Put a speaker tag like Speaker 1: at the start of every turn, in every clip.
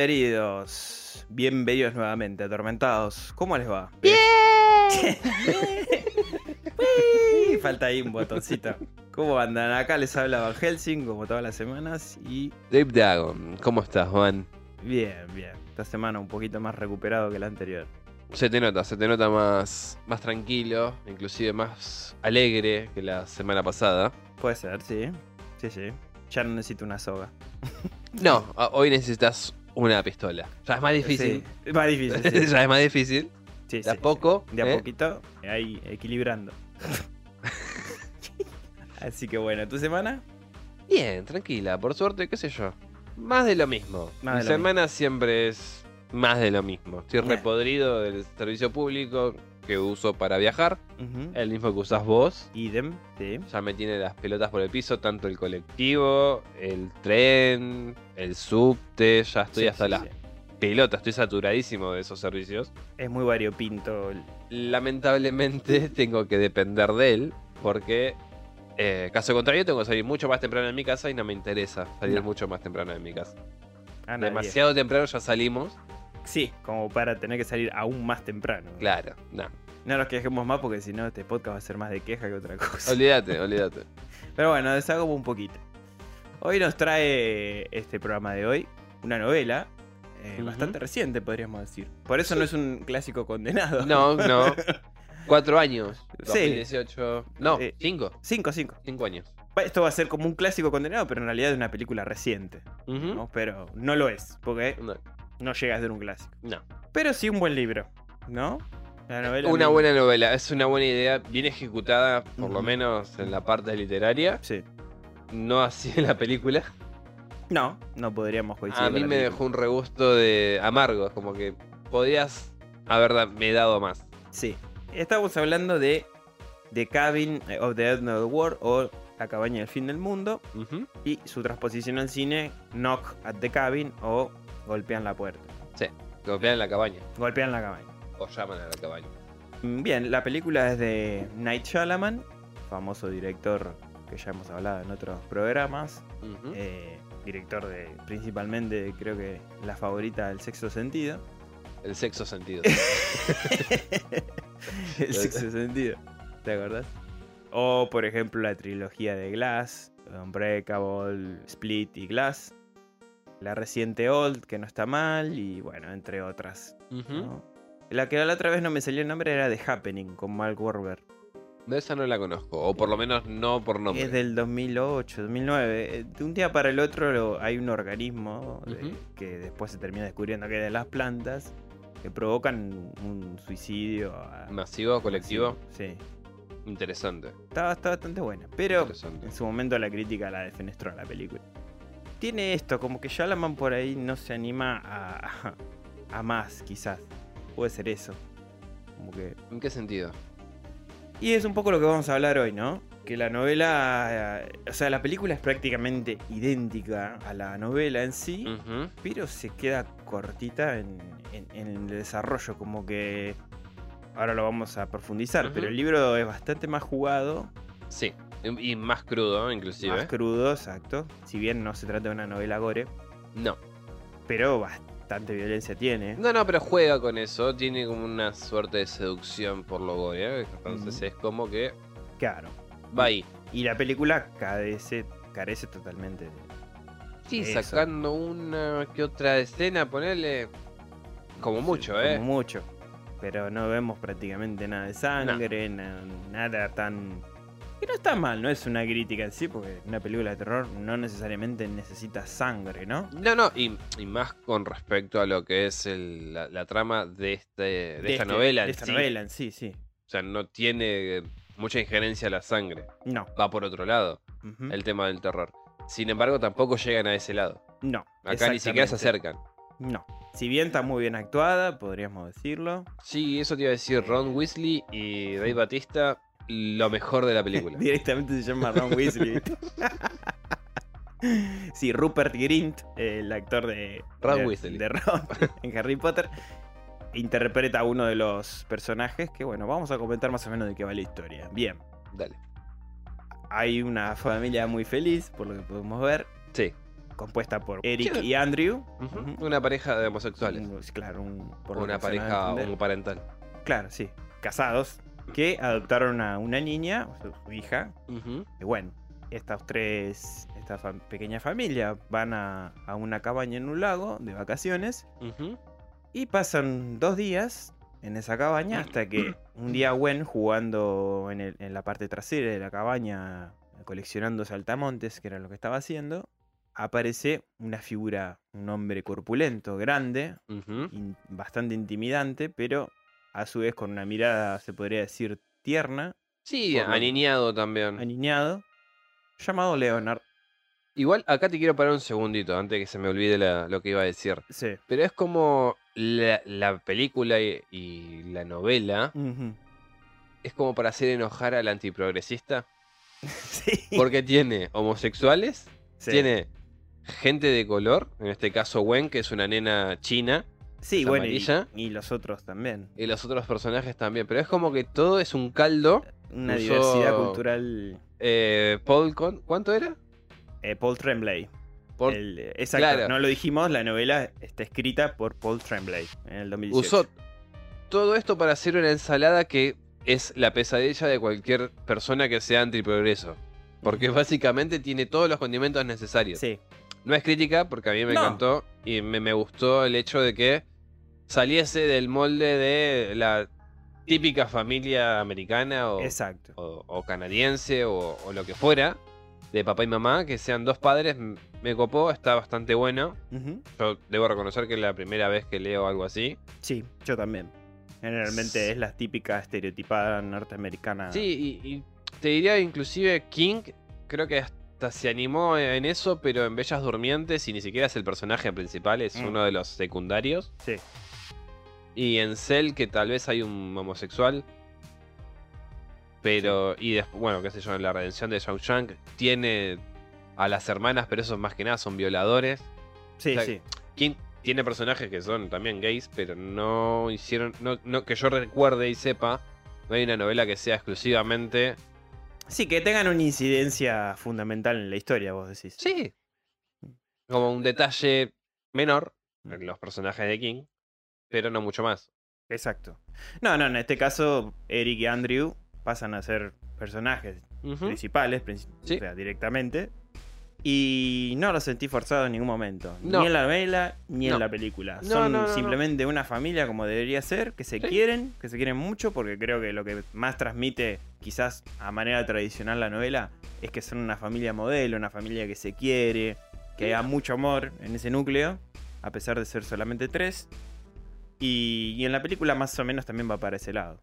Speaker 1: Bienvenidos, bienvenidos nuevamente, atormentados. ¿Cómo les va?
Speaker 2: ¡Bien!
Speaker 1: Y Falta ahí un botoncito. ¿Cómo andan? Acá les habla Van Helsing, como todas las semanas, y
Speaker 2: Dave Dagon, ¿cómo estás, Juan?
Speaker 1: bien, bien. Esta semana un poquito más recuperado que la anterior.
Speaker 2: Se te nota, se te nota más, más tranquilo, inclusive más alegre que la semana pasada.
Speaker 1: Puede ser, sí. Sí, sí. Ya no necesito una soga.
Speaker 2: No, a- Ah, hoy necesitas una pistola. Ya es más difícil.
Speaker 1: Sí, es más difícil, sí.
Speaker 2: ya es más difícil.
Speaker 1: Sí,
Speaker 2: De a
Speaker 1: sí,
Speaker 2: poco.
Speaker 1: sí. De a
Speaker 2: ¿eh?
Speaker 1: poquito, ahí equilibrando. Así que bueno, ¿tu semana?
Speaker 2: Bien, tranquila, por suerte, qué sé yo. Más de lo mismo.
Speaker 1: Más
Speaker 2: Mi
Speaker 1: de lo
Speaker 2: semana siempre es más de lo mismo. Estoy
Speaker 1: Bien.
Speaker 2: repodrido del servicio público que uso para viajar,
Speaker 1: Ujú.
Speaker 2: el mismo que usás vos.
Speaker 1: Idem, sí.
Speaker 2: Ya me tiene las pelotas por el piso, tanto el colectivo, el tren, el subte, ya estoy
Speaker 1: Sí,
Speaker 2: hasta
Speaker 1: sí,
Speaker 2: las
Speaker 1: sí.
Speaker 2: pelotas, estoy saturadísimo de esos servicios.
Speaker 1: Es muy variopinto. el-
Speaker 2: Lamentablemente tengo que depender de él, porque eh, caso contrario tengo que salir mucho más temprano de mi casa y no me interesa salir
Speaker 1: No.
Speaker 2: mucho más temprano de mi casa.
Speaker 1: a nadie.
Speaker 2: Demasiado temprano ya salimos,
Speaker 1: Sí, como para tener que salir aún más temprano.
Speaker 2: claro, no,
Speaker 1: No nos quejemos más porque si no este podcast va a ser más de queja que otra cosa.
Speaker 2: olvídate, olvídate.
Speaker 1: Pero bueno, deshago un poquito. Hoy nos trae este programa de hoy una novela eh,
Speaker 2: Ujú.
Speaker 1: bastante reciente, podríamos decir. Por eso
Speaker 2: Sí.
Speaker 1: no es un clásico condenado.
Speaker 2: No, no, cuatro años,
Speaker 1: Sí.
Speaker 2: 2018, no,
Speaker 1: Eh.
Speaker 2: cinco,
Speaker 1: Cinco, cinco.
Speaker 2: cinco años.
Speaker 1: Va- Esto va a ser como un clásico condenado, pero en realidad es una película reciente.
Speaker 2: Ujú.
Speaker 1: ¿no? Pero no lo es, porque
Speaker 2: ¿Mm? No,
Speaker 1: no llega a ser un clásico.
Speaker 2: no.
Speaker 1: Pero sí un buen libro, ¿no? La novela
Speaker 2: Una
Speaker 1: misma.
Speaker 2: buena novela, es una buena idea, bien ejecutada, por lo
Speaker 1: Ujú.
Speaker 2: menos en la parte literaria,
Speaker 1: Sí.
Speaker 2: no así en la película.
Speaker 1: No, no podríamos coincidir.
Speaker 2: A
Speaker 1: con
Speaker 2: mí
Speaker 1: la
Speaker 2: me
Speaker 1: película.
Speaker 2: dejó un regusto de amargo, como que podías haberme dado más.
Speaker 1: Sí. Estamos hablando de The Cabin eh, of the End of the World o La cabaña del fin del mundo
Speaker 2: Ujú.
Speaker 1: y su transposición al cine Knock at the Cabin o Golpean la puerta.
Speaker 2: Golpean en la cabaña,
Speaker 1: Golpean la cabaña.
Speaker 2: o llaman a la cabaña.
Speaker 1: Mm, Bien, la película es de Night Shyamalan, famoso director que ya hemos hablado en otros programas,
Speaker 2: Ujú.
Speaker 1: eh, director de principalmente creo que la favorita del sexto sentido.
Speaker 2: El sexo sentido.
Speaker 1: El sexto sentido. ¿Te acordás? O, por ejemplo, la trilogía de Glass, Unbreakable, Split y Glass. La reciente Old, que no está mal, y bueno, entre otras.
Speaker 2: Ujú.
Speaker 1: ¿no? La que la otra vez no me salió el nombre era The Happening, con Mark Warber.
Speaker 2: No, esa no la conozco, o por lo menos no por nombre.
Speaker 1: Es del 2008, 2009. Eh, De un día para el otro lo- hay un organismo de-
Speaker 2: Ujú.
Speaker 1: que después se termina descubriendo que es de las plantas, que provocan un suicidio. a-
Speaker 2: Masivo, colectivo,
Speaker 1: Sí.
Speaker 2: interesante.
Speaker 1: Estaba, está bastante buena. Pero
Speaker 2: interesante.
Speaker 1: en su momento la crítica la defenestró a la película. Tiene esto, como que Shalaman por ahí no se anima a, a más, quizás. Puede ser eso. Como que.
Speaker 2: ¿En qué sentido?
Speaker 1: Y es un poco lo que vamos a hablar hoy, ¿no? Que la novela. eh, O sea, la película es prácticamente idéntica a la novela en sí,
Speaker 2: Ujú.
Speaker 1: pero se queda cortita en, en- en el desarrollo. Como que. Ahora lo vamos a profundizar,
Speaker 2: Ujú.
Speaker 1: pero el libro es bastante más jugado.
Speaker 2: Sí, y y más crudo, inclusive.
Speaker 1: más crudo, exacto. Si bien no se trata de una novela gore,
Speaker 2: No.
Speaker 1: pero bastante violencia tiene.
Speaker 2: No, no, pero juega con eso. Tiene como una suerte de seducción por lo gore. ¿eh? Entonces
Speaker 1: Ujú.
Speaker 2: es como que
Speaker 1: Claro.
Speaker 2: va ahí.
Speaker 1: Y la película carece, carece totalmente de.
Speaker 2: Sí,
Speaker 1: Eso.
Speaker 2: sacando una que otra escena, ponerle. Como mucho, ¿eh?
Speaker 1: como mucho. Pero no vemos prácticamente nada de sangre, na- nada tan Que no está mal, no es una crítica en sí, porque una película de terror no necesariamente necesita sangre, ¿no?
Speaker 2: No, no, y, y más con respecto a lo que es el- la, la trama de, este, de,
Speaker 1: De
Speaker 2: esta
Speaker 1: este-
Speaker 2: novela.
Speaker 1: De
Speaker 2: en
Speaker 1: esta
Speaker 2: sí.
Speaker 1: novela en sí, sí.
Speaker 2: O sea, no tiene mucha injerencia la sangre.
Speaker 1: No.
Speaker 2: Va por otro lado,
Speaker 1: ujú,
Speaker 2: el tema del terror. Sin embargo, tampoco llegan a ese lado.
Speaker 1: No.
Speaker 2: Acá ni siquiera se
Speaker 1: exactamente.
Speaker 2: acercan.
Speaker 1: No. Si bien está muy bien actuada, podríamos decirlo.
Speaker 2: Sí, eso te iba a decir Ron Weasley y Dave Batista, lo mejor de la película.
Speaker 1: Directamente se llama Ron Weasley. ¿viste? sí, Rupert Grint, el actor de
Speaker 2: Ron
Speaker 1: de-
Speaker 2: Weasley.
Speaker 1: de Ron en Harry Potter, interpreta a uno de los personajes que, bueno, vamos a comentar más o menos de qué va la historia. Bien,
Speaker 2: Dale.
Speaker 1: hay una familia muy feliz, por lo que podemos ver,
Speaker 2: Sí.
Speaker 1: compuesta por Eric
Speaker 2: Sí.
Speaker 1: y Andrew.
Speaker 2: Ujú.
Speaker 1: Ujú.
Speaker 2: Una pareja de homosexuales.
Speaker 1: Un- claro, un, por lo
Speaker 2: una
Speaker 1: que se va a
Speaker 2: pareja
Speaker 1: entender.
Speaker 2: homoparental.
Speaker 1: Claro, sí, casados, que adoptaron a una niña, o sea, su hija,
Speaker 2: Ujú.
Speaker 1: Y bueno, estas tres, esta fam- pequeña familia, van a, a una cabaña en un lago de vacaciones
Speaker 2: Ujú.
Speaker 1: y pasan dos días en esa cabaña hasta que un día Gwen jugando en, el- en la parte trasera de la cabaña, coleccionando saltamontes, que era lo que estaba haciendo, aparece una figura, un hombre corpulento, grande,
Speaker 2: Ujú.
Speaker 1: in- bastante intimidante, pero a su vez con una mirada, se podría decir, tierna,
Speaker 2: Sí,
Speaker 1: Por lo-
Speaker 2: aniñado también.
Speaker 1: aniñado, llamado Leonard.
Speaker 2: Igual acá te quiero parar un segundito antes de que se me olvide la- lo que iba a decir.
Speaker 1: Sí.
Speaker 2: Pero es como la, la película y, y la novela
Speaker 1: Ujú.
Speaker 2: es como para hacer enojar al antiprogresista.
Speaker 1: Sí.
Speaker 2: Porque tiene homosexuales,
Speaker 1: Sí.
Speaker 2: tiene gente de color, en este caso Wen, que es una nena china,
Speaker 1: Sí,
Speaker 2: esa
Speaker 1: bueno, y,
Speaker 2: amarilla.
Speaker 1: y los otros también.
Speaker 2: y los otros personajes también. Pero es como que todo es un caldo.
Speaker 1: Una
Speaker 2: Usó-
Speaker 1: diversidad cultural.
Speaker 2: Eh, Paul, Con- ¿cuánto era?
Speaker 1: Eh, Paul Tremblay.
Speaker 2: Paul-
Speaker 1: El- eh, exacto,
Speaker 2: claro.
Speaker 1: no lo dijimos, la novela está escrita por Paul Tremblay en el 2018.
Speaker 2: usó todo esto para hacer una ensalada que es la pesadilla de cualquier persona que sea antiprogreso. Porque básicamente tiene todos los condimentos necesarios.
Speaker 1: Sí,
Speaker 2: No es crítica, porque a mí me
Speaker 1: No.
Speaker 2: encantó y me, me gustó el hecho de que saliese del molde de la típica familia americana o,
Speaker 1: exacto.
Speaker 2: o- o canadiense o, o lo que fuera, de papá y mamá, que sean dos padres, m- me copó, está bastante bueno.
Speaker 1: Ujú.
Speaker 2: Yo debo reconocer que es la primera vez que leo algo así.
Speaker 1: Sí, yo también. Generalmente es la típica estereotipada norteamericana.
Speaker 2: Sí, y, y te diría inclusive King, creo que hasta se animó en eso, pero en Bellas Durmientes y ni siquiera es el personaje principal, es
Speaker 1: Mm.
Speaker 2: uno de los secundarios.
Speaker 1: Sí.
Speaker 2: Y en Cell, que tal vez hay un homosexual. Pero, y después, bueno, qué sé yo, en la redención de Shawshank tiene a las hermanas, pero esos más que nada son violadores.
Speaker 1: sí,
Speaker 2: o sea,
Speaker 1: sí.
Speaker 2: King tiene personajes que son también gays, pero no hicieron, no, no- que yo recuerde y sepa, no hay una novela que sea exclusivamente
Speaker 1: Sí, que tengan una incidencia fundamental en la historia, vos decís.
Speaker 2: Sí. Como un detalle menor
Speaker 1: Mm.
Speaker 2: en los personajes de King, pero no mucho más.
Speaker 1: Exacto. No, no, en este caso, Eric y Andrew pasan a ser personajes
Speaker 2: Ujú.
Speaker 1: principales, princi-
Speaker 2: Sí.
Speaker 1: o sea, directamente. Y no lo sentí forzado en ningún momento.
Speaker 2: No.
Speaker 1: Ni en la novela, ni
Speaker 2: No.
Speaker 1: en la película.
Speaker 2: No,
Speaker 1: Son
Speaker 2: no, no, no.
Speaker 1: simplemente una familia como debería ser, que se
Speaker 2: Sí.
Speaker 1: quieren, que se quieren mucho, porque creo que lo que más transmite, quizás a manera tradicional, la novela, es que son una familia modelo, una familia que se quiere, que
Speaker 2: Sí.
Speaker 1: hay mucho amor en ese núcleo, a pesar de ser solamente tres. Y, y en la película más o menos también va para ese lado.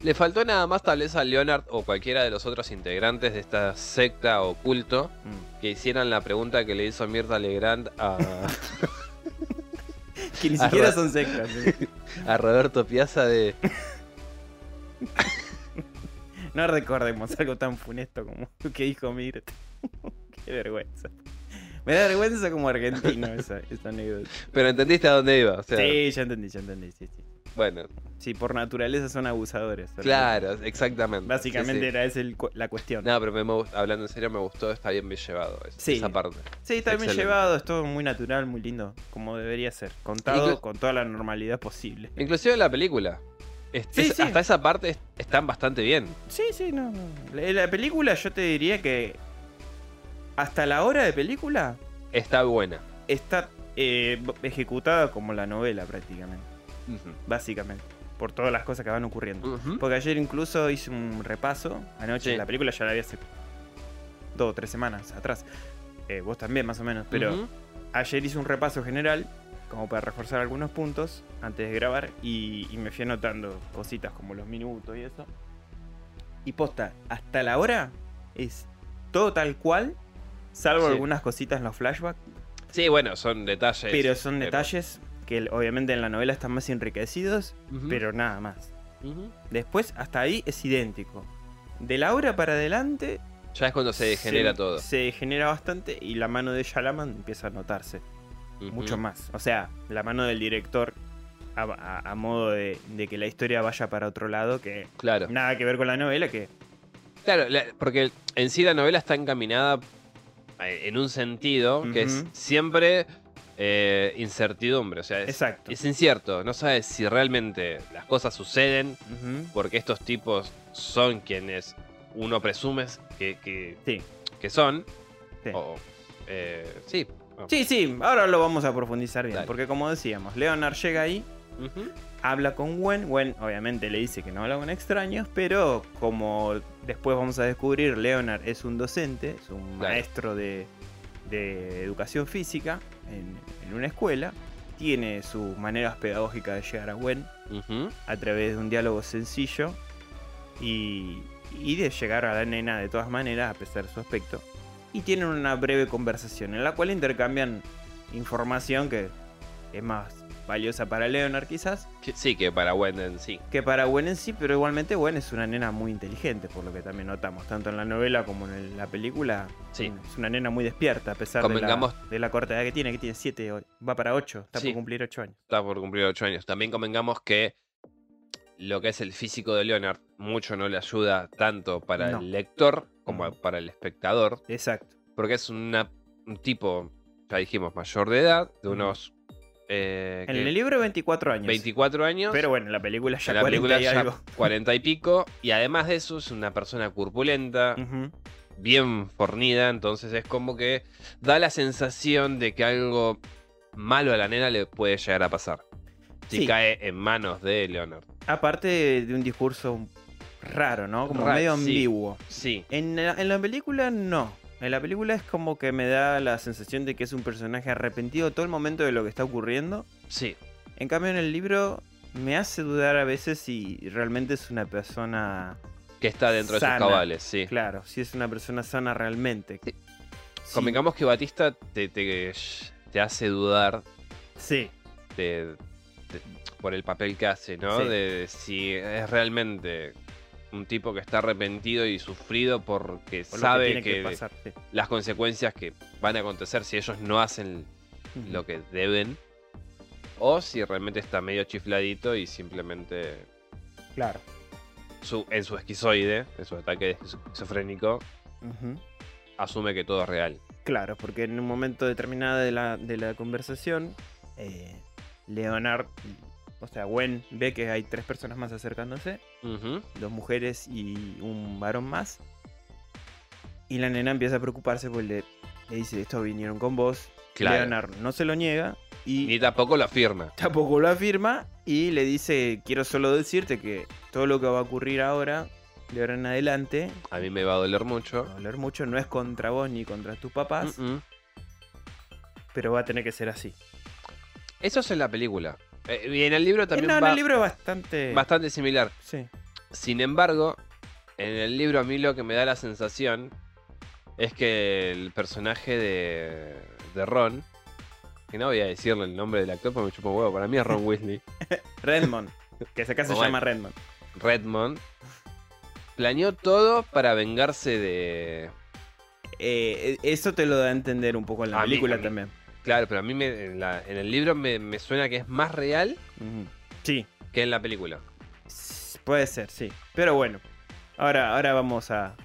Speaker 2: Le faltó nada más tal vez a Leonard o cualquiera de los otros integrantes de esta secta o culto
Speaker 1: Mm.
Speaker 2: que hicieran la pregunta que le hizo Mirta Legrand a,
Speaker 1: Que ni
Speaker 2: Ah,
Speaker 1: siquiera
Speaker 2: ra-
Speaker 1: son sectas. ¿eh? ¿sí?
Speaker 2: a Roberto Piazza de
Speaker 1: No recordemos algo tan funesto como lo que dijo Mirta. Qué vergüenza. Me da vergüenza como argentino esa, esa anécdota.
Speaker 2: Pero entendiste a dónde iba. o sea,
Speaker 1: Sí, ya entendí, ya entendí. Sí, sí.
Speaker 2: Bueno,
Speaker 1: Sí, por naturaleza son abusadores. solamente.
Speaker 2: claro, exactamente. sí,
Speaker 1: Básicamente
Speaker 2: sí.
Speaker 1: era esa el cu- la cuestión.
Speaker 2: No, pero me- me gust- hablando en serio, me gustó, está bien bien llevado es-
Speaker 1: Sí.
Speaker 2: esa parte.
Speaker 1: Sí, está bien
Speaker 2: Excelente.
Speaker 1: llevado, es todo muy natural, muy lindo, como debería ser. Contado
Speaker 2: Inclu-
Speaker 1: con toda la normalidad posible.
Speaker 2: Inclusive en la película. Es-
Speaker 1: Sí,
Speaker 2: es-
Speaker 1: sí.
Speaker 2: Hasta esa parte es- están bastante bien.
Speaker 1: Sí, sí, no, no. La, la película yo te diría que hasta la hora de película
Speaker 2: Está buena.
Speaker 1: está eh, b- ejecutada como la novela prácticamente, básicamente. por todas las cosas que van ocurriendo.
Speaker 2: Ujú.
Speaker 1: Porque ayer incluso hice un repaso, anoche
Speaker 2: Sí.
Speaker 1: la película ya la había hace dos o tres semanas atrás. Eh, vos también, más o menos. Pero
Speaker 2: Ujú.
Speaker 1: ayer hice un repaso general, como para reforzar algunos puntos antes de grabar, y, y me fui anotando cositas como los minutos y eso. Y posta, hasta la hora es todo tal cual, salvo
Speaker 2: Sí.
Speaker 1: algunas cositas en los flashbacks,
Speaker 2: Sí, bueno, son detalles.
Speaker 1: pero son
Speaker 2: pero-
Speaker 1: detalles que obviamente en la novela están más enriquecidos,
Speaker 2: Ujú.
Speaker 1: pero nada más.
Speaker 2: Ujú.
Speaker 1: Después, hasta ahí es idéntico. De la hora para adelante.
Speaker 2: Ya es cuando se degenera todo.
Speaker 1: Se degenera bastante y la mano de Shalaman empieza a notarse.
Speaker 2: Ujú.
Speaker 1: Mucho más. O sea, la mano del director a, a- a modo de, de que la historia vaya para otro lado que
Speaker 2: Claro.
Speaker 1: nada que ver con la novela, que
Speaker 2: Claro, la- porque en sí la novela está encaminada eh, en un sentido que es
Speaker 1: Ujú.
Speaker 2: siempre eh, incertidumbre. O sea, es,
Speaker 1: exacto.
Speaker 2: es incierto. No sabes si realmente las cosas suceden
Speaker 1: Ujú.
Speaker 2: porque estos tipos son quienes uno presume que, que,
Speaker 1: Sí.
Speaker 2: que son.
Speaker 1: Sí.
Speaker 2: O, eh, sí. o-
Speaker 1: Sí, sí, ahora lo vamos a profundizar bien,
Speaker 2: Dale.
Speaker 1: porque como decíamos, Leonard llega ahí,
Speaker 2: Ujú.
Speaker 1: habla con Gwen, Gwen obviamente le dice que no habla con extraños, pero como después vamos a descubrir, Leonard es un docente, es un
Speaker 2: Claro.
Speaker 1: maestro de, de educación física en, en una escuela, tiene sus maneras pedagógicas de llegar a Gwen,
Speaker 2: Ujú.
Speaker 1: a través de un diálogo sencillo y, y de llegar a la nena de todas maneras, a pesar de su aspecto. Y tienen una breve conversación en la cual intercambian información que es más valiosa para Leonard quizás
Speaker 2: Que- Sí, que para Wenden sí.
Speaker 1: que para Gwen en sí, pero igualmente Gwen es una nena muy inteligente, por lo que también notamos, tanto en la novela como en el- la película.
Speaker 2: Sí.
Speaker 1: Es una nena muy despierta, a pesar de la,
Speaker 2: Convengamos-
Speaker 1: de la corta edad que tiene, que tiene 7, va para 8, está
Speaker 2: Sí.
Speaker 1: por cumplir 8 años.
Speaker 2: está por cumplir ocho años. También convengamos que lo que es el físico de Leonard mucho no le ayuda tanto para
Speaker 1: No.
Speaker 2: el lector como
Speaker 1: Mm.
Speaker 2: para el espectador,
Speaker 1: Exacto.
Speaker 2: porque es una- un tipo, ya dijimos, mayor de edad, de unos eh,
Speaker 1: En
Speaker 2: ¿qué?
Speaker 1: el libro 24 años.
Speaker 2: 24 años,
Speaker 1: Pero bueno, en la película ya
Speaker 2: en la
Speaker 1: 40
Speaker 2: película
Speaker 1: y
Speaker 2: ya
Speaker 1: algo.
Speaker 2: 40 y pico, y además de eso es una persona corpulenta,
Speaker 1: Ujú.
Speaker 2: bien fornida, entonces es como que da la sensación de que algo malo a la nena le puede llegar a pasar. Si
Speaker 1: Sí.
Speaker 2: cae en manos de Leonard.
Speaker 1: Aparte de un discurso raro, ¿no? Como
Speaker 2: Ra-
Speaker 1: medio
Speaker 2: sí.
Speaker 1: ambiguo.
Speaker 2: Sí,
Speaker 1: En, la, en la película no. En la película es como que me da la sensación de que es un personaje arrepentido todo el momento de lo que está ocurriendo.
Speaker 2: sí.
Speaker 1: En cambio en el libro me hace dudar a veces si realmente es una persona...
Speaker 2: Que está dentro de
Speaker 1: Sana.
Speaker 2: sus cabales, sí.
Speaker 1: Claro, si es una persona sana realmente.
Speaker 2: Sí.
Speaker 1: Sí,
Speaker 2: Convengamos que Batista te, te, te hace dudar
Speaker 1: Sí,
Speaker 2: de- de- por el papel que hace, ¿no?
Speaker 1: Sí.
Speaker 2: De si es realmente un tipo que está arrepentido y sufrido porque
Speaker 1: por lo
Speaker 2: sabe
Speaker 1: que tiene que,
Speaker 2: que
Speaker 1: pasar. sí.
Speaker 2: las consecuencias que van a acontecer si ellos no hacen
Speaker 1: Ujú.
Speaker 2: lo que deben. O si realmente está medio chifladito y simplemente
Speaker 1: Claro.
Speaker 2: su- en su esquizoide, en su ataque esquizofrénico,
Speaker 1: Ujú.
Speaker 2: asume que todo es real.
Speaker 1: Claro, porque en un momento determinado de la, de la conversación, eh, Leonard, o sea, Gwen ve que hay tres personas más acercándose,
Speaker 2: Ujú.
Speaker 1: dos mujeres y un varón más. Y la nena empieza a preocuparse porque le, le dice, estos vinieron con vos.
Speaker 2: Claro.
Speaker 1: Leonard no se lo niega y
Speaker 2: Ni tampoco lo afirma.
Speaker 1: tampoco lo afirma y le dice, quiero solo decirte que todo lo que va a ocurrir ahora, de ahora en adelante,
Speaker 2: A mí me va a doler mucho.
Speaker 1: no doler mucho, no es contra vos ni contra tus papás,
Speaker 2: Mm, mm.
Speaker 1: pero va a tener que ser así.
Speaker 2: Eso es en la película. Eh, y en el libro también
Speaker 1: no, en
Speaker 2: va
Speaker 1: el libro es bastante.
Speaker 2: bastante similar.
Speaker 1: Sí.
Speaker 2: Sin embargo, en el libro a mí lo que me da la sensación es que el personaje de, de Ron, que no voy a decirle el nombre del actor porque me chupo huevo, para mí es Ron Weasley,
Speaker 1: Redmond. Que acá se
Speaker 2: Bueno.
Speaker 1: llama Redmond.
Speaker 2: Redmond, planeó todo para vengarse de...
Speaker 1: Eh, eso te lo da a entender un poco en la
Speaker 2: A mí,
Speaker 1: película
Speaker 2: a mí.
Speaker 1: también.
Speaker 2: Claro, pero a mí me- en, la- en el libro me, me suena que es más real
Speaker 1: Ujú. Sí.
Speaker 2: que en la película.
Speaker 1: S- Puede ser, sí. Pero bueno. Ahora, ahora vamos a,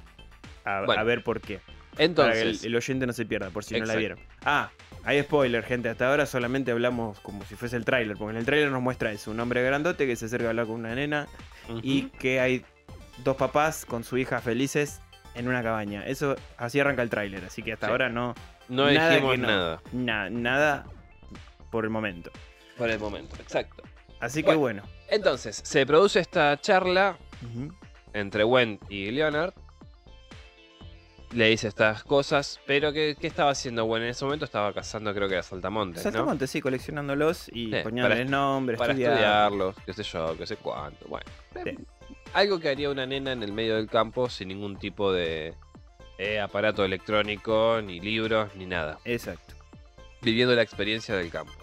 Speaker 1: a, a
Speaker 2: Bueno,
Speaker 1: ver por qué. Para que
Speaker 2: Entonces...
Speaker 1: el, el oyente no se pierda, por si no la
Speaker 2: Exacto.
Speaker 1: vieron. Ah, hay spoiler, gente. Hasta ahora solamente hablamos como si fuese el tráiler. Porque en el tráiler nos muestra eso. Un hombre grandote que se acerca a hablar con una nena. y
Speaker 2: ujú,
Speaker 1: que hay dos papás con su hija felices en una cabaña. Eso así arranca el tráiler, así que hasta
Speaker 2: Sí.
Speaker 1: ahora no
Speaker 2: no
Speaker 1: nada que
Speaker 2: dijimos
Speaker 1: no.
Speaker 2: nada.
Speaker 1: na- nada por el momento.
Speaker 2: Por el momento, exacto.
Speaker 1: Así que bueno.
Speaker 2: Entonces, se produce esta charla
Speaker 1: Ujú.
Speaker 2: entre Wendt y Leonard. Le dice estas cosas, pero ¿qué, qué estaba haciendo Wendt en ese momento? Estaba cazando, creo que era saltamontes, ¿no?
Speaker 1: Saltamontes, sí, coleccionándolos y
Speaker 2: Sí, para
Speaker 1: poniéndoles nombres,
Speaker 2: Para
Speaker 1: estudiar.
Speaker 2: estudiarlos, qué sé yo, qué sé cuánto. Bueno,
Speaker 1: Sí.
Speaker 2: algo que haría una nena en el medio del campo sin ningún tipo de eh, aparato electrónico, ni libros, ni nada.
Speaker 1: Exacto.
Speaker 2: Viviendo la experiencia del campo.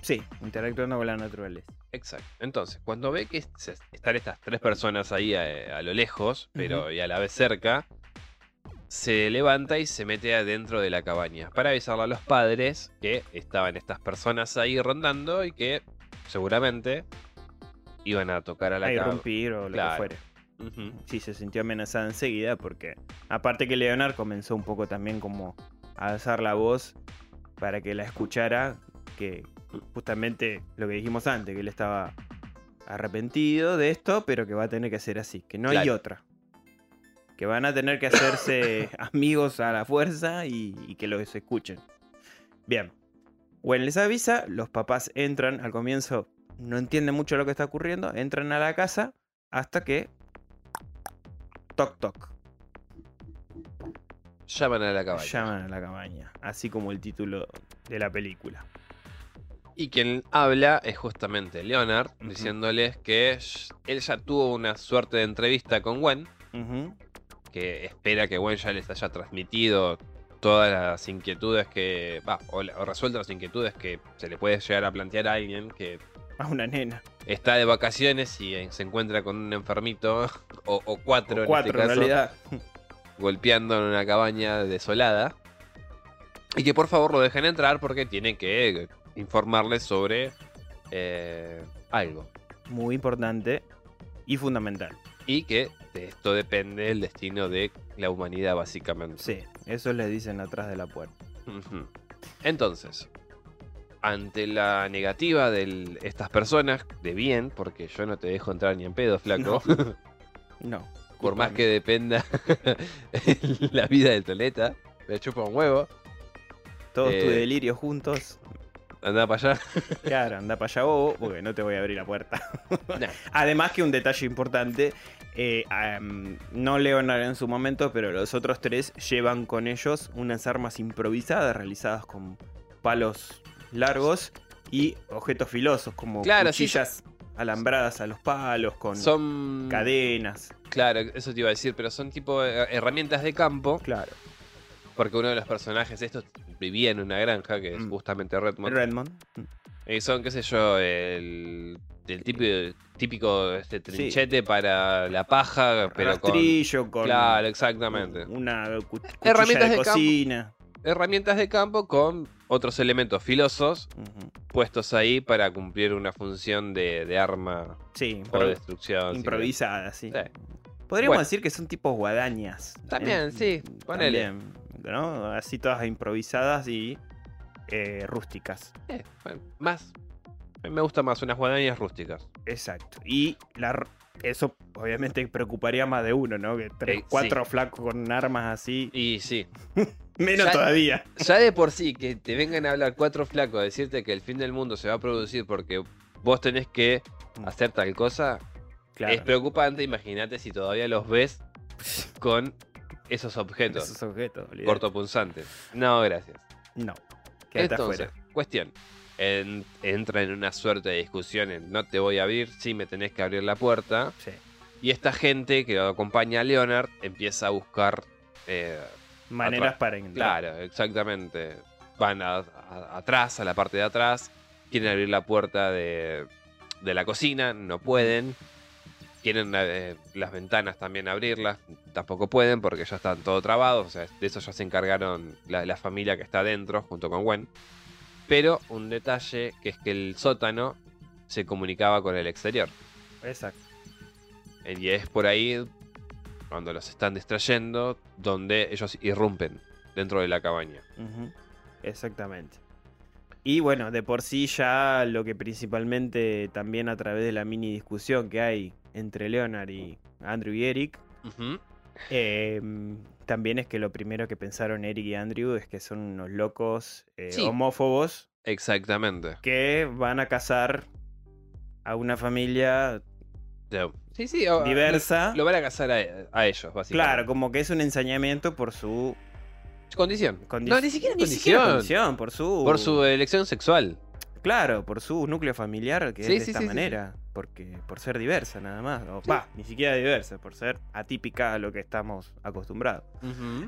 Speaker 1: Sí, interactuando con la naturaleza.
Speaker 2: Exacto. Entonces, cuando ve que se- están estas tres personas ahí eh, a, a lo lejos, pero
Speaker 1: Ujú.
Speaker 2: y a la vez cerca, se levanta y se mete adentro de la cabaña para avisarle a los padres que estaban estas personas ahí rondando y que seguramente iban a tocar a la
Speaker 1: A
Speaker 2: cabaña.
Speaker 1: irrumpir o lo
Speaker 2: Claro.
Speaker 1: que fuera. Sí, se sintió amenazada enseguida porque, aparte que Leonard comenzó un poco también como a alzar la voz para que la escuchara, que justamente lo que dijimos antes, que él estaba arrepentido de esto, pero que va a tener que ser así, que no hay
Speaker 2: Claro.
Speaker 1: otra. Que van a tener que hacerse amigos a la fuerza y, y que los escuchen. Bien. Gwen les avisa, los papás entran, al comienzo no entienden mucho lo que está ocurriendo, entran a la casa hasta que Toc toc.
Speaker 2: Llaman a la cabaña.
Speaker 1: Llaman a la cabaña. Así como el título de la película.
Speaker 2: Y quien habla es justamente Leonard,
Speaker 1: Ujú.
Speaker 2: diciéndoles que sh- él ya tuvo una suerte de entrevista con Gwen.
Speaker 1: Ujú.
Speaker 2: que espera que Gwen ya les haya transmitido todas las inquietudes que. Va, o, la- o resuelto las inquietudes que se le puede llegar a plantear a alguien que
Speaker 1: A una nena.
Speaker 2: está de vacaciones y eh, se encuentra con un enfermito, o, o cuatro,
Speaker 1: O cuatro, en
Speaker 2: en este caso,
Speaker 1: realidad.
Speaker 2: golpeando en una cabaña desolada. Y que por favor lo dejen entrar porque tiene que informarles sobre eh, algo.
Speaker 1: Muy importante y fundamental.
Speaker 2: Y que de esto depende el destino de la humanidad, básicamente.
Speaker 1: Sí, eso les dicen atrás de la puerta.
Speaker 2: Ujú. Entonces, ante la negativa de estas personas, de bien, porque yo no te dejo entrar ni en pedo, flaco,
Speaker 1: No.
Speaker 2: por más
Speaker 1: discúlpame.
Speaker 2: que dependa la vida del toleta, me chupa un huevo,
Speaker 1: Todos tus
Speaker 2: eh,
Speaker 1: delirios juntos.
Speaker 2: anda para allá.
Speaker 1: Claro, anda para allá bobo, porque no te voy a abrir la puerta.
Speaker 2: Nah.
Speaker 1: Además que un detalle importante, eh, am, no Leonard en su momento, pero los otros tres llevan con ellos unas armas improvisadas realizadas con palos largos y objetos filosos como
Speaker 2: Claro, sí,
Speaker 1: cuchillas alambradas a los palos con
Speaker 2: Son.
Speaker 1: cadenas.
Speaker 2: Claro, eso te iba a decir, pero son tipo eh, herramientas de campo,
Speaker 1: Claro.
Speaker 2: porque uno de los personajes estos vivía en una granja, que es
Speaker 1: Mm.
Speaker 2: justamente Redmond.
Speaker 1: Redmond.
Speaker 2: Eh, son, qué sé yo, el, el típico, típico este, trinchete para la paja, pero
Speaker 1: Rastrillo
Speaker 2: con...
Speaker 1: con,
Speaker 2: Claro, exactamente.
Speaker 1: una cu- cuchilla
Speaker 2: Herramientas
Speaker 1: de,
Speaker 2: de campo.
Speaker 1: cocina.
Speaker 2: Herramientas de campo con otros elementos filosos
Speaker 1: Ujú.
Speaker 2: puestos ahí para cumplir una función de, de arma
Speaker 1: Sí,
Speaker 2: o
Speaker 1: pero-
Speaker 2: destrucción. si
Speaker 1: improvisada, sí.
Speaker 2: Sí.
Speaker 1: Podríamos
Speaker 2: Bueno.
Speaker 1: decir que son tipos guadañas. ¿eh?
Speaker 2: También, sí, ponele.
Speaker 1: también, ¿no? Así todas improvisadas y eh, rústicas.
Speaker 2: querés. Eh, bueno, más. A mí me gusta más unas guadañas rústicas.
Speaker 1: Exacto. Y la, r- eso obviamente preocuparía más de uno, ¿no? Que tres,
Speaker 2: Eh, sí.
Speaker 1: cuatro flacos con armas así.
Speaker 2: Y sí,
Speaker 1: Menos
Speaker 2: Ya-
Speaker 1: todavía.
Speaker 2: ya de por sí que te vengan a hablar cuatro flacos, a decirte que el fin del mundo se va a producir porque vos tenés que hacer tal cosa, Es
Speaker 1: Mm. Claro.
Speaker 2: preocupante, imagínate si todavía los ves con esos objetos
Speaker 1: Esos objetos, olvidate.
Speaker 2: cortopunzantes. No, gracias.
Speaker 1: No. Quédate
Speaker 2: Entonces,
Speaker 1: afuera.
Speaker 2: cuestión. En- entra en una suerte de discusión en no te voy a abrir, sí me tenés que abrir la puerta.
Speaker 1: Sí.
Speaker 2: Y esta gente que lo acompaña a Leonard empieza a buscar. eh,
Speaker 1: Maneras para entrar.
Speaker 2: claro, exactamente. Van a- a- atrás, a la parte de atrás. Quieren abrir la puerta de, de la cocina, no pueden. Quieren eh, las ventanas también abrirlas, tampoco pueden porque ya están todo trabados. O sea, de eso ya se encargaron la, la familia que está adentro junto con Gwen. Pero un detalle que es que el sótano se comunicaba con el exterior. Eh,
Speaker 1: Exacto.
Speaker 2: Y es por ahí, cuando los están distrayendo, donde ellos irrumpen dentro de la cabaña.
Speaker 1: Ujú, Exactamente. Y bueno, de por sí ya lo que principalmente también a través de la mini discusión que hay entre Leonard y Andrew y Eric, eh, también es que lo primero que pensaron Eric y Andrew es que son unos locos eh,
Speaker 2: Sí.
Speaker 1: homófobos
Speaker 2: Exactamente.
Speaker 1: que van a cazar a una familia
Speaker 2: Ya. Sí, sí. o-
Speaker 1: diversa.
Speaker 2: Lo van a casar a, a ellos, básicamente.
Speaker 1: Claro, como que es un ensañamiento por su
Speaker 2: Condición.
Speaker 1: condi-
Speaker 2: No, ni siquiera
Speaker 1: ni
Speaker 2: condición.
Speaker 1: siquiera condición, por su
Speaker 2: Por su elección sexual.
Speaker 1: claro, por su núcleo familiar que
Speaker 2: Sí,
Speaker 1: es de
Speaker 2: sí,
Speaker 1: esta
Speaker 2: sí, sí,
Speaker 1: manera, porque por ser diversa nada más, o pa, ni siquiera diversa, por ser atípica a lo que estamos acostumbrados.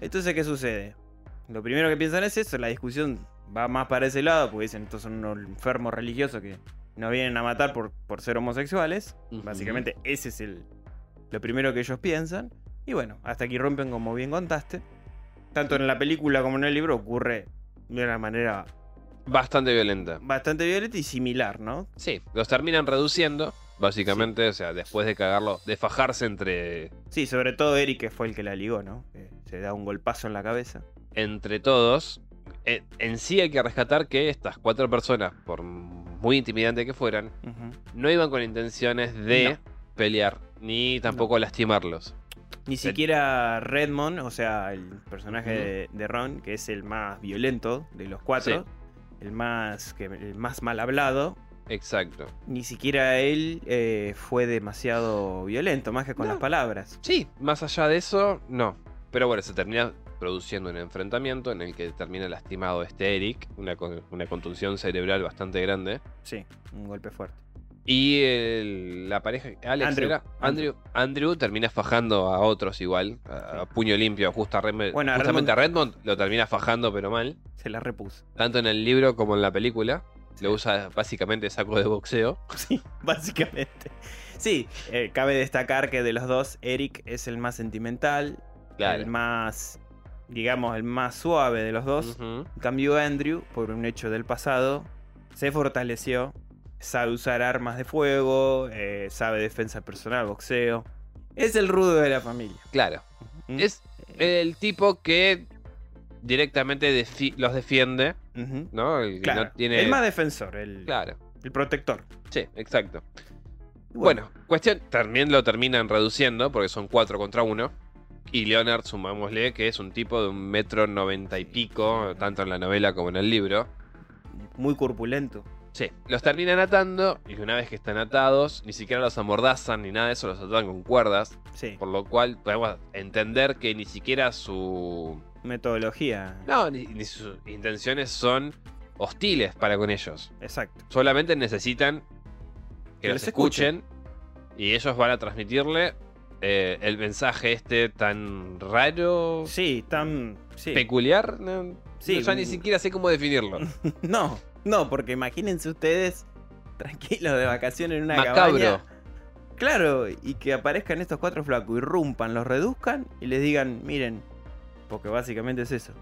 Speaker 1: Entonces, ¿qué sucede? Lo primero que piensan es eso, la discusión va más para ese lado, porque dicen, estos son unos enfermos religiosos que nos vienen a matar por, por ser homosexuales.
Speaker 2: Ujú.
Speaker 1: Básicamente ese es el, lo primero que ellos piensan. Y bueno, hasta aquí rompen como bien contaste. Tanto en la película como en el libro ocurre de una manera
Speaker 2: Bastante violenta.
Speaker 1: bastante violenta y similar, ¿no?
Speaker 2: Sí, los terminan reduciendo, básicamente, o sea, después de cagarlo, de fajarse entre,
Speaker 1: Sí, sobre todo Eric que fue el que la ligó, ¿no? Que se da un golpazo en la cabeza.
Speaker 2: entre todos. Eh, En sí hay que rescatar que estas cuatro personas, por muy intimidante que fueran,
Speaker 1: Ujú.
Speaker 2: no iban con intenciones de pelear, ni tampoco lastimarlos.
Speaker 1: Ni siquiera Redmond, o sea, el personaje de, de Ron, que es el más violento de los cuatro, el, más, que, el más mal hablado,
Speaker 2: Exacto.
Speaker 1: ni siquiera él eh, fue demasiado violento, más que con
Speaker 2: No.
Speaker 1: las palabras.
Speaker 2: Sí, más allá de eso, no. Pero bueno, se termina produciendo un enfrentamiento en el que termina lastimado este Eric, una, con- una contusión cerebral bastante grande.
Speaker 1: Sí, un golpe fuerte.
Speaker 2: Y el- la pareja, Alex
Speaker 1: Andrew,
Speaker 2: era, Andrew, Andrew termina fajando a otros igual, a, a puño limpio, justo a Redmond-
Speaker 1: Bueno, a
Speaker 2: justamente a Redmond lo termina fajando pero mal,
Speaker 1: Se la repuso.
Speaker 2: tanto en el libro como en la película.
Speaker 1: Sí.
Speaker 2: Lo usa básicamente de saco de boxeo.
Speaker 1: Sí, básicamente. Sí, eh, cabe destacar que de los dos, Eric es el más sentimental,
Speaker 2: Claro.
Speaker 1: el más, digamos, el más suave de los dos.
Speaker 2: Ujú.
Speaker 1: En cambio, Andrew, por un hecho del pasado, se fortaleció, sabe usar armas de fuego, eh, sabe defensa personal, boxeo. Es el rudo de la familia.
Speaker 2: Claro.
Speaker 1: ¿Mm?
Speaker 2: Es el tipo que directamente defi- los defiende,
Speaker 1: Ujú.
Speaker 2: ¿no? El que
Speaker 1: Claro,
Speaker 2: no tiene.
Speaker 1: el más defensor, el,
Speaker 2: Claro.
Speaker 1: el protector.
Speaker 2: Sí, exacto.
Speaker 1: Y
Speaker 2: Bueno, cuestión, también lo terminan reduciendo porque son 4 contra 1. Y Leonard, sumámosle, que es un tipo de un metro noventa y pico, tanto en la novela como en el libro.
Speaker 1: muy corpulento.
Speaker 2: Sí, los terminan atando y una vez que están atados, ni siquiera los amordazan ni nada de eso, los atan con cuerdas.
Speaker 1: Sí,
Speaker 2: Por lo cual podemos entender que ni siquiera su...
Speaker 1: metodología.
Speaker 2: No, ni, ni sus intenciones son hostiles para con ellos.
Speaker 1: Exacto.
Speaker 2: Solamente necesitan que,
Speaker 1: Que
Speaker 2: los
Speaker 1: los escuchen.
Speaker 2: escuchen, y ellos van a transmitirle eh, el mensaje este tan raro,
Speaker 1: Sí, tan. Sí.
Speaker 2: peculiar. No,
Speaker 1: Sí, mm.
Speaker 2: no, ya ni
Speaker 1: un-
Speaker 2: siquiera sé cómo definirlo.
Speaker 1: No, no, porque imagínense ustedes tranquilos de vacaciones en una
Speaker 2: Macabro.
Speaker 1: cabaña. Claro, y que aparezcan estos cuatro flacos, irrumpan, los reduzcan y les digan, miren, porque básicamente es eso.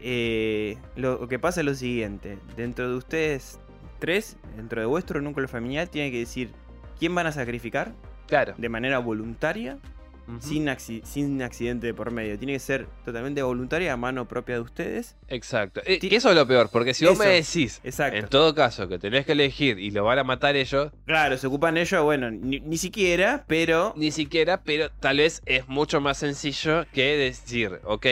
Speaker 1: Eh, lo que pasa es lo siguiente, dentro de ustedes tres, dentro de vuestro núcleo familiar, tiene que decir quién van a sacrificar
Speaker 2: Claro.
Speaker 1: de manera voluntaria,
Speaker 2: Ujú.
Speaker 1: sin, acci- sin accidente de por medio. Tiene que ser totalmente voluntaria, a mano propia de ustedes.
Speaker 2: Exacto. Eh,
Speaker 1: Ti-
Speaker 2: que eso es lo peor, porque si vos me
Speaker 1: Eso.
Speaker 2: decís,
Speaker 1: Exacto.
Speaker 2: en todo caso, que tenés que elegir y lo van a matar ellos,
Speaker 1: Claro, se ocupan ellos, bueno, ni, ni siquiera, pero
Speaker 2: ni siquiera, pero tal vez es mucho más sencillo que decir, ok,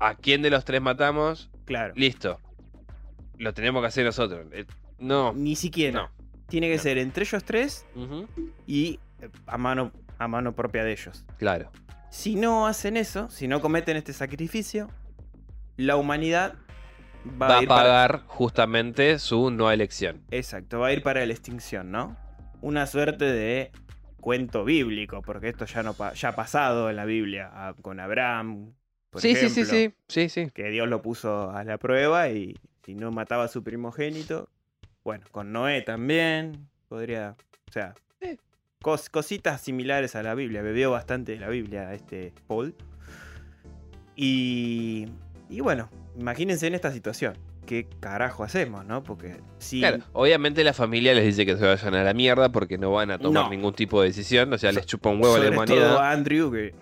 Speaker 2: ¿a quién de los tres matamos?
Speaker 1: claro,
Speaker 2: Listo. Lo tenemos que hacer nosotros. Eh, No.
Speaker 1: ni siquiera.
Speaker 2: No.
Speaker 1: Tiene que
Speaker 2: no.
Speaker 1: ser entre ellos tres
Speaker 2: Ujú.
Speaker 1: y eh, a mano, a mano propia de ellos.
Speaker 2: Claro.
Speaker 1: Si no hacen eso, si no cometen este sacrificio, la humanidad va,
Speaker 2: va
Speaker 1: a
Speaker 2: a
Speaker 1: ir para,
Speaker 2: pagar justamente su no elección.
Speaker 1: exacto, va a ir para la extinción, ¿no? Una suerte de cuento bíblico, porque esto ya no pa- ya ha pasado en la Biblia ah, con Abraham, por ejemplo,
Speaker 2: sí, sí.
Speaker 1: que Dios lo puso a la prueba y si no mataba a su primogénito, bueno, con Noé también, podría, o sea,
Speaker 2: Sí.
Speaker 1: cos- cositas similares a la Biblia, bebió bastante de la Biblia este Paul. Y, y bueno, imagínense en esta situación, ¿qué carajo hacemos, no? Porque si...
Speaker 2: Claro, obviamente la familia les dice que se vayan a la mierda porque no van a tomar
Speaker 1: No.
Speaker 2: ningún tipo de decisión, o sea,
Speaker 1: So-
Speaker 2: les chupa un huevo a la
Speaker 1: sobre todo
Speaker 2: humanidad.
Speaker 1: a Andrew, que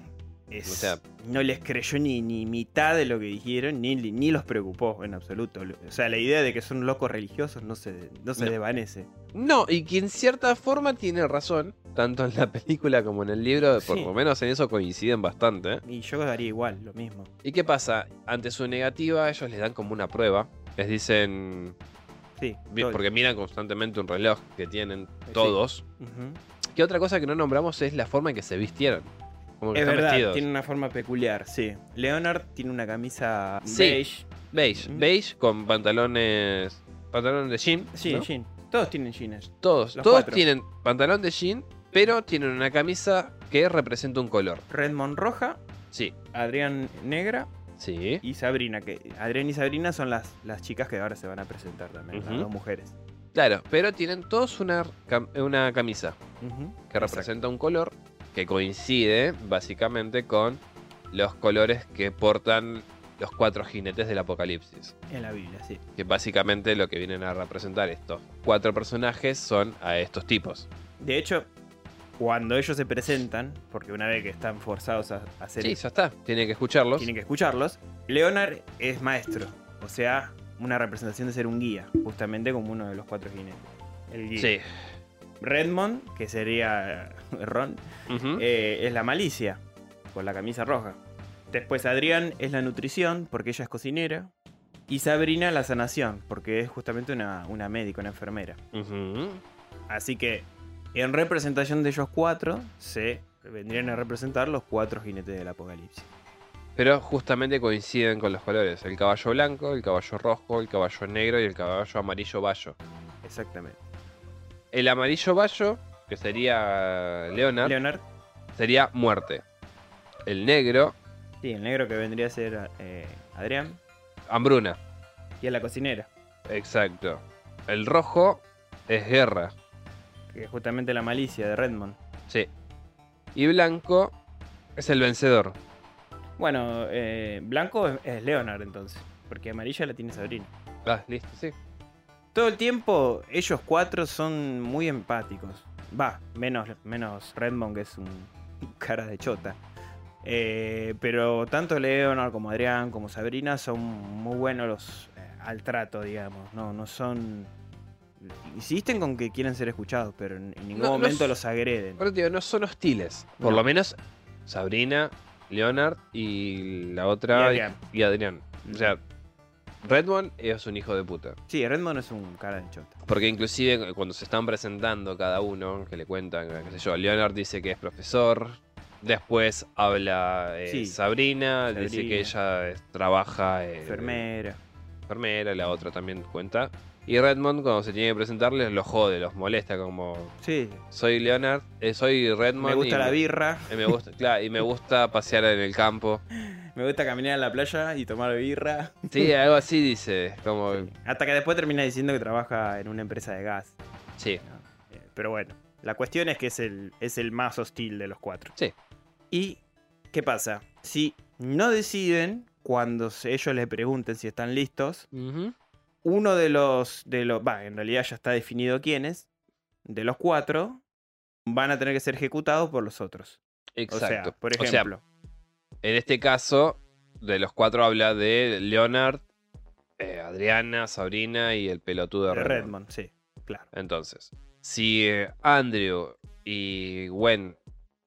Speaker 1: es-
Speaker 2: O sea-
Speaker 1: no les creyó ni, ni mitad de lo que dijeron, ni, ni los preocupó en absoluto. Lo- O sea, la idea de que son locos religiosos no se, no se
Speaker 2: No.
Speaker 1: desvanece.
Speaker 2: No, y que en cierta forma tiene razón, tanto en la película como en el libro, por
Speaker 1: Sí.
Speaker 2: lo menos en eso coinciden bastante.
Speaker 1: Y yo daría igual, lo mismo.
Speaker 2: ¿Y qué pasa? Ante su negativa, ellos les dan como una prueba. Les dicen,
Speaker 1: Sí.
Speaker 2: Vi-
Speaker 1: todo.
Speaker 2: Porque miran constantemente un reloj que tienen
Speaker 1: Sí.
Speaker 2: todos.
Speaker 1: Ujú.
Speaker 2: Que otra cosa que no nombramos es la forma en que se vistieron. Como que
Speaker 1: Es
Speaker 2: están
Speaker 1: verdad,
Speaker 2: vestidos.
Speaker 1: tiene una forma peculiar, sí. Leonard tiene una camisa
Speaker 2: Sí.
Speaker 1: beige.
Speaker 2: Beige.
Speaker 1: Mm.
Speaker 2: Beige con pantalones. Pantalones de jean.
Speaker 1: Sí,
Speaker 2: ¿no?
Speaker 1: jean. Todos tienen jeans.
Speaker 2: Todos.
Speaker 1: Los
Speaker 2: todos
Speaker 1: cuatro.
Speaker 2: tienen pantalón de jean, pero tienen una camisa que representa un color.
Speaker 1: Redmond roja,
Speaker 2: Sí.
Speaker 1: Adrián negra
Speaker 2: Sí.
Speaker 1: y Sabrina. Que Adrián y Sabrina son las, las chicas que ahora se van a presentar también, las
Speaker 2: Ujú.
Speaker 1: dos mujeres.
Speaker 2: Claro, pero tienen todos una, cam- una camisa
Speaker 1: Ujú.
Speaker 2: que representa un color que coincide básicamente con los colores que portan los cuatro jinetes del apocalipsis.
Speaker 1: Exacto, En la Biblia, sí.
Speaker 2: Que básicamente lo que vienen a representar estos cuatro personajes son a estos tipos.
Speaker 1: De hecho, cuando ellos se presentan, porque una vez que están forzados a a hacer
Speaker 2: Sí,
Speaker 1: eso,
Speaker 2: ya está. Tienen que escucharlos.
Speaker 1: tienen que escucharlos, Leonard es maestro. O sea, una representación de ser un guía, justamente como uno de los cuatro jinetes. El guía.
Speaker 2: Sí.
Speaker 1: Redmond, que sería Ron,
Speaker 2: Ujú.
Speaker 1: eh, es la malicia, con la camisa roja. Después Adrián es la nutrición, porque ella es cocinera. Y Sabrina la sanación, porque es justamente una, una médica, una enfermera.
Speaker 2: Ujú.
Speaker 1: Así que en representación de ellos cuatro, se vendrían a representar los cuatro jinetes del apocalipsis.
Speaker 2: Pero justamente coinciden con los colores. El caballo blanco, el caballo rojo, el caballo negro y el caballo amarillo bayo.
Speaker 1: Exactamente.
Speaker 2: El amarillo bayo, que sería Leonard,
Speaker 1: Leonard,
Speaker 2: sería muerte. El negro,
Speaker 1: sí, el negro que vendría a ser eh, Adrián,
Speaker 2: hambruna.
Speaker 1: y es la cocinera,
Speaker 2: Exacto. El rojo es guerra.
Speaker 1: que es justamente la malicia de Redmond.
Speaker 2: Sí. Y blanco es el vencedor.
Speaker 1: Bueno, eh, blanco es, es Leonard entonces, porque amarilla la tiene Sabrina.
Speaker 2: Ah, listo, sí.
Speaker 1: Todo el tiempo ellos cuatro son muy empáticos. Va, menos, menos Redmond que es un cara de chota. Eh, pero tanto Leonard como Adrián como Sabrina son muy buenos los, eh, al trato, digamos. No, no son... Insisten con que quieren ser escuchados, pero en en ningún
Speaker 2: No, no
Speaker 1: momento
Speaker 2: s-
Speaker 1: los agreden.
Speaker 2: Pero digo, no son hostiles. Por
Speaker 1: No.
Speaker 2: lo menos Sabrina, Leonard y la
Speaker 1: Y
Speaker 2: otra.
Speaker 1: Adrián.
Speaker 2: y Adrián. O sea, Redmond es un hijo de puta.
Speaker 1: Sí, Redmond es un cara de chota.
Speaker 2: Porque inclusive cuando se están presentando cada uno, que le cuentan, qué sé yo, Leonard dice que es profesor, después habla eh,
Speaker 1: Sí.
Speaker 2: Sabrina, dice
Speaker 1: Sabrina.
Speaker 2: que ella eh, trabaja eh,
Speaker 1: Enfermera.
Speaker 2: enfermera, la otra también cuenta. Y Redmond cuando se tiene que presentarles los jode, los molesta como
Speaker 1: Sí.
Speaker 2: soy Leonard, eh, soy Redmond.
Speaker 1: Me gusta
Speaker 2: y
Speaker 1: la birra,
Speaker 2: eh, me gusta, claro, y me gusta pasear en el campo.
Speaker 1: me gusta caminar en la playa y tomar birra.
Speaker 2: Sí, algo así dice, como
Speaker 1: Hasta que después termina diciendo que trabaja en una empresa de gas.
Speaker 2: sí.
Speaker 1: Eh, Pero bueno, la cuestión es que es el, es el más hostil de los cuatro.
Speaker 2: Sí.
Speaker 1: ¿Y qué pasa? Si no deciden, cuando se- ellos les pregunten si están listos,
Speaker 2: Ujú.
Speaker 1: uno de los. de los. Va, en realidad ya está definido quién es. De los cuatro. Van a tener que ser ejecutados por los otros.
Speaker 2: Exacto.
Speaker 1: O sea, por
Speaker 2: O sea,
Speaker 1: ejemplo.
Speaker 2: En este caso, de los cuatro habla de Leonard, eh, Adriana, Sabrina y el pelotudo de
Speaker 1: de
Speaker 2: Redmond.
Speaker 1: Redmond, sí, claro.
Speaker 2: Entonces, si eh, Andrew y Gwen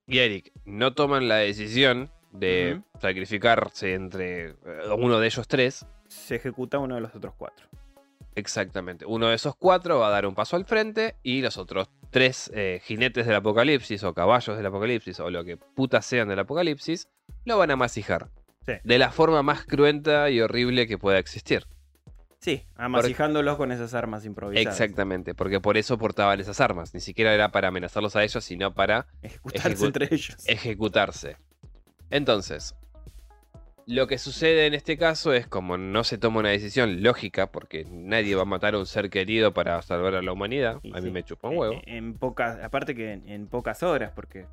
Speaker 2: y Eric no toman la decisión de sacrificarse entre eh, uno de ellos tres,
Speaker 1: Se ejecuta uno de los otros cuatro.
Speaker 2: exactamente, uno de esos cuatro va a dar un paso al frente y los otros tres eh, jinetes del apocalipsis o caballos del apocalipsis o lo que putas sean del apocalipsis, lo van a masijar.
Speaker 1: Sí.
Speaker 2: De la forma más cruenta y horrible que pueda existir.
Speaker 1: Sí, amasijándolos con esas armas improvisadas.
Speaker 2: Exactamente, porque por eso portaban esas armas. Ni siquiera era para amenazarlos a ellos, sino para
Speaker 1: Ejecutarse
Speaker 2: Ejecu-
Speaker 1: entre ellos.
Speaker 2: ejecutarse. Entonces, lo que sucede en este caso es como no se toma una decisión lógica, porque nadie va a matar a un ser querido para salvar a la humanidad,
Speaker 1: Y
Speaker 2: a mí
Speaker 1: sí.
Speaker 2: me chupa un
Speaker 1: Eh,
Speaker 2: huevo.
Speaker 1: En, pocas, aparte que en, en pocas horas, porque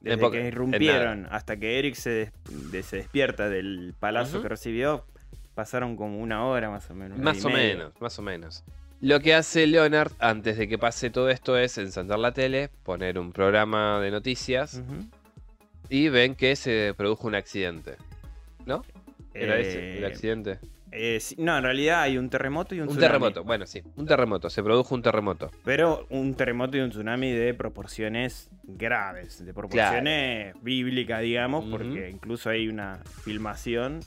Speaker 1: desde
Speaker 2: poca-
Speaker 1: que
Speaker 2: en
Speaker 1: irrumpieron hasta que Eric se, des- de- se despierta del palazo
Speaker 2: Ujú.
Speaker 1: que recibió, pasaron como una hora más o menos. una hora
Speaker 2: Más
Speaker 1: y
Speaker 2: o
Speaker 1: media.
Speaker 2: menos, más o menos. Lo que hace Leonard antes de que pase todo esto es encender la tele, poner un programa de noticias
Speaker 1: Ujú.
Speaker 2: y ven que se produjo un accidente. ¿Era
Speaker 1: Eh,
Speaker 2: ese el accidente?
Speaker 1: eh, sí, no, en realidad hay un terremoto y un,
Speaker 2: Un
Speaker 1: tsunami.
Speaker 2: terremoto, bueno, sí, un terremoto, se produjo un terremoto.
Speaker 1: Pero un terremoto y un tsunami de proporciones graves, de proporciones bíblicas, digamos,
Speaker 2: Ujú.
Speaker 1: porque incluso hay una filmación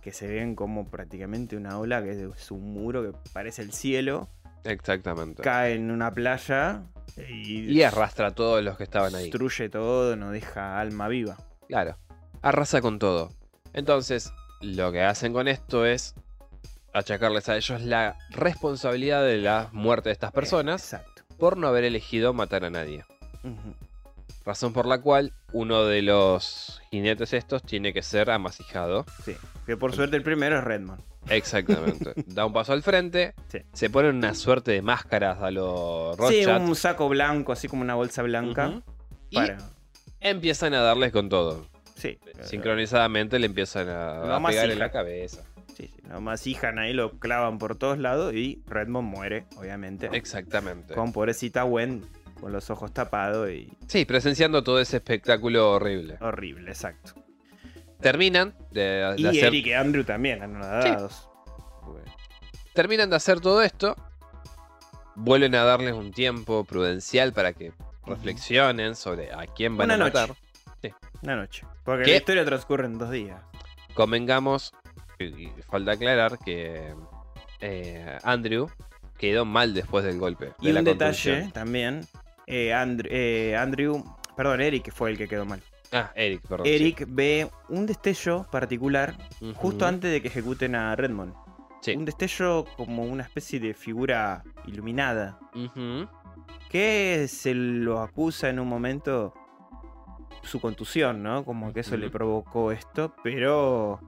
Speaker 1: que se ven como prácticamente una ola que es un muro que parece el cielo
Speaker 2: Exactamente.
Speaker 1: cae en una playa y,
Speaker 2: Y arrastra a todos los que estaban ahí.
Speaker 1: destruye todo, no deja alma viva.
Speaker 2: Claro. Arrasa con todo. Entonces, lo que hacen con esto es achacarles a ellos la responsabilidad de la muerte de estas personas
Speaker 1: Exacto.
Speaker 2: por no haber elegido matar a nadie.
Speaker 1: Ujú.
Speaker 2: Razón por la cual uno de los jinetes estos tiene que ser amasijado.
Speaker 1: Sí. Que por suerte el primero es Redmond.
Speaker 2: Exactamente. da un paso al frente.
Speaker 1: Sí.
Speaker 2: Se ponen una suerte de máscaras a los
Speaker 1: Sí,
Speaker 2: Rothschild.
Speaker 1: un saco blanco, así como una bolsa blanca.
Speaker 2: Ujú. Y
Speaker 1: Para.
Speaker 2: empiezan a darles con todo.
Speaker 1: Sí. eh,
Speaker 2: Sincronizadamente le empiezan a,
Speaker 1: Lo
Speaker 2: a pegar en
Speaker 1: amasijan.
Speaker 2: la cabeza.
Speaker 1: Sí, sí, lo masijan ahí, lo clavan por todos lados y Redmond muere, obviamente.
Speaker 2: Exactamente.
Speaker 1: Con pobrecita Gwen, con los ojos tapados y
Speaker 2: Sí, presenciando todo ese espectáculo horrible.
Speaker 1: horrible, exacto.
Speaker 2: Terminan de, de
Speaker 1: Y
Speaker 2: hacer,
Speaker 1: Eric y Andrew también, anonadados.
Speaker 2: terminan de hacer todo esto. Vuelven a darles un tiempo prudencial para que reflexionen sobre a quién van
Speaker 1: Una
Speaker 2: a
Speaker 1: noche.
Speaker 2: matar.
Speaker 1: Una noche. Porque
Speaker 2: ¿Qué?
Speaker 1: la historia transcurre en dos días.
Speaker 2: Convengamos, y- y falta aclarar que eh, Andrew quedó mal después del golpe.
Speaker 1: Y
Speaker 2: de la
Speaker 1: un detalle
Speaker 2: contusión.
Speaker 1: también, eh, Andr- eh, Andrew, perdón, Eric fue el que quedó mal.
Speaker 2: Ah, Eric, perdón. sí.
Speaker 1: Eric ve un destello particular
Speaker 2: Ujú.
Speaker 1: justo antes de que ejecuten a Redmond.
Speaker 2: Sí.
Speaker 1: Un destello como una especie de figura iluminada.
Speaker 2: Ujú.
Speaker 1: Que se lo acusa en un momento su contusión, ¿no? Como que eso le
Speaker 2: Ujú.
Speaker 1: provocó esto, pero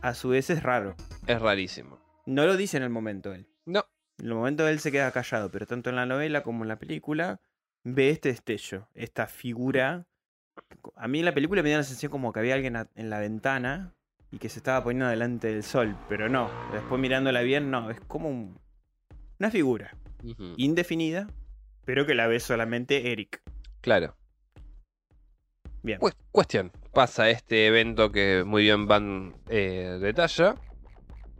Speaker 1: a su vez es raro.
Speaker 2: Es rarísimo.
Speaker 1: No lo dice en el momento él.
Speaker 2: No.
Speaker 1: En el momento él se queda callado, pero tanto en la novela como en la película ve este destello, esta figura. A mí en la película me dio la sensación como que había alguien a- en la ventana y que se estaba poniendo delante del sol, pero no. Después mirándola bien, no, es como un- una figura
Speaker 2: Ujú.
Speaker 1: indefinida, pero que la ve solamente Eric.
Speaker 2: Claro.
Speaker 1: Bien.
Speaker 2: Cues- cuestión, pasa este evento que muy bien Van eh, detalla.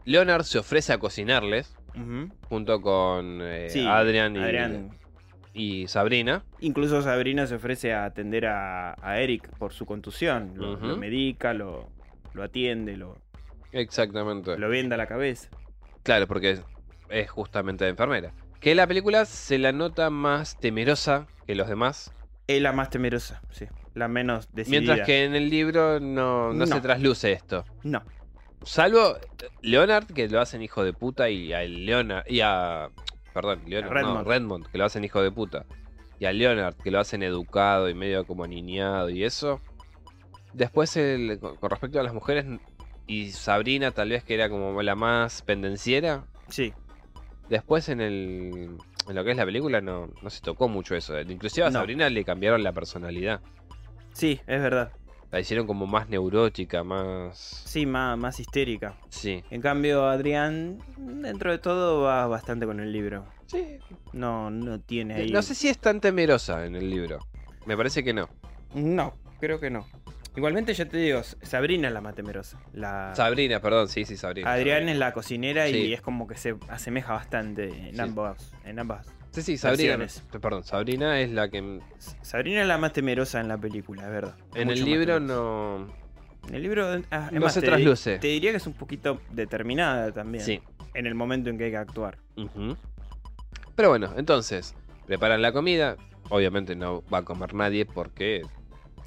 Speaker 2: Leonard se ofrece a cocinarles
Speaker 1: Ujú.
Speaker 2: junto con eh,
Speaker 1: Sí,
Speaker 2: Adrian, y,
Speaker 1: Adrián.
Speaker 2: y Sabrina.
Speaker 1: Incluso Sabrina se ofrece a atender a, a Eric por su contusión. Lo, lo
Speaker 2: Ujú.
Speaker 1: medica, lo, lo atiende, lo,
Speaker 2: Exactamente.
Speaker 1: lo venda la cabeza.
Speaker 2: Claro, porque es, es justamente enfermera. Que la película se la nota más temerosa que los demás.
Speaker 1: Es la más temerosa, sí. La menos decidida.
Speaker 2: Mientras que en el libro no, no se
Speaker 1: No.
Speaker 2: trasluce esto.
Speaker 1: No.
Speaker 2: Salvo eh, Leonard, que lo hacen hijo de puta, y a Leonard. Y a. Perdón, Leonard, no, Redmond.
Speaker 1: Redmond.
Speaker 2: que lo hacen hijo de puta. Y a Leonard, que lo hacen educado y medio como niñado y eso. Después, el- con con respecto a las mujeres, y Sabrina, tal vez que era como la más pendenciera.
Speaker 1: Sí.
Speaker 2: Después, en el. En lo que es la película no, no se tocó mucho eso. Inclusive a
Speaker 1: No.
Speaker 2: Sabrina le cambiaron la personalidad.
Speaker 1: Sí, es verdad.
Speaker 2: La hicieron como más neurótica, más...
Speaker 1: Sí, más, más histérica.
Speaker 2: Sí.
Speaker 1: En cambio, Adrián, dentro de todo, va bastante con el libro.
Speaker 2: Sí,
Speaker 1: No, no tiene ahí.
Speaker 2: Eh, No sé si es tan temerosa en el libro. Me parece que no.
Speaker 1: No, creo que no. Igualmente, ya te digo, Sabrina es la más temerosa. La...
Speaker 2: Sabrina, perdón, sí, sí, Sabrina.
Speaker 1: Ah. Adrián
Speaker 2: Sabrina.
Speaker 1: es la cocinera
Speaker 2: Sí.
Speaker 1: y es como que se asemeja bastante en
Speaker 2: Sí.
Speaker 1: ambas. En ambas.
Speaker 2: Sí, sí, Sabrina.
Speaker 1: versiones.
Speaker 2: no, Perdón, Sabrina es la que en
Speaker 1: S- Sabrina es la más temerosa en la película, es verdad. Es mucho
Speaker 2: el
Speaker 1: más
Speaker 2: libro
Speaker 1: temerosa.
Speaker 2: no.
Speaker 1: En el libro ah, es
Speaker 2: No
Speaker 1: más,
Speaker 2: se
Speaker 1: te di-
Speaker 2: trasluce.
Speaker 1: Te diría que es un poquito determinada también.
Speaker 2: Sí.
Speaker 1: En el momento en que hay que actuar.
Speaker 2: Ujú. Pero bueno, entonces, preparan la comida. Obviamente no va a comer nadie porque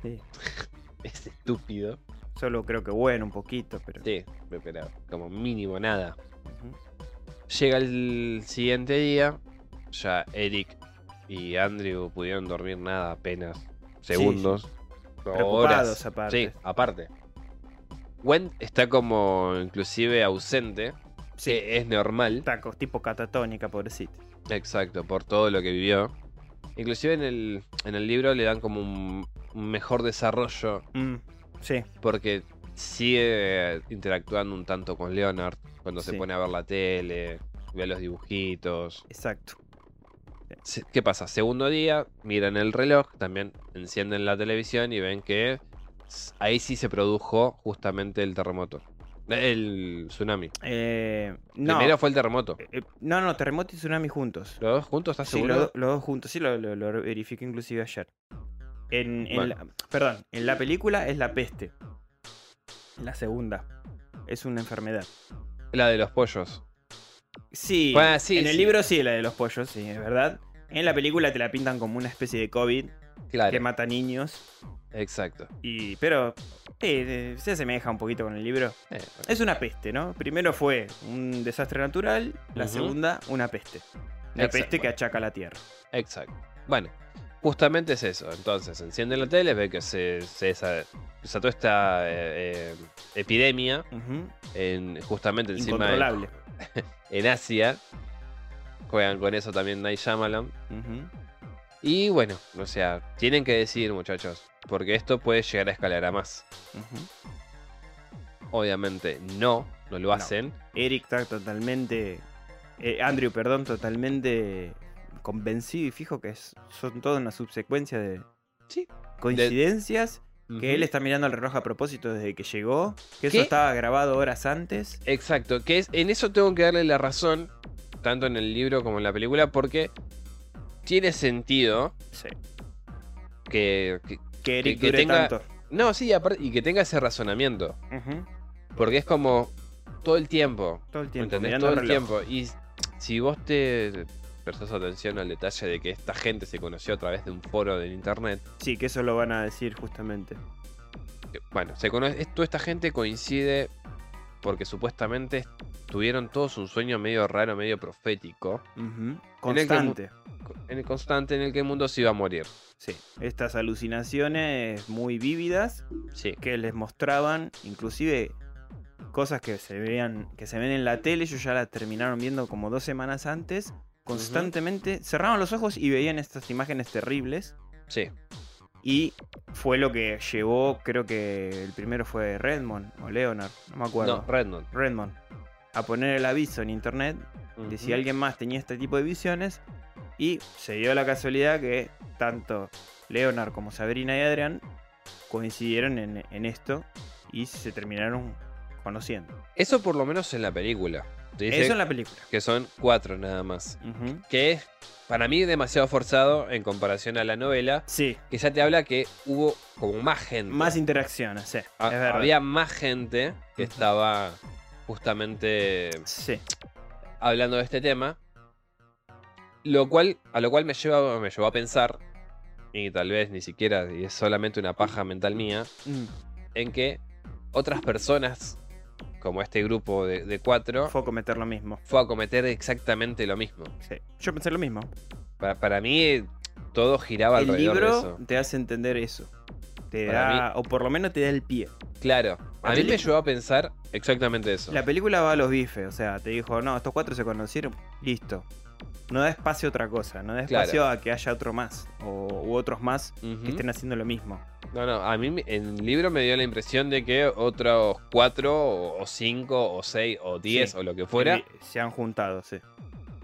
Speaker 1: Sí.
Speaker 2: es estúpido.
Speaker 1: Solo creo que bueno, un poquito, pero.
Speaker 2: Sí, pero como mínimo nada.
Speaker 1: Ujú.
Speaker 2: Llega el siguiente día. Ya Eric y Andrew pudieron dormir nada, apenas segundos. o
Speaker 1: Preocupados, aparte.
Speaker 2: Sí, aparte. Gwen está como inclusive ausente.
Speaker 1: Sí.
Speaker 2: que es normal.
Speaker 1: Tacos, tipo catatónica, pobrecito.
Speaker 2: Exacto, por todo lo que vivió. Inclusive en el, en el libro le dan como un, un mejor desarrollo
Speaker 1: Mm, sí,
Speaker 2: porque sigue interactuando un tanto con Leonard cuando se
Speaker 1: Sí.
Speaker 2: pone a ver la tele, ve los dibujitos.
Speaker 1: exacto.
Speaker 2: Se- ¿Qué pasa? Segundo día, miran el reloj, también encienden la televisión y ven que s- ahí sí se produjo justamente el terremoto. Eh, El tsunami.
Speaker 1: Eh, no,
Speaker 2: Primero fue el terremoto.
Speaker 1: eh, no, no, terremoto y tsunami juntos.
Speaker 2: ¿Los dos juntos? ¿Estás
Speaker 1: Sí,
Speaker 2: seguro?
Speaker 1: los, los dos juntos, sí, lo, lo- lo verifiqué inclusive ayer. En, en
Speaker 2: Bueno.
Speaker 1: la- perdón, en la película es la peste. La segunda. Es una enfermedad.
Speaker 2: La de los pollos.
Speaker 1: Sí,
Speaker 2: Bueno, sí,
Speaker 1: en el
Speaker 2: sí.
Speaker 1: libro sí, la de los pollos, sí, es verdad. En la película te la pintan como una especie de COVID que
Speaker 2: Claro,
Speaker 1: mata niños.
Speaker 2: exacto.
Speaker 1: Y, pero eh, se asemeja un poquito con el libro.
Speaker 2: Eh,
Speaker 1: Es una peste, ¿no? Primero fue un desastre natural, la
Speaker 2: Ujú.
Speaker 1: segunda una peste. La
Speaker 2: Exacto.
Speaker 1: peste que achaca la tierra.
Speaker 2: Exacto. Bueno, justamente es eso. Entonces, enciende la tele, ve que se, se desa- desató esta eh, eh, epidemia
Speaker 1: Ujú.
Speaker 2: en, justamente encima en,
Speaker 1: Incontrolable.
Speaker 2: en Asia. Juegan con eso también Night Shyamalan.
Speaker 1: Ujú.
Speaker 2: Y bueno, o sea, tienen que decidir, muchachos. Porque esto puede llegar a escalar a más.
Speaker 1: Ujú.
Speaker 2: Obviamente no, no lo hacen.
Speaker 1: Eric está totalmente. eh, Andrew, perdón, totalmente convencido y fijo que es- son toda una subsecuencia de
Speaker 2: Sí.
Speaker 1: coincidencias. Que
Speaker 2: Ujú.
Speaker 1: él está mirando el reloj a propósito desde que llegó. Que eso
Speaker 2: ¿Qué?
Speaker 1: estaba grabado horas antes.
Speaker 2: Exacto, que es, en eso tengo que darle la razón, tanto en el libro como en la película, porque tiene sentido
Speaker 1: Sí.
Speaker 2: que... que-
Speaker 1: Que Eric
Speaker 2: que
Speaker 1: dure
Speaker 2: tenga-
Speaker 1: tanto.
Speaker 2: no, sí, aparte, y que tenga ese razonamiento,
Speaker 1: Ujú.
Speaker 2: porque es como todo el tiempo,
Speaker 1: Todo el tiempo.
Speaker 2: ¿entendés?
Speaker 1: mirando
Speaker 2: Todo el
Speaker 1: reloj.
Speaker 2: tiempo. Y si vos te prestás atención al detalle de que esta gente se conoció a través de un foro de internet,
Speaker 1: Sí, que eso lo van a decir justamente.
Speaker 2: que, Eh, bueno, se conoce, es- toda esta gente coincide porque supuestamente tuvieron todos un sueño medio raro, medio profético.
Speaker 1: Ujú.
Speaker 2: Tiene que mu-
Speaker 1: Constante.
Speaker 2: en el constante en el que el mundo se iba a morir.
Speaker 1: Sí. Estas alucinaciones muy vívidas
Speaker 2: Sí.
Speaker 1: que les mostraban, inclusive cosas que se veían, que se ven en la tele, ellos ya la terminaron viendo como dos semanas antes, constantemente cerraban los ojos y veían estas imágenes terribles.
Speaker 2: Sí.
Speaker 1: Y fue lo que llevó, creo que el primero fue Redmond o Leonard, no me acuerdo.
Speaker 2: No, Redmond.
Speaker 1: Redmond. A poner el aviso en internet de si
Speaker 2: Ujú.
Speaker 1: alguien más tenía este tipo de visiones. Y se dio la casualidad que tanto Leonard como Sabrina y Adrián coincidieron en, en esto y se terminaron conociendo.
Speaker 2: Eso por lo menos en la película. Te dice
Speaker 1: Eso en la película.
Speaker 2: que son cuatro nada más.
Speaker 1: Ujú.
Speaker 2: Que es para mí demasiado forzado en comparación a la novela,
Speaker 1: Sí,
Speaker 2: que ya te habla que hubo como más gente.
Speaker 1: más interacciones, sí.
Speaker 2: Ha-
Speaker 1: es verdad.
Speaker 2: Ah, había más gente que
Speaker 1: Ujú.
Speaker 2: estaba justamente
Speaker 1: Sí.
Speaker 2: hablando de este tema. Lo cual, a lo cual me, lleva, me llevó a pensar, y tal vez ni siquiera, y es solamente una paja mental mía,
Speaker 1: Mm.
Speaker 2: en que otras personas, como este grupo de, de cuatro,
Speaker 1: Fue a cometer lo mismo.
Speaker 2: fue a cometer exactamente lo mismo.
Speaker 1: Sí. Yo pensé lo mismo.
Speaker 2: Para, para mí, todo giraba
Speaker 1: el
Speaker 2: alrededor de
Speaker 1: libro
Speaker 2: eso.
Speaker 1: te hace entender eso. Te
Speaker 2: Para
Speaker 1: da, o por lo menos te da el pie.
Speaker 2: Claro,
Speaker 1: la
Speaker 2: a mí me
Speaker 1: película-
Speaker 2: llevó a pensar exactamente eso.
Speaker 1: La película va a los bifes, o sea, te dijo, no, estos cuatro se conocieron, listo. No da espacio a otra cosa, no da
Speaker 2: Claro.
Speaker 1: espacio a que haya otro más, o, u otros más
Speaker 2: Ujú.
Speaker 1: que estén haciendo lo mismo.
Speaker 2: No, no, a mí me- en el libro me dio la impresión de que otros cuatro, o- o cinco, o seis, o diez,
Speaker 1: Sí.
Speaker 2: o lo que fuera,
Speaker 1: Y Se han juntado, sí.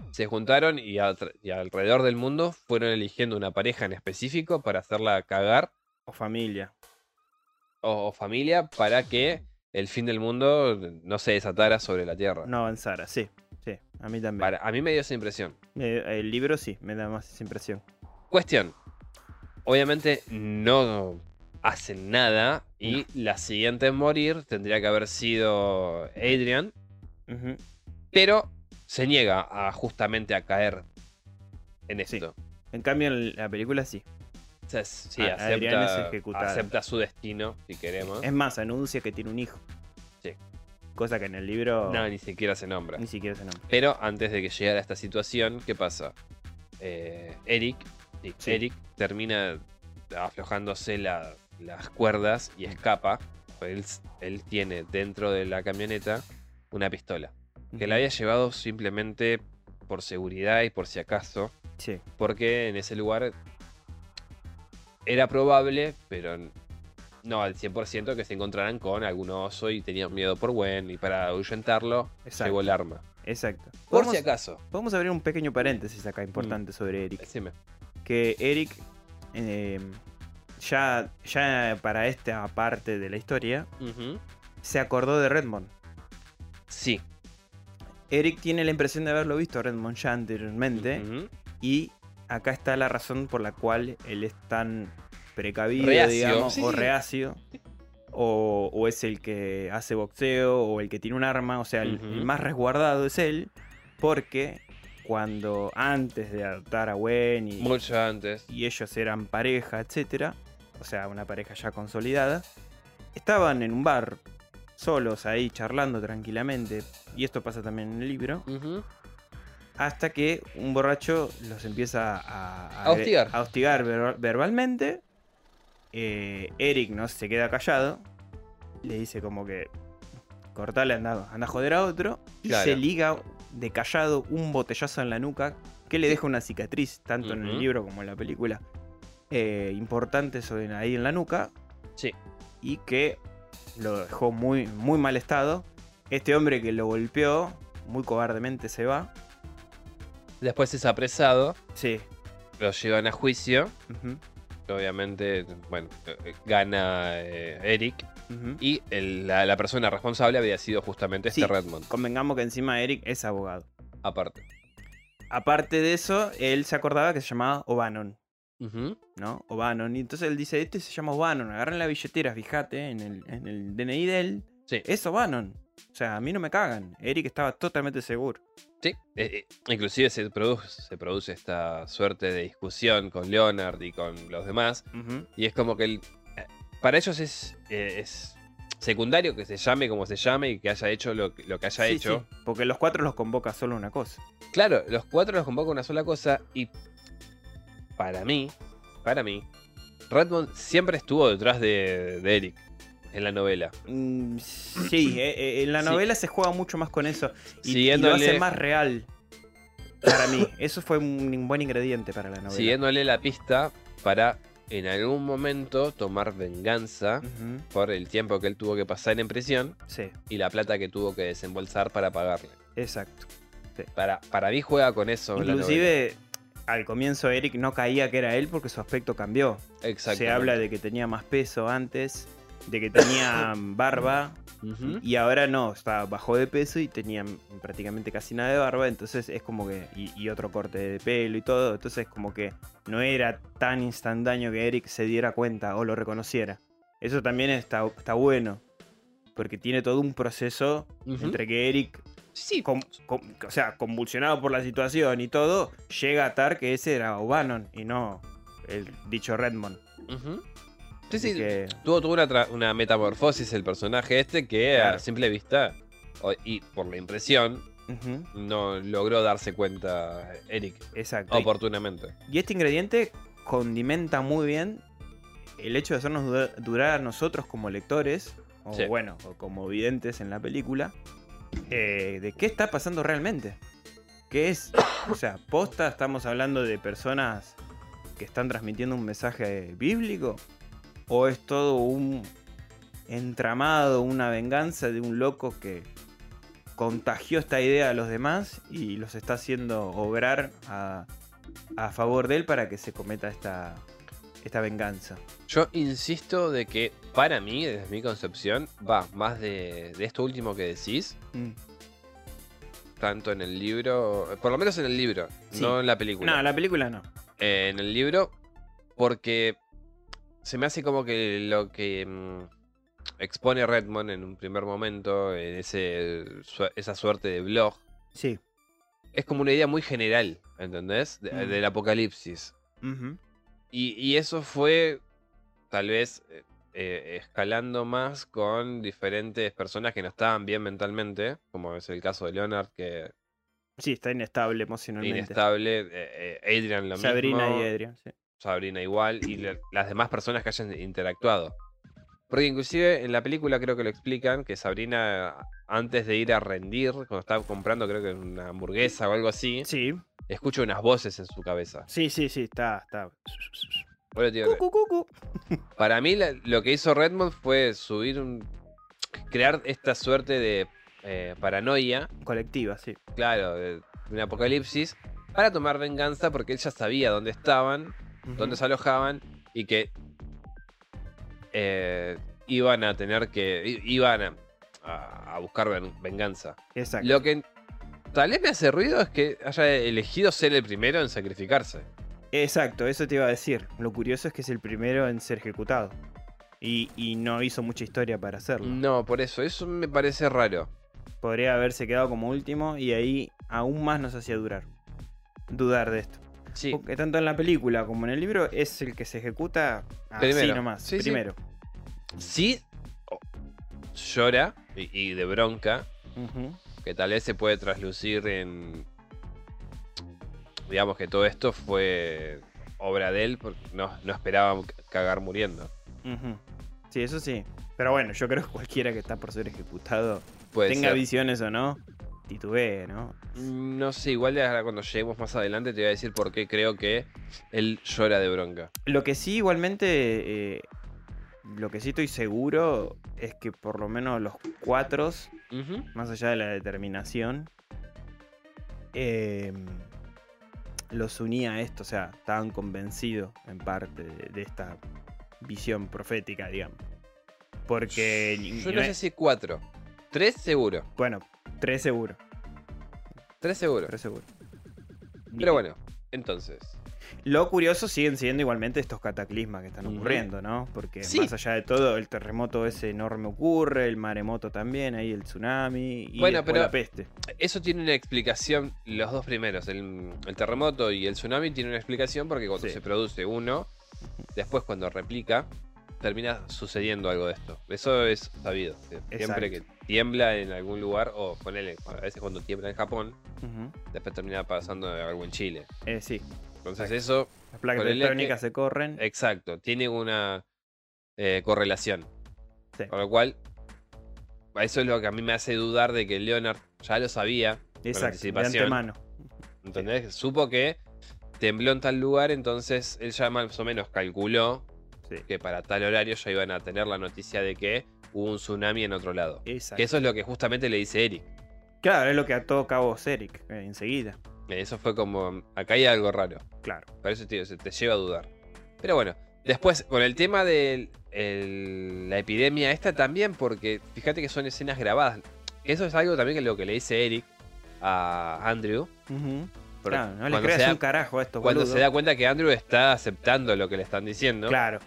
Speaker 2: se juntaron y, atra- y alrededor del mundo fueron eligiendo una pareja en específico para hacerla cagar,
Speaker 1: O familia.
Speaker 2: o, o familia, para que el fin del mundo no se desatara sobre la Tierra.
Speaker 1: No avanzara, sí. Sí, a mí también.
Speaker 2: Para- a mí me dio esa impresión.
Speaker 1: Eh, el libro sí, me da más esa impresión.
Speaker 2: Cuestión. Obviamente no hacen nada y la siguiente en morir tendría que haber sido Adrian,
Speaker 1: Ujú.
Speaker 2: pero se niega a justamente a caer en
Speaker 1: Sí.
Speaker 2: esto.
Speaker 1: En cambio, en la película sí.
Speaker 2: O sea, sí,
Speaker 1: A- Adrian es
Speaker 2: acepta,
Speaker 1: ejecutada.
Speaker 2: acepta su destino, si queremos.
Speaker 1: Es más, anuncia que tiene un hijo.
Speaker 2: Sí.
Speaker 1: Cosa que en el libro
Speaker 2: No, ni siquiera se nombra.
Speaker 1: ni siquiera se nombra.
Speaker 2: Pero antes de que llegara esta situación, ¿qué pasa? Eh, Eric, sí,
Speaker 1: Sí.
Speaker 2: Eric termina aflojándose la- las cuerdas y escapa. Él, él tiene dentro de la camioneta una pistola que la había llevado simplemente por seguridad y por si acaso,
Speaker 1: Sí.
Speaker 2: porque en ese lugar era probable, pero no al 100% que se encontraran con algún oso y tenían miedo por Gwen y para ahuyentarlo
Speaker 1: Exacto.
Speaker 2: llegó el arma.
Speaker 1: Exacto.
Speaker 2: Por
Speaker 1: Podemos-
Speaker 2: si acaso. Mm.
Speaker 1: Podemos abrir un pequeño paréntesis acá importante sobre Eric.
Speaker 2: Decime.
Speaker 1: Que Eric, eh, ya, ya para esta parte de la historia, se acordó de Redmond.
Speaker 2: Sí.
Speaker 1: Eric tiene la impresión de haberlo visto a Redmond ya anteriormente.
Speaker 2: Ujú.
Speaker 1: Y acá está la razón por la cual él es tan precavido,
Speaker 2: Reacio.
Speaker 1: digamos,
Speaker 2: Sí,
Speaker 1: o
Speaker 2: sí.
Speaker 1: reacio. O, o es el que hace boxeo, o el que tiene un arma. O sea, el-
Speaker 2: Ujú.
Speaker 1: el más resguardado es él. Porque cuando antes de adoptar a Gwen y,
Speaker 2: Mucho antes.
Speaker 1: y ellos eran pareja, etcétera, o sea, una pareja ya consolidada, estaban en un bar, solos ahí, charlando tranquilamente, y esto pasa también en el libro,
Speaker 2: Ujú.
Speaker 1: hasta que un borracho los empieza a,
Speaker 2: A hostigar.
Speaker 1: a hostigar ver- verbalmente. Eh, Eric no se queda callado. Le dice como que cortale, anda, anda a joder a otro. Y
Speaker 2: Claro.
Speaker 1: se liga de callado un botellazo en la nuca que le deja una cicatriz, tanto en el
Speaker 2: Ujú.
Speaker 1: libro como en la película. eh, importante sobre ahí en la nuca.
Speaker 2: Sí.
Speaker 1: Y que lo dejó muy, muy mal estado. Este hombre que lo golpeó, muy cobardemente se va.
Speaker 2: Después es apresado,
Speaker 1: Sí.
Speaker 2: lo llevan a juicio.
Speaker 1: ujú,
Speaker 2: Obviamente, bueno, eh, gana eh, Eric.
Speaker 1: ujú.
Speaker 2: Y el- la, la persona responsable había sido justamente este
Speaker 1: Sí.
Speaker 2: Redmond,
Speaker 1: Convengamos que encima Eric es abogado.
Speaker 2: aparte.
Speaker 1: Aparte de eso, él se acordaba que se llamaba O'Bannon,
Speaker 2: Ujú.
Speaker 1: ¿no? O'Bannon. Y entonces él dice, este se llama O'Bannon, agarren la billetera, fíjate, en el, en el DNI de él.
Speaker 2: Sí.
Speaker 1: Es O'Bannon. O sea, a mí no me cagan. Eric estaba totalmente seguro.
Speaker 2: Sí, eh, eh, inclusive se produce, se produce esta suerte de discusión con Leonard y con los demás.
Speaker 1: Ujú,
Speaker 2: Y es como que el- eh, para ellos es, eh, es secundario que se llame como se llame y que haya hecho lo, que- lo que haya
Speaker 1: Sí,
Speaker 2: hecho.
Speaker 1: sí, Porque los cuatro los convoca solo una cosa.
Speaker 2: Claro, los cuatro los convoca una sola cosa y para mí, para mí, Redmond siempre estuvo detrás de, de Eric en la novela.
Speaker 1: Mm, sí, eh, eh, en la
Speaker 2: Sí.
Speaker 1: novela se juega mucho más con eso. Y, y lo
Speaker 2: Siguiéndole-
Speaker 1: hace más real. Para mí, eso fue un buen ingrediente para la novela.
Speaker 2: Siguiéndole la pista para en algún momento tomar venganza
Speaker 1: Ujú,
Speaker 2: por el tiempo que él tuvo que pasar en prisión
Speaker 1: Sí,
Speaker 2: y la plata que tuvo que desembolsar para pagarle.
Speaker 1: exacto.
Speaker 2: Para, para mí juega con eso. en la novela.
Speaker 1: Inclusive al comienzo Eric no caía que era él porque su aspecto cambió. Se
Speaker 2: Exactamente.
Speaker 1: habla de que tenía más peso antes, de que tenía barba
Speaker 2: Ujú.
Speaker 1: y ahora no, está bajó de peso y tenía prácticamente casi nada de barba, entonces es como que y, y otro corte de pelo y todo, entonces como que no era tan instantáneo que Eric se diera cuenta o lo reconociera. Eso también está, está bueno. Porque tiene todo un proceso
Speaker 2: Ujú.
Speaker 1: entre que Eric
Speaker 2: Sí,
Speaker 1: con- con- o sea, convulsionado por la situación y todo, llega a atar que ese era O'Bannon y no el dicho Redmond.
Speaker 2: Ujú. Sí,
Speaker 1: Así
Speaker 2: sí.
Speaker 1: que-
Speaker 2: Tuvo, tuvo una, tra- una metamorfosis el personaje este que
Speaker 1: Claro.
Speaker 2: a simple vista o- y por la impresión
Speaker 1: Ujú,
Speaker 2: no logró darse cuenta Eric Ah,
Speaker 1: Exacto.
Speaker 2: oportunamente.
Speaker 1: Y este ingrediente condimenta muy bien el hecho de hacernos dura- durar a nosotros como lectores, o
Speaker 2: Sí.
Speaker 1: bueno, o como videntes en la película, eh, de qué está pasando realmente. ¿Qué es? O sea, posta, estamos hablando de personas que están transmitiendo un mensaje bíblico, o es todo un entramado, una venganza de un loco que contagió esta idea a los demás y los está haciendo obrar a, a favor de él para que se cometa esta, esta venganza.
Speaker 2: Yo insisto de que para mí, desde mi concepción, va más de, de esto último que decís,
Speaker 1: Mm.
Speaker 2: tanto en el libro, por lo menos en el libro,
Speaker 1: Sí.
Speaker 2: no en la película.
Speaker 1: No, la película no.
Speaker 2: eh, en el libro porque se me hace como que lo que mm, expone Redmond en un primer momento, en ese, su- esa suerte de blog,
Speaker 1: Sí.
Speaker 2: es como una idea muy general, ¿entendés? De-
Speaker 1: Mm.
Speaker 2: Del apocalipsis.
Speaker 1: Ujú.
Speaker 2: Y, y eso fue tal vez eh, eh, escalando más con diferentes personas que no estaban bien mentalmente, como es el caso de Leonard, que
Speaker 1: Sí, está inestable emocionalmente.
Speaker 2: inestable, eh, eh, Adrian lo
Speaker 1: Sabrina
Speaker 2: mismo.
Speaker 1: y Adrian. sí.
Speaker 2: Sabrina igual y le- las demás personas que hayan interactuado. Porque inclusive en la película creo que lo explican que Sabrina antes de ir a rendir, cuando estaba comprando creo que una hamburguesa o algo así,
Speaker 1: Sí,
Speaker 2: escucha unas voces en su cabeza.
Speaker 1: sí, sí, sí, está, está.
Speaker 2: Bueno, tío,
Speaker 1: Cucu, cucu.
Speaker 2: para mí la- lo que hizo Redmond fue subir un... crear esta suerte de eh, paranoia,
Speaker 1: Colectiva, sí.
Speaker 2: claro, de, de un apocalipsis, para tomar venganza porque él ya sabía dónde estaban
Speaker 1: Ujú.
Speaker 2: donde se alojaban y que eh, iban a tener que. i- iban a, a- a buscar ven- venganza.
Speaker 1: Exacto.
Speaker 2: Lo que tal vez me hace ruido es que haya elegido ser el primero en sacrificarse.
Speaker 1: Exacto, eso te iba a decir. Lo curioso es que es el primero en ser ejecutado. Y, y no hizo mucha historia para hacerlo.
Speaker 2: No, por eso, eso me parece raro.
Speaker 1: podría haberse quedado como último y ahí aún más nos hacía durar. Dudar de esto.
Speaker 2: Sí.
Speaker 1: Porque tanto en la película como en el libro es el que se ejecuta así
Speaker 2: Primero.
Speaker 1: nomás.
Speaker 2: Sí, sí.
Speaker 1: primero.
Speaker 2: Sí oh, llora y, y de bronca,
Speaker 1: Ujú.
Speaker 2: que tal vez se puede traslucir en... Digamos que todo esto fue obra de él, porque no, no esperaba c- cagar muriendo.
Speaker 1: Ujú. Sí, eso sí. Pero bueno, yo creo que cualquiera que está por ser ejecutado,
Speaker 2: Puede
Speaker 1: tenga
Speaker 2: ser.
Speaker 1: visiones o no, titubee, ¿no?
Speaker 2: No sé, igual ahora cuando lleguemos más adelante te voy a decir por qué creo que él llora de bronca.
Speaker 1: Lo que sí, igualmente, eh, lo que sí estoy seguro es que por lo menos los cuatro, más allá de la determinación, eh, los unía a esto, o sea, estaban convencidos en parte de, de esta visión profética, digamos. Porque. ni-
Speaker 2: Yo
Speaker 1: ni-
Speaker 2: no sé si cuatro. Tres seguro.
Speaker 1: Bueno, tres seguro,
Speaker 2: Tres seguro.
Speaker 1: tres seguro.
Speaker 2: Pero bueno, entonces.
Speaker 1: Lo curioso siguen siendo igualmente estos cataclismas que están
Speaker 2: Ujú.
Speaker 1: ocurriendo, ¿no? Porque
Speaker 2: Sí.
Speaker 1: más allá de todo, el terremoto ese enorme ocurre, el maremoto también, ahí el tsunami y
Speaker 2: Bueno,
Speaker 1: después
Speaker 2: pero-
Speaker 1: la peste.
Speaker 2: Eso tiene una explicación, los dos primeros, el, el terremoto y el tsunami tienen una explicación porque cuando
Speaker 1: Sí.
Speaker 2: se produce uno, después cuando replica, termina sucediendo algo de esto. Eso es sabido. Siempre que
Speaker 1: Exacto.
Speaker 2: tiembla en algún lugar, o ponele, a veces cuando tiembla en Japón,
Speaker 1: Ujú.
Speaker 2: después termina pasando algo en Chile.
Speaker 1: Eh, sí,
Speaker 2: Entonces eso,
Speaker 1: las placas
Speaker 2: Ponele
Speaker 1: tectónicas
Speaker 2: que-
Speaker 1: se corren.
Speaker 2: exacto, tiene una eh, correlación.
Speaker 1: Sí.
Speaker 2: Con lo cual, eso es lo que a mí me hace dudar de que Leonard ya lo sabía,
Speaker 1: Exacto, de
Speaker 2: anticipación.
Speaker 1: antemano.
Speaker 2: ¿entendés? Supo que tembló en tal lugar, entonces él ya más o menos calculó
Speaker 1: Sí,
Speaker 2: que para tal horario ya iban a tener la noticia de que hubo un tsunami en otro lado.
Speaker 1: exacto.
Speaker 2: Que eso es lo que justamente le dice Eric.
Speaker 1: Claro, es lo que ató cabo Eric eh, enseguida.
Speaker 2: Eso fue como, acá hay algo raro.
Speaker 1: Claro.
Speaker 2: Por eso te, digo, se te lleva a dudar. Pero bueno, después, con el tema de la epidemia esta también, porque fíjate que son escenas grabadas. Eso es algo también que lo que le dice Eric a Andrew.
Speaker 1: Ujú.
Speaker 2: porque
Speaker 1: Claro, no le
Speaker 2: cuando se
Speaker 1: creas
Speaker 2: da-
Speaker 1: un carajo a estos
Speaker 2: cuando se
Speaker 1: boludos.
Speaker 2: da cuenta que Andrew está aceptando lo que le están diciendo,
Speaker 1: Claro,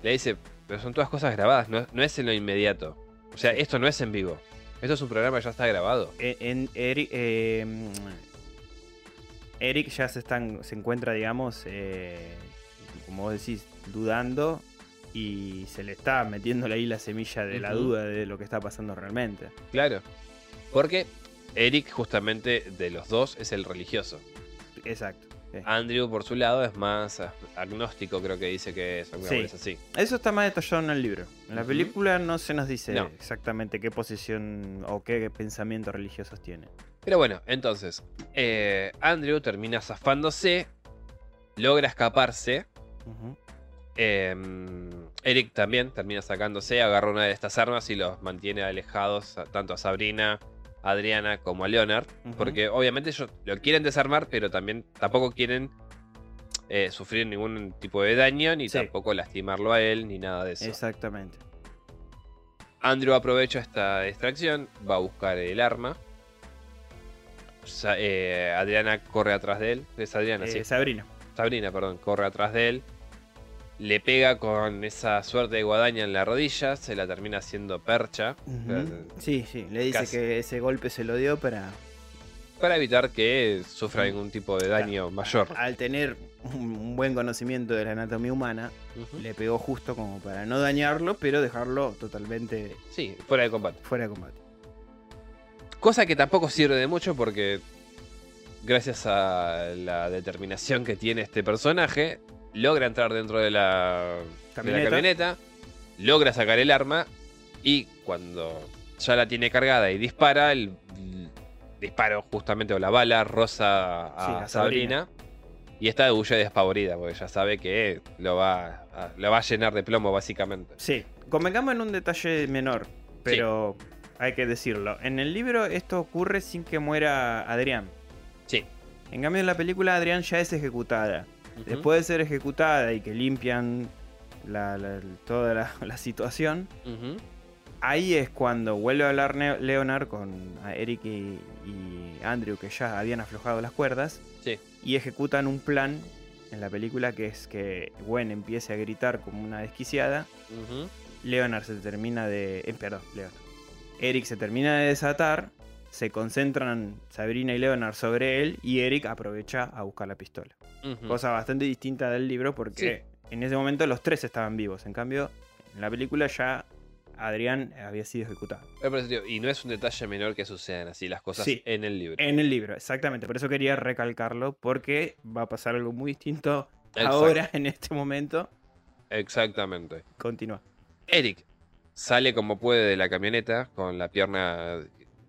Speaker 2: le dice, pero son todas cosas grabadas, no, no es en lo inmediato. O sea, esto no es en vivo. Esto es un programa que ya está grabado.
Speaker 1: en, e, en Eric, eh, mm, Eric ya se, están, se encuentra, digamos, eh, como vos decís, dudando y se le está metiendo ahí la semilla de la
Speaker 2: Ujú.
Speaker 1: duda de lo que está pasando realmente.
Speaker 2: Claro. Porque Eric, justamente, de los dos, es el religioso.
Speaker 1: Exacto. sí.
Speaker 2: Andrew, por su lado, es más a- agnóstico, creo que dice que es alguna
Speaker 1: Sí.
Speaker 2: vez así.
Speaker 1: Eso está más detallado en el libro. En la
Speaker 2: Ujú.
Speaker 1: película no se nos dice
Speaker 2: No.
Speaker 1: exactamente qué posición o qué pensamientos religiosos tiene.
Speaker 2: Pero bueno, entonces, eh, Andrew termina zafándose, logra escaparse.
Speaker 1: Ujú.
Speaker 2: eh, Eric también termina sacándose, agarra una de estas armas y los mantiene alejados a- tanto a Sabrina, a Adriana como a Leonard.
Speaker 1: Ujú.
Speaker 2: Porque obviamente ellos lo quieren desarmar, pero también tampoco quieren eh, sufrir ningún tipo de daño, ni
Speaker 1: Sí.
Speaker 2: tampoco lastimarlo a él, ni nada de eso.
Speaker 1: Exactamente.
Speaker 2: Andrew aprovecha esta distracción, va a buscar el arma. Sa- eh, Adriana corre atrás de él. Es Adriana,
Speaker 1: Eh,
Speaker 2: sí.
Speaker 1: Sabrina.
Speaker 2: Sabrina, perdón, corre atrás de él. Le pega con esa suerte de guadaña en la rodilla, se la termina haciendo percha.
Speaker 1: Ujú. Sí, sí. Le dice
Speaker 2: Casi.
Speaker 1: que ese golpe se lo dio para
Speaker 2: Para evitar que sufra ningún tipo de daño mayor.
Speaker 1: al tener un un buen conocimiento de la anatomía humana,
Speaker 2: Ujú.
Speaker 1: le pegó justo como para no dañarlo, pero dejarlo totalmente
Speaker 2: Sí, fuera de combate.
Speaker 1: fuera de combate.
Speaker 2: Cosa que tampoco sirve de mucho porque gracias a la determinación que tiene este personaje, logra entrar dentro de la de la
Speaker 1: Camioneta.
Speaker 2: camioneta, logra sacar el arma y cuando ya la tiene cargada y dispara, el el disparo justamente o la bala rosa a
Speaker 1: Sí, a
Speaker 2: Sabrina.
Speaker 1: Sabrina.
Speaker 2: Y esta huye despavorida, porque ya sabe que lo va, a, lo va a llenar de plomo, básicamente.
Speaker 1: Sí, convengamos en un detalle menor, pero hay que decirlo. En el libro esto ocurre sin que muera Adrián.
Speaker 2: Sí.
Speaker 1: En cambio en la película Adrián ya es ejecutada. Después de ser ejecutada y que limpian la- la- toda la- la situación,
Speaker 2: Ujú.
Speaker 1: Ahí es cuando vuelve a hablar Ne- Leonard con a Eric y, y Andrew, que ya habían aflojado las cuerdas,
Speaker 2: Sí.
Speaker 1: y ejecutan un plan en la película que es que Gwen empiece a gritar como una desquiciada.
Speaker 2: Ujú.
Speaker 1: Leonard se termina de. eh, perdón, Leonard. Eric se termina de desatar, se concentran Sabrina y Leonard sobre él y Eric aprovecha a buscar la pistola.
Speaker 2: Ujú.
Speaker 1: Cosa bastante distinta del libro porque en ese momento los tres estaban vivos. En cambio, en la película ya Adrián había sido ejecutado.
Speaker 2: Eh, por eso te digo, Y no es un detalle menor que sucedan así las cosas
Speaker 1: Sí. Eh,
Speaker 2: en el libro.
Speaker 1: En el libro, exactamente. Por eso quería recalcarlo porque va a pasar algo muy distinto
Speaker 2: Exact-
Speaker 1: ahora, en este momento.
Speaker 2: Exactamente.
Speaker 1: Continúa.
Speaker 2: Eric sale como puede de la camioneta con la pierna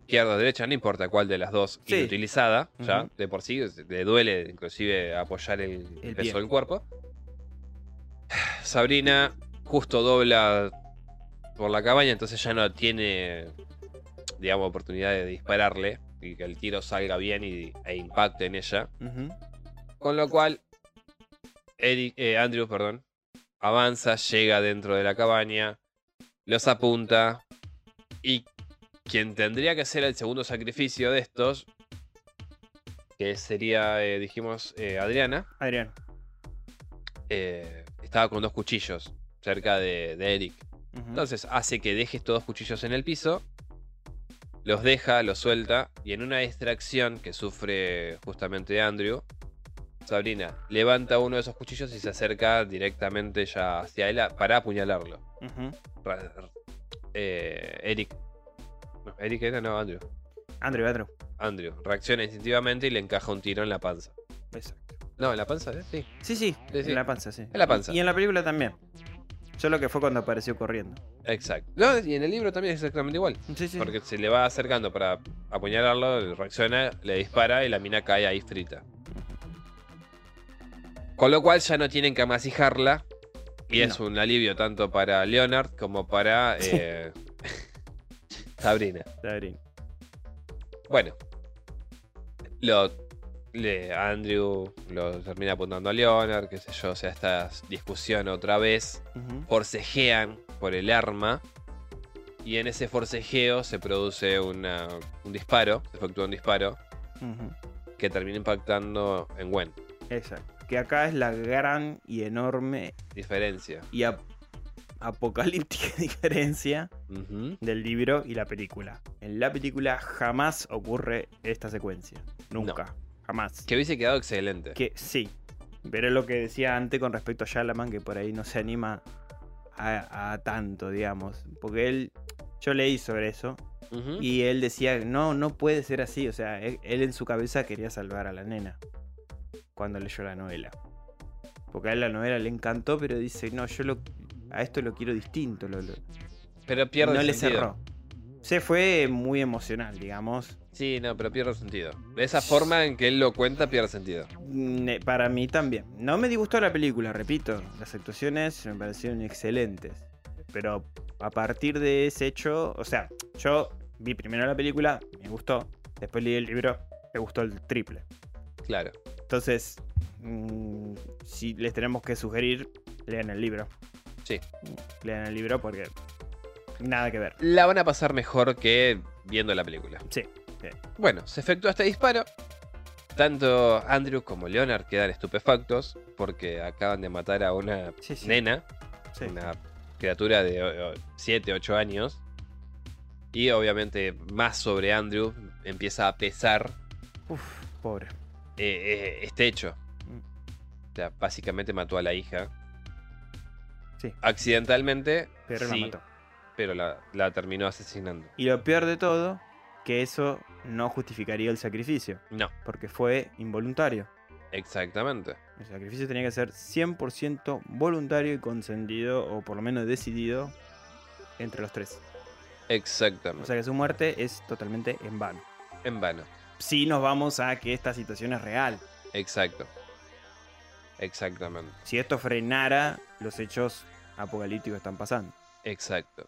Speaker 2: izquierda o derecha, no importa cuál de las dos,
Speaker 1: Sí.
Speaker 2: inutilizada, ya
Speaker 1: Ujú.
Speaker 2: de por sí, es- le duele inclusive apoyar el,
Speaker 1: El pie.
Speaker 2: peso del cuerpo. Sabrina justo dobla por la cabaña, entonces ya no tiene, digamos, oportunidad de dispararle y que el tiro salga bien y, e impacte en ella.
Speaker 1: Ujú.
Speaker 2: Con lo cual, Eric, eh, Andrew perdón, avanza, llega dentro de la cabaña, los apunta y quien tendría que hacer el segundo sacrificio de estos, que sería, eh, dijimos, eh, Adriana,
Speaker 1: Adrián.
Speaker 2: eh, estaba con dos cuchillos cerca de, de Eric.
Speaker 1: Ujú.
Speaker 2: Entonces hace que deje estos dos cuchillos en el piso, los deja, los suelta, y en una distracción que sufre justamente Andrew, Sabrina levanta uno de esos cuchillos y se acerca directamente ya hacia él a- para apuñalarlo.
Speaker 1: Ujú.
Speaker 2: Ra- eh, Eric. No, Eric era, no, Andrew.
Speaker 1: Andrew, Andrew.
Speaker 2: Andrew reacciona instintivamente y le encaja un tiro en la panza.
Speaker 1: Exacto.
Speaker 2: No, en la panza, ¿eh? sí.
Speaker 1: Sí, sí,
Speaker 2: Sí, sí.
Speaker 1: en la panza, sí. En
Speaker 2: la panza.
Speaker 1: Y en la película también. Solo que fue cuando apareció corriendo.
Speaker 2: Exacto. No, y en el libro también es exactamente igual.
Speaker 1: Sí, sí.
Speaker 2: Porque se le va acercando para apuñalarlo, él reacciona, le dispara y la mina cae ahí frita. Con lo cual ya no tienen que amasijarla. Y es un alivio tanto para Leonard como para
Speaker 1: Sí.
Speaker 2: eh, Sabrina.
Speaker 1: Sabrina.
Speaker 2: Bueno. Lo, le- Andrew lo termina apuntando a Leonard, qué sé yo, o sea, esta discusión otra vez
Speaker 1: Ujú.
Speaker 2: forcejean por el arma. Y en ese forcejeo se produce una- un disparo, se efectúa un disparo
Speaker 1: Ujú.
Speaker 2: que termina impactando en Gwen.
Speaker 1: Exacto. Que acá es la gran y enorme
Speaker 2: Diferencia.
Speaker 1: y ap- apocalíptica diferencia
Speaker 2: Ujú.
Speaker 1: del libro y la película. En la película jamás ocurre esta secuencia. Nunca. Jamás.
Speaker 2: Que hubiese quedado excelente.
Speaker 1: Que sí. Pero es lo que decía antes con respecto a Shalaman, que por ahí no se anima a, a tanto, digamos. Porque él. Yo leí sobre eso.
Speaker 2: Ujú.
Speaker 1: Y él decía, no, no puede ser así. O sea, él, él en su cabeza quería salvar a la nena. Cuando leyó la novela. Porque a él la novela le encantó, pero dice, no, yo lo, a esto lo quiero distinto. Lo, lo-
Speaker 2: Pero pierde
Speaker 1: no le
Speaker 2: sentido.
Speaker 1: cerró. Se fue muy emocional, digamos.
Speaker 2: Sí, no, pero pierde sentido. De esa forma en que él lo cuenta, pierde sentido.
Speaker 1: Ne- mm, eh, Para mí también. No me disgustó la película, repito. Las actuaciones me parecieron excelentes. Pero a partir de ese hecho, o sea, yo vi primero la película, me gustó. Después leí el libro, me gustó el triple.
Speaker 2: Claro.
Speaker 1: Entonces, mm, si les tenemos que sugerir, lean el libro.
Speaker 2: Sí.
Speaker 1: Lean el libro porque nada que ver.
Speaker 2: La van a pasar mejor que viendo la película.
Speaker 1: Sí.
Speaker 2: Bueno, se efectúa este disparo. Tanto Andrew como Leonard quedan estupefactos porque acaban de matar a una
Speaker 1: Sí, sí.
Speaker 2: nena,
Speaker 1: Sí.
Speaker 2: una criatura de 7, 8 años. Y obviamente más sobre Andrew empieza a pesar
Speaker 1: Uf, pobre.
Speaker 2: eh, eh, este hecho.
Speaker 1: Mm.
Speaker 2: O sea, básicamente mató a la hija.
Speaker 1: Sí.
Speaker 2: Accidentalmente,
Speaker 1: Pero
Speaker 2: sí,
Speaker 1: la mató.
Speaker 2: pero la, la terminó asesinando.
Speaker 1: Y lo peor de todo, que eso no justificaría el sacrificio.
Speaker 2: No,
Speaker 1: Porque fue involuntario.
Speaker 2: exactamente.
Speaker 1: El sacrificio tenía que ser 100% voluntario y consentido, o por lo menos decidido, entre los tres.
Speaker 2: Exactamente.
Speaker 1: O sea que su muerte es totalmente en vano.
Speaker 2: en vano.
Speaker 1: Si nos vamos a que esta situación es real.
Speaker 2: Exacto. Exactamente.
Speaker 1: si esto frenara los hechos apocalípticos que están pasando.
Speaker 2: Exacto.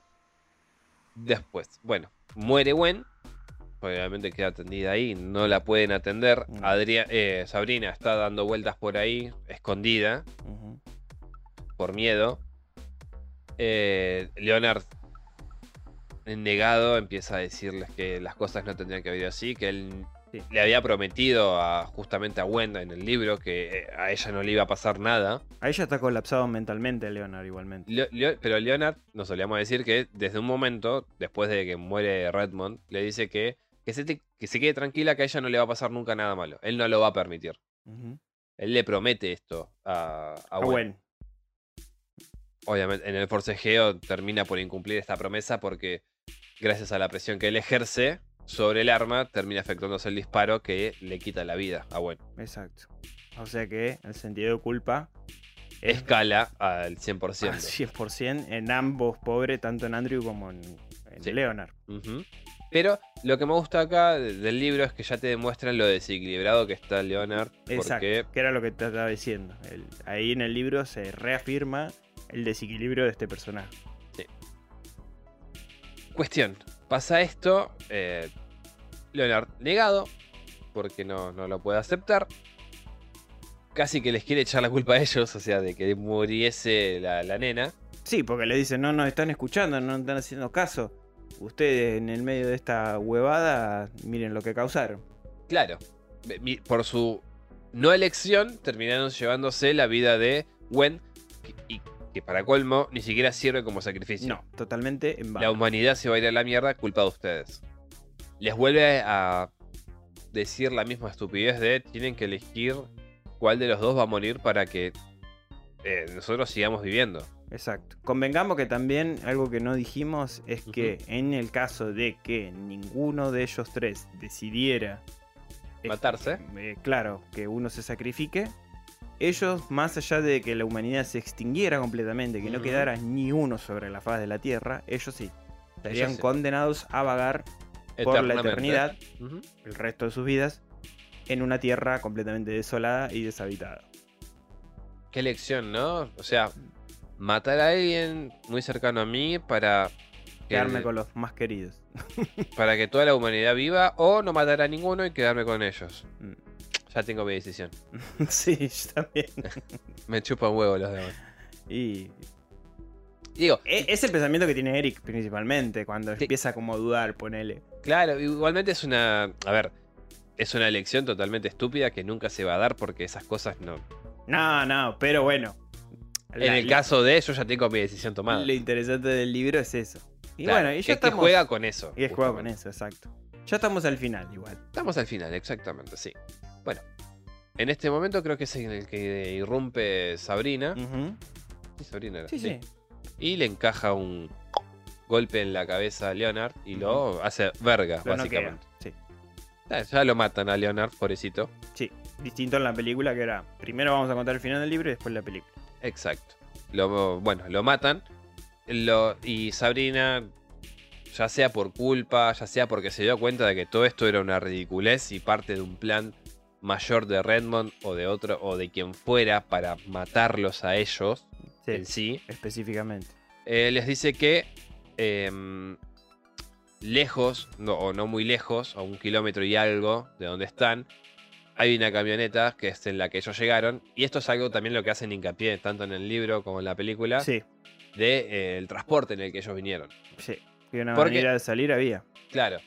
Speaker 2: Después, bueno, muere Gwen. Obviamente queda atendida ahí, no la pueden atender.
Speaker 1: Mm.
Speaker 2: Adria- eh, Sabrina está dando vueltas por ahí, escondida, por miedo. Eh, Leonard, negado, empieza a decirles que las cosas no tendrían que haber ido así, que él
Speaker 1: Sí.
Speaker 2: le había prometido a, justamente a Gwen en el libro que eh, a ella no le iba a pasar nada.
Speaker 1: Ahí ya está colapsado mentalmente Leonard igualmente.
Speaker 2: Leo- Leo- pero Leonard, nos solíamos decir que desde un momento, después de que muere Redmond, le dice que que se, te- que se quede tranquila que a ella no le va a pasar nunca nada malo. Él no lo va a permitir.
Speaker 1: Ujú.
Speaker 2: Él le promete esto a, a
Speaker 1: Ah,
Speaker 2: Gwen.
Speaker 1: bueno.
Speaker 2: Obviamente, en el forcejeo termina por incumplir esta promesa porque, gracias a la presión que él ejerce sobre el arma, termina efectuándose el disparo que le quita la vida a Gwen.
Speaker 1: Exacto. O sea que el sentido de culpa es Ah,
Speaker 2: Escala al
Speaker 1: al
Speaker 2: 100%.
Speaker 1: 100% en ambos pobres, tanto en Andrew como en, en
Speaker 2: Sí.
Speaker 1: Leonard.
Speaker 2: Ujú. Pero lo que me gusta acá de- del libro es que ya te demuestran lo desequilibrado que está Leonard.
Speaker 1: Exacto.
Speaker 2: Porque
Speaker 1: Que era lo que te estaba diciendo. El- ahí en el libro se reafirma el desequilibrio de este personaje.
Speaker 2: Cuestión. Pasa esto. eh, Leonard negado. Porque no, no lo puede aceptar. Casi que les quiere echar la culpa a ellos. O sea, de que muriese la, la nena.
Speaker 1: Sí, porque le dicen, no nos están escuchando, no nos están haciendo caso. Ustedes en el medio de esta huevada, miren lo que causaron.
Speaker 2: Claro. me- mi- Por su no elección. Terminaron llevándose la vida de Gwen. Y y que para colmo ni siquiera sirve como sacrificio.
Speaker 1: No, totalmente en
Speaker 2: La
Speaker 1: vano.
Speaker 2: humanidad se va a ir a la mierda culpa de ustedes. Les vuelve a decir la misma estupidez de tienen que elegir cuál de los dos va a morir para que eh, nosotros sigamos viviendo.
Speaker 1: Exacto. Convengamos que también algo que no dijimos es
Speaker 2: Ujú.
Speaker 1: que en el caso de que ninguno de ellos tres decidiera eh,
Speaker 2: Matarse.
Speaker 1: eh, claro, que uno se sacrifique, ellos, más allá de que la humanidad se extinguiera completamente, que no
Speaker 2: Ujú.
Speaker 1: quedara ni uno sobre la faz de la Tierra, ellos sí, estarían
Speaker 2: sí.
Speaker 1: condenados a vagar por la
Speaker 2: Eternamente.
Speaker 1: eternidad
Speaker 2: Ujú.
Speaker 1: el resto de sus vidas en una tierra completamente desolada y deshabitada.
Speaker 2: Qué elección, ¿no? O sea, matar a alguien muy cercano a mí para que,
Speaker 1: Quedarme con los más queridos.
Speaker 2: para que toda la humanidad viva o no matar a ninguno y quedarme con ellos.
Speaker 1: Mm.
Speaker 2: Ya tengo mi decisión.
Speaker 1: sí, yo también.
Speaker 2: Me chupan huevo los demás.
Speaker 1: Y
Speaker 2: Digo,
Speaker 1: e- es el pensamiento que tiene Eric principalmente cuando
Speaker 2: Sí.
Speaker 1: empieza como a dudar, ponele.
Speaker 2: Claro, igualmente es una. A ver, es una elección totalmente estúpida que nunca se va a dar porque esas cosas no.
Speaker 1: No, no, pero bueno.
Speaker 2: en
Speaker 1: La-
Speaker 2: el
Speaker 1: la-
Speaker 2: caso de ellos ya tengo mi decisión tomada.
Speaker 1: Lo interesante del libro es eso. Y
Speaker 2: Claro,
Speaker 1: bueno, y ya
Speaker 2: es que
Speaker 1: estamos.
Speaker 2: juega con eso.
Speaker 1: y es juega con eso,
Speaker 2: justamente.
Speaker 1: exacto. Ya estamos al final, igual.
Speaker 2: Estamos al final, exactamente, sí. Bueno, en este momento creo que es en el que irrumpe Sabrina.
Speaker 1: Ujú.
Speaker 2: Sí, Sabrina era,
Speaker 1: Mm. Sí, sí.
Speaker 2: Y le encaja un golpe en la cabeza a Leonard y lo hace verga,
Speaker 1: Lo noquea,
Speaker 2: básicamente.
Speaker 1: sí.
Speaker 2: Ya- Ya lo matan a Leonard, pobrecito.
Speaker 1: Sí. Distinto en la película que era. Primero vamos a contar el final del libro y después la película.
Speaker 2: Exacto. Lo, bueno, lo matan. Lo, y Sabrina, ya sea por culpa, ya sea porque se dio cuenta de que todo esto era una ridiculez y parte de un plan mayor de Redmond o de otro o de quien fuera para matarlos a ellos
Speaker 1: Sí.
Speaker 2: en sí,
Speaker 1: Específicamente.
Speaker 2: eh, les dice que em, lejos, no, o no muy lejos, a un kilómetro y algo de donde están, hay una camioneta que es en la que ellos llegaron. Y esto es algo también lo que hacen hincapié, tanto en el libro como en la película,
Speaker 1: Sí,
Speaker 2: del transporte en el que ellos vinieron.
Speaker 1: sí. Y una
Speaker 2: Porque-
Speaker 1: manera de salir había.
Speaker 2: Claro.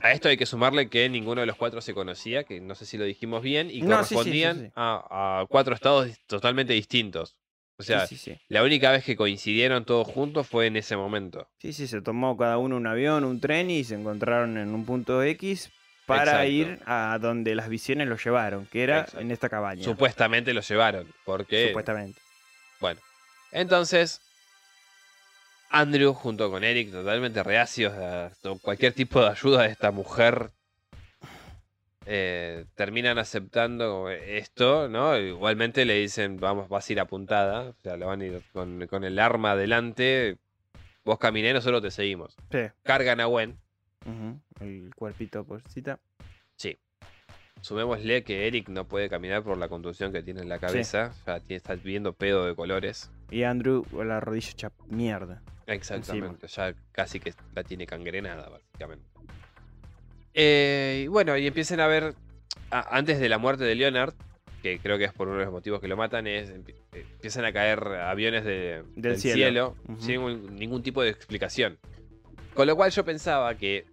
Speaker 2: A esto hay que sumarle que ninguno de los cuatro se conocía, que no sé si lo dijimos bien, y
Speaker 1: No, sí, sí, sí,
Speaker 2: correspondían
Speaker 1: sí.
Speaker 2: A, a cuatro estados dis- totalmente distintos. O sea,
Speaker 1: sí, sí, sí.
Speaker 2: la única vez que coincidieron todos juntos fue en ese momento.
Speaker 1: Sí, sí, se tomó cada uno un avión, un tren y se encontraron en un punto X para
Speaker 2: Exacto.
Speaker 1: ir a donde las visiones los llevaron, que era
Speaker 2: Exacto.
Speaker 1: en esta cabaña.
Speaker 2: Supuestamente lo llevaron, porque...
Speaker 1: Supuestamente.
Speaker 2: Bueno, entonces... Andrew junto con Eric totalmente reacios a to- cualquier tipo de ayuda de esta mujer. eh, terminan aceptando esto, ¿no? Igualmente le dicen, vamos, vas a ir apuntada. O sea, lo van a ir con, con el arma adelante. Vos caminé, nosotros te seguimos.
Speaker 1: Sí.
Speaker 2: Cargan a Gwen.
Speaker 1: ujú, El cuerpito por cita.
Speaker 2: Sumémosle que Eric no puede caminar por la contusión que tiene en la cabeza. Ya tiene- está viendo pedo de colores.
Speaker 1: Y Andrew con la rodilla hecha mierda.
Speaker 2: Exactamente, ya casi que la tiene cangrenada, básicamente. Eh, y bueno, y empiecen a ver, a- antes de la muerte de Leonard, que creo que es por uno de los motivos que lo matan, es empi- eh, empiezan a caer aviones de- del,
Speaker 1: cielo.
Speaker 2: cielo,
Speaker 1: Ujú.
Speaker 2: sin un- ningún tipo de explicación. Con lo cual yo pensaba que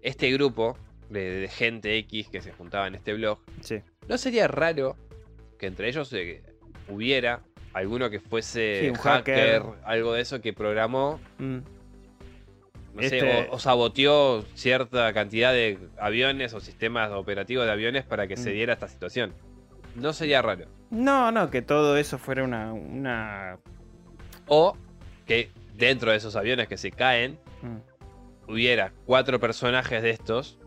Speaker 2: este grupo de, de gente X que se juntaba en este blog,
Speaker 1: Sí.
Speaker 2: ¿no sería raro que entre ellos eh, hubiera alguno que fuese
Speaker 1: Sí, un hacker.
Speaker 2: hacker, algo de eso que programó
Speaker 1: Mm,
Speaker 2: No sé,
Speaker 1: Este-
Speaker 2: o, o saboteó cierta cantidad de aviones o sistemas operativos de aviones para que se
Speaker 1: Mm.
Speaker 2: diera esta situación. No sería raro.
Speaker 1: No, no, que todo eso fuera una. una...
Speaker 2: O que dentro de esos aviones que se caen
Speaker 1: mm.
Speaker 2: hubiera cuatro personajes de estos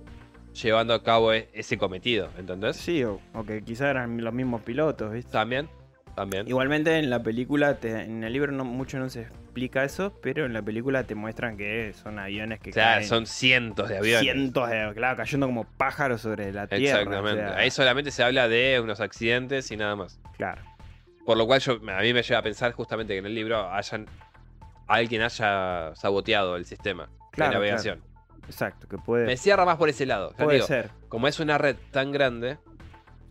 Speaker 2: llevando a cabo e- ese cometido, ¿entendés?
Speaker 1: Sí, o, o que quizá eran los mismos pilotos, ¿viste?
Speaker 2: También, también.
Speaker 1: Igualmente en la película, te- en el libro no, mucho no se explica eso, pero en la película te muestran que son aviones que
Speaker 2: o sea,
Speaker 1: caen
Speaker 2: son cientos de aviones.
Speaker 1: cientos de, claro, cayendo como pájaros sobre la tierra. o
Speaker 2: Exactamente.
Speaker 1: sea,
Speaker 2: Ahí solamente se habla de unos accidentes y nada más.
Speaker 1: Claro.
Speaker 2: Por lo cual yo, a mí me lleva a pensar justamente que en el libro hayan alguien haya saboteado el sistema
Speaker 1: Claro,
Speaker 2: de navegación.
Speaker 1: Exacto, que puede,
Speaker 2: Me cierra más por ese lado. Ya
Speaker 1: puede
Speaker 2: digo,
Speaker 1: ser.
Speaker 2: como es una red tan grande,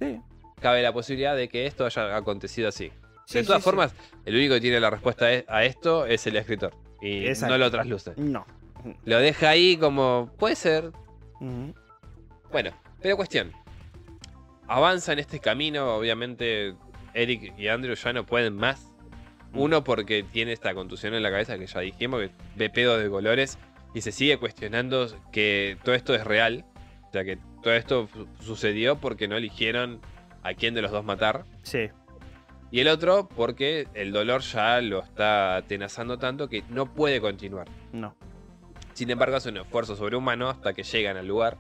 Speaker 1: Sí.
Speaker 2: cabe la posibilidad de que esto haya acontecido así.
Speaker 1: Sí,
Speaker 2: de todas
Speaker 1: sí, sí.
Speaker 2: formas, el único que tiene la respuesta e- a esto es el escritor. Y
Speaker 1: Exacto.
Speaker 2: no lo trasluce.
Speaker 1: No.
Speaker 2: Lo deja ahí como, puede ser.
Speaker 1: Ujú.
Speaker 2: Bueno, pero cuestión. Avanza en este camino, obviamente Eric y Andrew ya no pueden más. Uno porque tiene esta contusión en la cabeza que ya dijimos, que ve pedo de colores y se sigue cuestionando que todo esto es real. O sea, que todo esto su- sucedió porque no eligieron a quién de los dos matar.
Speaker 1: Sí.
Speaker 2: Y el otro porque el dolor ya lo está atenazando tanto que no puede continuar.
Speaker 1: No.
Speaker 2: Sin embargo, hace un esfuerzo sobrehumano hasta que llegan al lugar.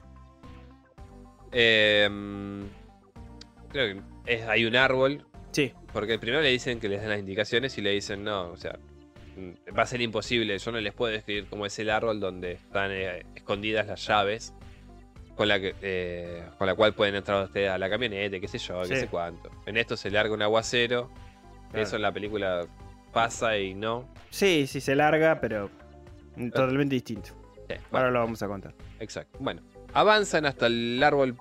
Speaker 2: Em, creo que es- hay un árbol,
Speaker 1: Sí.
Speaker 2: porque primero le dicen que les den las indicaciones y le dicen no, o sea, mm, va a ser imposible. Yo no les puedo describir cómo es el árbol donde están eh, escondidas las llaves con la, que, eh, con la cual pueden entrar ustedes a la camioneta, qué sé yo, qué
Speaker 1: Sí.
Speaker 2: sé cuánto. En esto se larga un aguacero, que
Speaker 1: Claro.
Speaker 2: eso en la película pasa y no.
Speaker 1: Sí, sí se larga, pero totalmente distinto.
Speaker 2: Sí, bueno.
Speaker 1: Ahora lo vamos a contar.
Speaker 2: Exacto. Bueno, avanzan hasta el árbol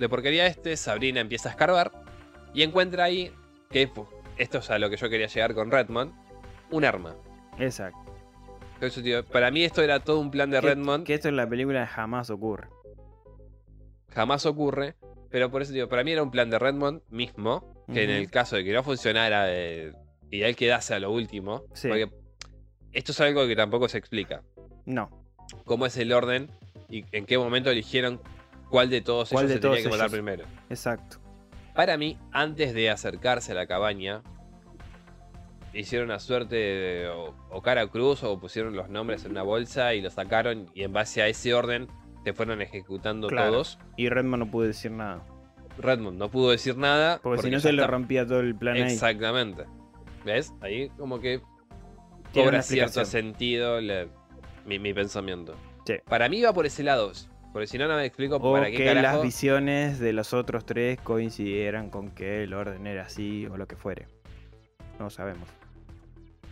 Speaker 2: de porquería este. Sabrina empieza a escarbar y encuentra ahí, que pu, esto es a lo que yo quería llegar con Redmond, un arma.
Speaker 1: Exacto.
Speaker 2: Por eso te digo, para mí esto era todo un plan de
Speaker 1: Que-
Speaker 2: Redmond.
Speaker 1: Que esto en la película jamás ocurre.
Speaker 2: Jamás ocurre. Pero por eso te digo, para mí era un plan de Redmond mismo. Que en
Speaker 1: Ujú.
Speaker 2: el caso de que no funcionara eh, y él quedase a lo último.
Speaker 1: Sí.
Speaker 2: Porque esto es algo que tampoco se explica.
Speaker 1: No.
Speaker 2: Cómo es el orden y en qué momento eligieron cuál de todos
Speaker 1: ¿Cuál
Speaker 2: ellos
Speaker 1: de
Speaker 2: se tenía
Speaker 1: todos
Speaker 2: que matar
Speaker 1: ellos?
Speaker 2: primero.
Speaker 1: Exacto.
Speaker 2: Para mí, antes de acercarse a la cabaña, hicieron una suerte de o, o cara cruz o pusieron los nombres en una bolsa y lo sacaron y en base a ese orden se fueron ejecutando
Speaker 1: Claro.
Speaker 2: todos.
Speaker 1: Y Redmond no pudo decir nada.
Speaker 2: Redmond no pudo decir nada.
Speaker 1: Porque, si no
Speaker 2: ya
Speaker 1: se le
Speaker 2: está-
Speaker 1: rompía todo el plan ahí.
Speaker 2: Exactamente. ¿Ves? Ahí como que
Speaker 1: Tiene
Speaker 2: cobra
Speaker 1: una
Speaker 2: cierto
Speaker 1: explicación.
Speaker 2: sentido la- mi, mi pensamiento.
Speaker 1: Sí.
Speaker 2: Para mí va por ese lado. Porque si no, no me explico
Speaker 1: O
Speaker 2: para qué
Speaker 1: que
Speaker 2: carajo.
Speaker 1: las visiones de los otros tres coincidieran con que el orden era así o lo que fuere. No sabemos.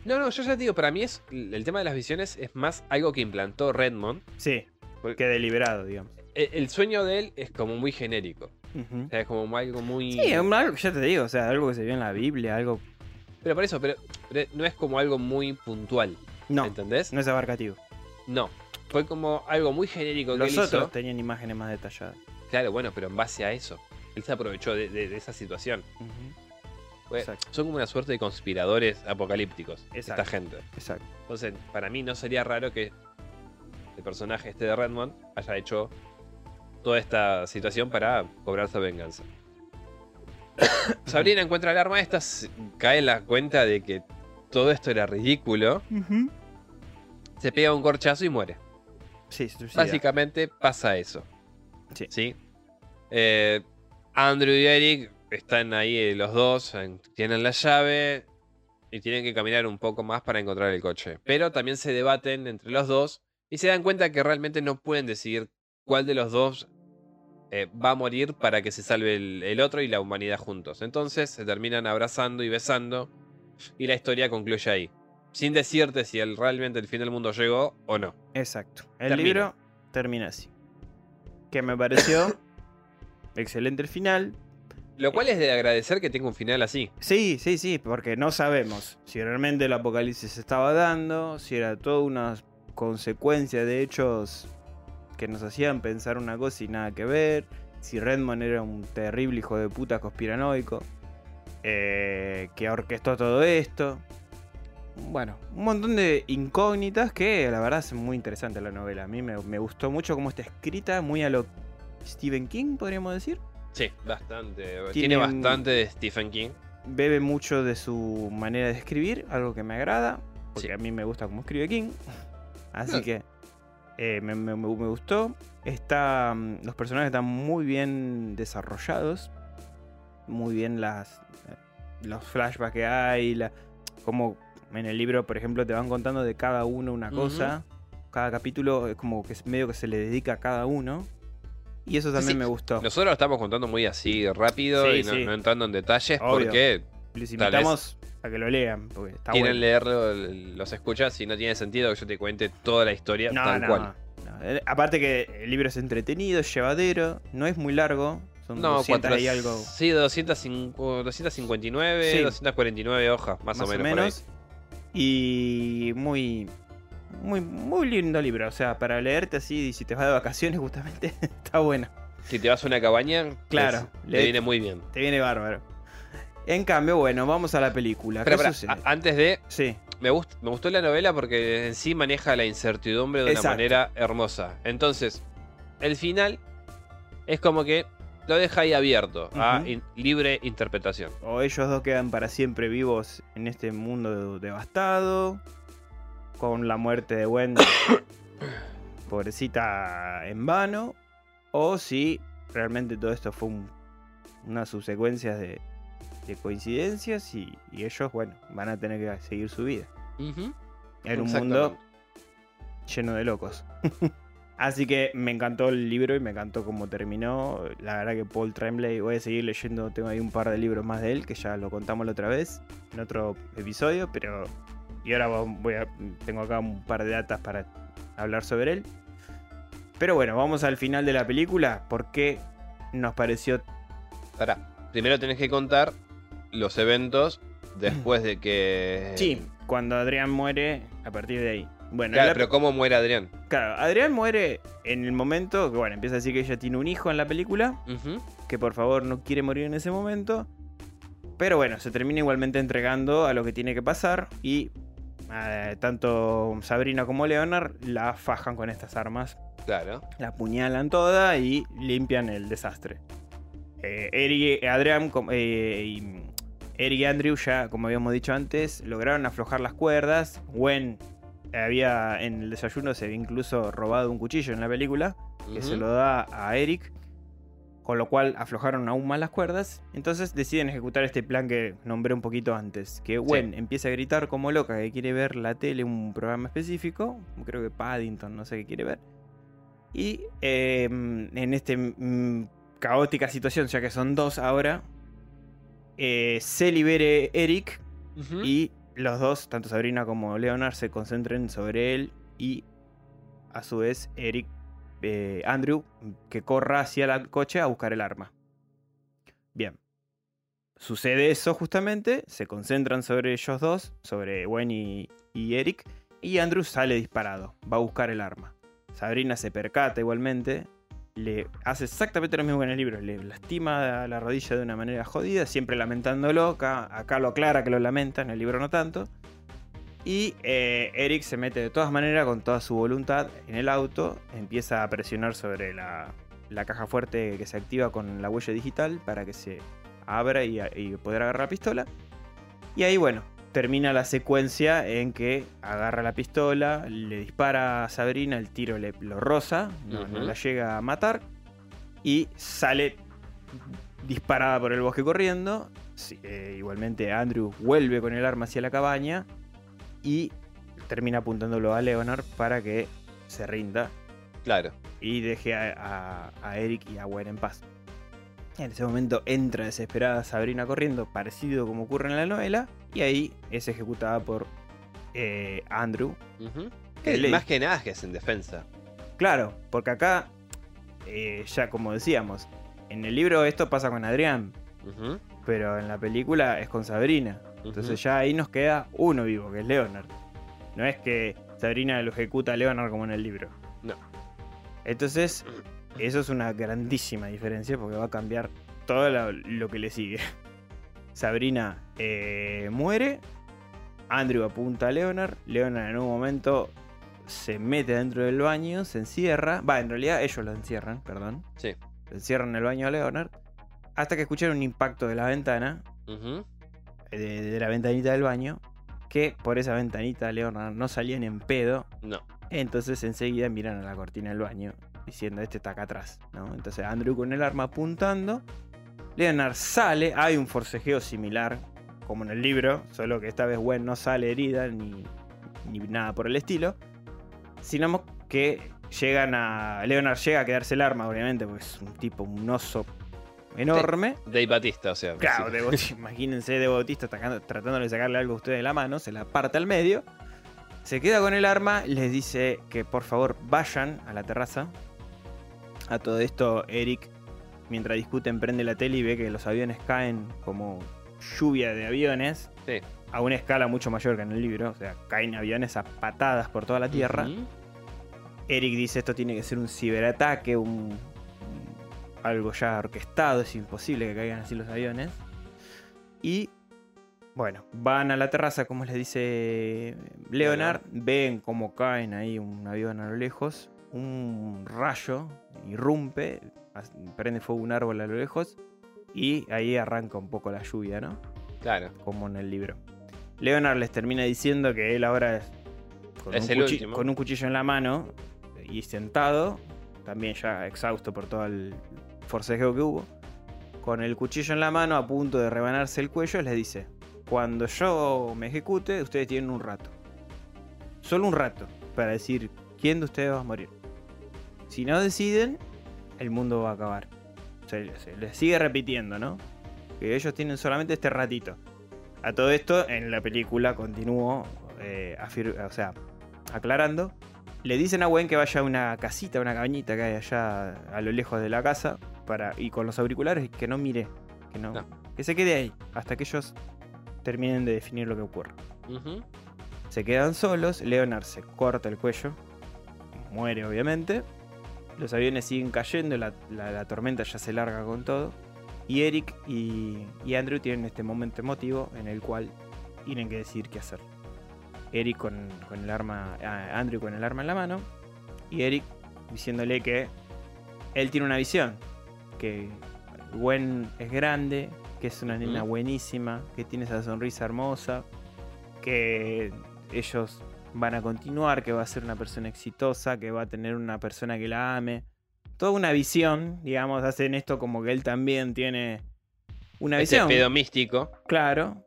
Speaker 2: No, no, yo ya te digo, para mí es el tema de las visiones es más algo que implantó Redmond.
Speaker 1: Sí,
Speaker 2: Porque-
Speaker 1: que deliberado, digamos.
Speaker 2: E- El, sueño de él es como muy genérico. O sea, es como algo muy.
Speaker 1: Sí, es un- algo, ya te digo, o sea, algo que se vio en la Biblia, algo...
Speaker 2: Pero por eso, pero, pero no es como algo muy puntual.
Speaker 1: No,
Speaker 2: ¿Entendés?
Speaker 1: no es abarcativo.
Speaker 2: No. Fue como algo muy genérico que
Speaker 1: Los
Speaker 2: él hizo.
Speaker 1: otros tenían imágenes más detalladas.
Speaker 2: Claro, bueno, pero en base a eso. Él se aprovechó de, de- de esa situación.
Speaker 1: Ujú,
Speaker 2: Fue-
Speaker 1: Exacto.
Speaker 2: son como una suerte de conspiradores apocalípticos.
Speaker 1: Exacto.
Speaker 2: Esta gente.
Speaker 1: Exacto.
Speaker 2: Entonces, para mí no sería raro que el personaje este de Redmond haya hecho toda esta situación para cobrar su venganza. Sabrina encuentra el arma esta, se- cae en la cuenta de que todo esto era ridículo, se pega un corchazo y muere.
Speaker 1: Sí, se suicida.
Speaker 2: Básicamente pasa eso.
Speaker 1: Sí.
Speaker 2: Eh, Andrew y Eric están ahí eh, los dos, en- tienen la llave y tienen que caminar un poco más para encontrar el coche. Pero también se debaten entre los dos y se dan cuenta que realmente no pueden decidir cuál de los dos eh, va a morir para que se salve el, el otro y la humanidad juntos. Entonces se terminan abrazando y besando y la historia concluye ahí. Sin decirte si el- realmente el fin del mundo llegó o no.
Speaker 1: Exacto. El
Speaker 2: Termina.
Speaker 1: libro termina así. Que me pareció excelente el final.
Speaker 2: Lo cual es de agradecer que tenga un final así.
Speaker 1: Sí, sí, sí, porque no sabemos si realmente el apocalipsis se estaba dando, si era toda una consecuencia de hechos que nos hacían pensar una cosa y nada que ver, si Redmond era un terrible hijo de puta conspiranoico, eh, que orquestó todo esto. bueno, un montón de incógnitas que la verdad es muy interesante la novela. A mí me, me gustó mucho cómo está escrita, muy a lo Stephen King, podríamos decir.
Speaker 2: Sí, bastante. eh, Tiene,
Speaker 1: Tiene un-
Speaker 2: bastante de Stephen King.
Speaker 1: Bebe mucho de su manera de escribir, algo que me agrada, porque
Speaker 2: Sí.
Speaker 1: a mí me gusta cómo escribe King. Así
Speaker 2: Ah.
Speaker 1: que eh, me, me- me- me gustó. Está, mm, los personajes están muy bien desarrollados, muy bien las, eh, los flashbacks que hay, la, como en el libro, por ejemplo, te van contando de cada uno una
Speaker 2: Ujú.
Speaker 1: cosa. Cada capítulo es como que es medio que se le dedica a cada uno. Y eso
Speaker 2: Sí,
Speaker 1: también
Speaker 2: sí.
Speaker 1: me gustó.
Speaker 2: Nosotros lo estamos contando muy así, rápido
Speaker 1: Sí,
Speaker 2: y no,
Speaker 1: sí.
Speaker 2: no entrando en detalles
Speaker 1: Obvio.
Speaker 2: porque
Speaker 1: Les
Speaker 2: tal vez-
Speaker 1: invitamos a que lo lean, porque está
Speaker 2: quieren
Speaker 1: bueno.
Speaker 2: leerlo, l- los escuchas y no tiene sentido que yo te cuente toda la historia
Speaker 1: No,
Speaker 2: tal
Speaker 1: no,
Speaker 2: cual.
Speaker 1: no. Eh, Aparte que el libro es entretenido, es llevadero, no es muy largo. Son
Speaker 2: No,
Speaker 1: 200 y
Speaker 2: cuatro-
Speaker 1: algo
Speaker 2: Sí, 205 259,
Speaker 1: Sí.
Speaker 2: 249 hojas, más,
Speaker 1: más
Speaker 2: o menos. por ahí.
Speaker 1: Y muy, muy, muy lindo libro. O sea, para leerte así, y si te vas de vacaciones justamente, está bueno.
Speaker 2: Si te vas a una cabaña,
Speaker 1: Claro,
Speaker 2: es- te
Speaker 1: le-
Speaker 2: viene muy bien.
Speaker 1: Te viene bárbaro. En cambio, bueno, vamos a la película. ¿Qué
Speaker 2: Espera, espera,
Speaker 1: sucede?
Speaker 2: a- antes de,
Speaker 1: Sí,
Speaker 2: me, gust- me gustó la novela porque en sí maneja la incertidumbre de
Speaker 1: Exacto.
Speaker 2: una manera hermosa. Entonces, el final es como que lo deja ahí abierto a
Speaker 1: Ujú.
Speaker 2: in- libre interpretación.
Speaker 1: o ellos dos quedan para siempre vivos en este mundo devastado. Con la muerte de Wendy, pobrecita en vano. O si realmente todo esto fue un- una subsecuencia de, de coincidencias y, y ellos, bueno, van a tener que seguir su vida. En un mundo
Speaker 2: Exactamente.
Speaker 1: lleno de locos. Así que me encantó el libro y me encantó cómo terminó. La verdad que Paul Tremblay, voy a seguir leyendo, tengo ahí un par de libros más de él, que ya lo contamos la otra vez, en otro episodio, pero... Y ahora va- voy a, tengo acá un par de datas para hablar sobre él. Pero bueno, vamos al final de la película, porque nos pareció...
Speaker 2: Pará, primero tenés que contar los eventos después de que...
Speaker 1: Sí, cuando Adrián muere, a partir de ahí. Bueno,
Speaker 2: Claro,
Speaker 1: la-
Speaker 2: pero ¿cómo muere Adrián?
Speaker 1: claro, Adrián muere en el momento que, bueno, empieza a decir que ella tiene un hijo en la película.
Speaker 2: Ujú.
Speaker 1: que por favor no quiere morir en ese momento. Pero bueno, se termina igualmente entregando a lo que tiene que pasar y eh, tanto Sabrina como Leonard la fajan con estas armas,
Speaker 2: Claro.
Speaker 1: la apuñalan toda y limpian el desastre. Eh, Eric, Adrián com- eh, y mm, Eric y Andrew ya, como habíamos dicho antes, lograron aflojar las cuerdas. Gwen había en el desayuno se había incluso robado un cuchillo en la película que se
Speaker 2: Ujú.
Speaker 1: lo da a Eric, con lo cual aflojaron aún más las cuerdas. Entonces deciden ejecutar este plan que nombré un poquito antes, que Gwen empieza a gritar como loca que quiere ver la tele, un programa específico, creo que Paddington, no sé qué quiere ver. Y eh, en esta caótica situación, ya que son dos ahora, eh, se libere Eric
Speaker 2: Ujú.
Speaker 1: y los dos, tanto Sabrina como Leonard, se concentren sobre él y a su vez Eric, eh, Andrew, que corra hacia el coche a buscar el arma. Bien. Sucede eso justamente, se concentran sobre ellos dos, sobre Gwen y, y Eric, y Andrew sale disparado, va a buscar el arma. Sabrina se percata igualmente, le hace exactamente lo mismo que en el libro, le lastima la rodilla de una manera jodida, siempre lamentándolo, acá, acá lo aclara que lo lamenta, en el libro no tanto. Y eh, Eric se mete de todas maneras, con toda su voluntad, en el auto, empieza a presionar sobre la, la caja fuerte que se activa con la huella digital para que se abra y, y poder agarrar la pistola. Y ahí, bueno, termina la secuencia en que agarra la pistola, le dispara a Sabrina, el tiro le, lo roza, no, no
Speaker 2: Ujú.
Speaker 1: la llega a matar y sale disparada por el bosque corriendo. Sí, eh, igualmente Andrew vuelve con el arma hacia la cabaña y termina apuntándolo a Leonard para que se rinda
Speaker 2: Claro.
Speaker 1: y deje a, a- a Eric y a Gwen en paz. En ese momento entra desesperada Sabrina corriendo, parecido como ocurre en la novela, y ahí es ejecutada por eh, Andrew.
Speaker 2: Ujú.
Speaker 1: Que
Speaker 2: Que
Speaker 1: le-
Speaker 2: Más que nada es que es en defensa.
Speaker 1: Claro, porque acá, eh, ya como decíamos, en el libro esto pasa con Adrián,
Speaker 2: Ujú.
Speaker 1: pero en la película es con Sabrina. Entonces
Speaker 2: Ujú.
Speaker 1: ya ahí nos queda uno vivo, que es Leonard. No es que Sabrina lo ejecuta a Leonard como en el libro.
Speaker 2: No.
Speaker 1: Entonces, eso es una grandísima diferencia porque va a cambiar todo lo, lo que le sigue. Sabrina eh, muere Andrew apunta a Leonard. Leonard en un momento se mete dentro del baño, se encierra. Va, en realidad ellos lo encierran, perdón.
Speaker 2: Sí.
Speaker 1: Lo encierran en el baño a Leonard. Hasta que escucharon un impacto de la ventana, eh,
Speaker 2: Ujú.
Speaker 1: de, de la ventanita del baño. Que por esa ventanita Leonard no salían en pedo.
Speaker 2: No.
Speaker 1: Entonces enseguida miran a la cortina del baño, diciendo este está acá atrás, ¿no? Entonces Andrew con el arma apuntando, Leonard sale, hay un forcejeo similar, como en el libro, solo que esta vez Gwen no sale herida ni, ni nada por el estilo, sino mo- que llegan a... Leonard llega a quedarse el arma, obviamente, porque es un tipo, un oso enorme.
Speaker 2: Dave Batista, o sea.
Speaker 1: Claro,
Speaker 2: sí.
Speaker 1: de Bautista, imagínense de Bautista atacando- tratando de sacarle algo a usted de la mano, se la parte al medio, se queda con el arma, les dice que por favor vayan a la terraza. A todo esto, Eric, mientras discuten, prende la tele y ve que los aviones caen como lluvia de aviones.
Speaker 2: Sí.
Speaker 1: A una escala mucho mayor que en el libro, o sea, caen aviones a patadas por toda la tierra.
Speaker 2: Ujú.
Speaker 1: Eric dice esto tiene que ser un ciberataque, un, algo ya orquestado, es imposible que caigan así los aviones. Y bueno, van a la terraza, como les dice Leonard,
Speaker 2: Leonard.
Speaker 1: ven cómo caen ahí un avión a lo lejos, un rayo irrumpe, as- prende fuego un árbol a lo lejos y ahí arranca un poco la lluvia, ¿no?
Speaker 2: Claro.
Speaker 1: como en el libro. Leonard les termina diciendo que él ahora es, con,
Speaker 2: Es
Speaker 1: un,
Speaker 2: el
Speaker 1: cuchi-
Speaker 2: último.
Speaker 1: con un cuchillo en la mano y sentado, también ya exhausto por todo el forcejeo que hubo, con el cuchillo en la mano a punto de rebanarse el cuello, les dice, cuando yo me ejecute, ustedes tienen un rato. Solo un rato para decir quién de ustedes va a morir. Si no deciden, el mundo va a acabar. Se, se les sigue repitiendo, ¿no? Que ellos tienen solamente este ratito. A todo esto, en la película continúo eh, afir- o sea, aclarando. Le dicen a Gwen que vaya a una casita, una cabañita que hay allá a lo lejos de la casa. Para, y con los auriculares que no mire. Que, no,
Speaker 2: No.
Speaker 1: que se quede ahí. Hasta que ellos terminen de definir lo que ocurre.
Speaker 2: Ujú.
Speaker 1: Se quedan solos, Leonard se corta el cuello, muere obviamente, los aviones siguen cayendo, la, la- la tormenta ya se larga con todo, y Eric y, y Andrew tienen este momento emotivo en el cual tienen que decidir qué hacer. Eric con, con el arma, ah, Andrew con el arma en la mano, y Eric diciéndole que él tiene una visión, que Gwen es grande, que es una nena
Speaker 2: Mm.
Speaker 1: buenísima, que tiene esa sonrisa hermosa, que ellos van a continuar, que va a ser una persona exitosa, que va a tener una persona que la ame. Toda una visión, digamos, hacen esto como que él también tiene una
Speaker 2: Ese
Speaker 1: visión.
Speaker 2: Este pedo místico.
Speaker 1: Claro,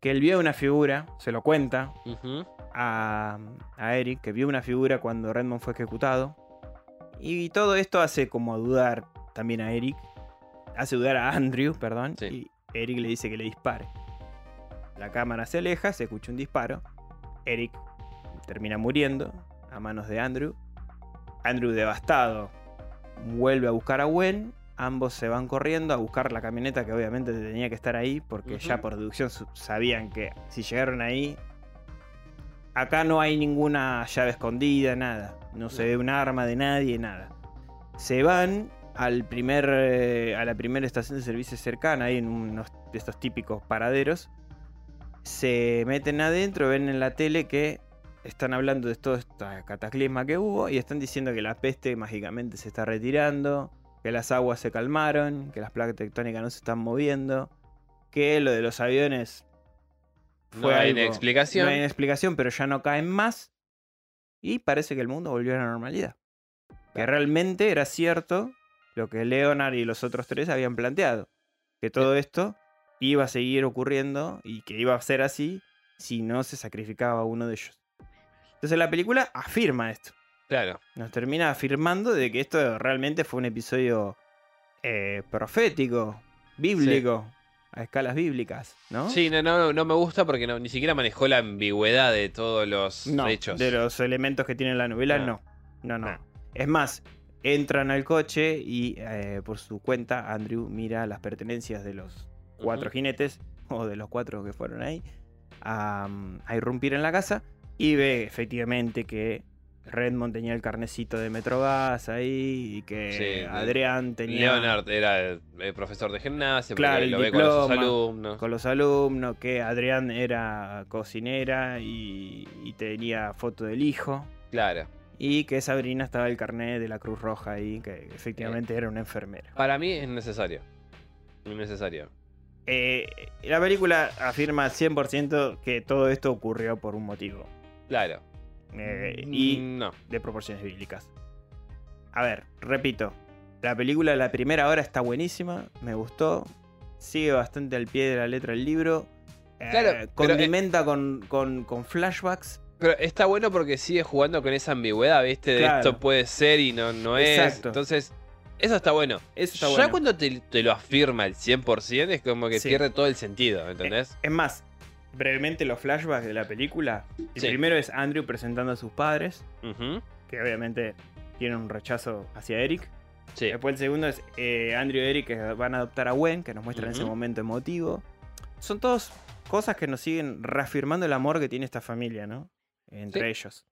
Speaker 1: que él vio una figura, se lo cuenta
Speaker 2: Ujú.
Speaker 1: a, a Eric, que vio una figura cuando Redmond fue ejecutado. Y todo esto hace como dudar también a Eric. Hace dudar a Andrew, perdón.
Speaker 2: Sí.
Speaker 1: Y Eric le dice que le dispare. La cámara se aleja, se escucha un disparo. Eric termina muriendo a manos de Andrew. Andrew devastado vuelve a buscar a Gwen. Ambos se van corriendo a buscar la camioneta que obviamente tenía que estar ahí porque ya
Speaker 2: Ujú.
Speaker 1: por deducción su- sabían que si llegaron ahí... Acá no hay ninguna llave escondida, nada. No se
Speaker 2: No.
Speaker 1: ve un arma de nadie, nada. Se van al primer, eh, a la primera estación de servicio cercana, ahí en unos de estos típicos paraderos. Se meten adentro, ven en la tele que están hablando de todo este cataclisma que hubo y están diciendo que la peste mágicamente se está retirando, que las aguas se calmaron, que las placas tectónicas no se están moviendo, que lo de los aviones
Speaker 2: No hay una explicación.
Speaker 1: no hay una explicación, pero ya no caen más y parece que el mundo volvió a la normalidad. Que
Speaker 2: Claro.
Speaker 1: realmente era cierto lo que Leonard y los otros tres habían planteado, que todo esto iba a seguir ocurriendo y que iba a ser así si no se sacrificaba uno de ellos. Entonces la película afirma esto.
Speaker 2: Claro.
Speaker 1: Nos termina afirmando de que esto realmente fue un episodio eh, profético, bíblico, a escalas bíblicas, ¿no?
Speaker 2: Sí, no, no, no me gusta porque no- ni siquiera manejó la ambigüedad de todos los
Speaker 1: No,
Speaker 2: hechos. Ah.
Speaker 1: de los elementos que tiene la novela,
Speaker 2: No.
Speaker 1: no. No, no.
Speaker 2: No.
Speaker 1: Es más, entran al coche y eh, por su cuenta Andrew mira las pertenencias de los
Speaker 2: Ujú.
Speaker 1: cuatro jinetes, o de los cuatro que mm, fueron ahí, a, a irrumpir en la casa y ve efectivamente que Redmond tenía el carnecito de Metrogas ahí y que
Speaker 2: Sí, de-
Speaker 1: Adrián tenía
Speaker 2: Leonard era el, el profesor de gimnasia,
Speaker 1: Claro,
Speaker 2: porque
Speaker 1: el
Speaker 2: lo ve con sus
Speaker 1: diploma.
Speaker 2: alumnos.
Speaker 1: con los alumnos, que Adrián era cocinera y, y tenía foto del hijo
Speaker 2: Claro.
Speaker 1: y que Sabrina estaba el carnet de la Cruz Roja ahí, que
Speaker 2: Eh.
Speaker 1: efectivamente era una enfermera.
Speaker 2: Para mí es necesario. Innecesario.
Speaker 1: Eh, la película afirma al 100% que todo esto ocurrió por un motivo.
Speaker 2: Claro. Mm,
Speaker 1: eh, y
Speaker 2: No.
Speaker 1: de proporciones bíblicas. A ver, repito. La película de la primera hora está buenísima, me gustó. Sigue bastante al pie de la letra el libro. eh,
Speaker 2: Claro, pero, eh,
Speaker 1: condimenta con, con- con flashbacks.
Speaker 2: Pero está bueno porque sigue jugando con esa ambigüedad, ¿viste? De
Speaker 1: Claro.
Speaker 2: esto puede ser y no, no es.
Speaker 1: Exacto.
Speaker 2: Entonces, eso está bueno.
Speaker 1: Eso está
Speaker 2: ya
Speaker 1: bueno.
Speaker 2: cuando te, te lo afirma al 100% es como que
Speaker 1: Sí.
Speaker 2: pierde todo el sentido, ¿entendés?
Speaker 1: Es más, brevemente los flashbacks de la película. El
Speaker 2: Sí.
Speaker 1: primero es Andrew presentando a sus padres,
Speaker 2: Ujú.
Speaker 1: que obviamente tienen un rechazo hacia Eric.
Speaker 2: Sí.
Speaker 1: Después el segundo es eh, Andrew y Eric que van a adoptar a Gwen, que nos muestra en ese
Speaker 2: Ujú.
Speaker 1: momento emotivo. Son todas cosas que nos siguen reafirmando el amor que tiene esta familia, ¿no? Entre
Speaker 2: Sí.
Speaker 1: ellos.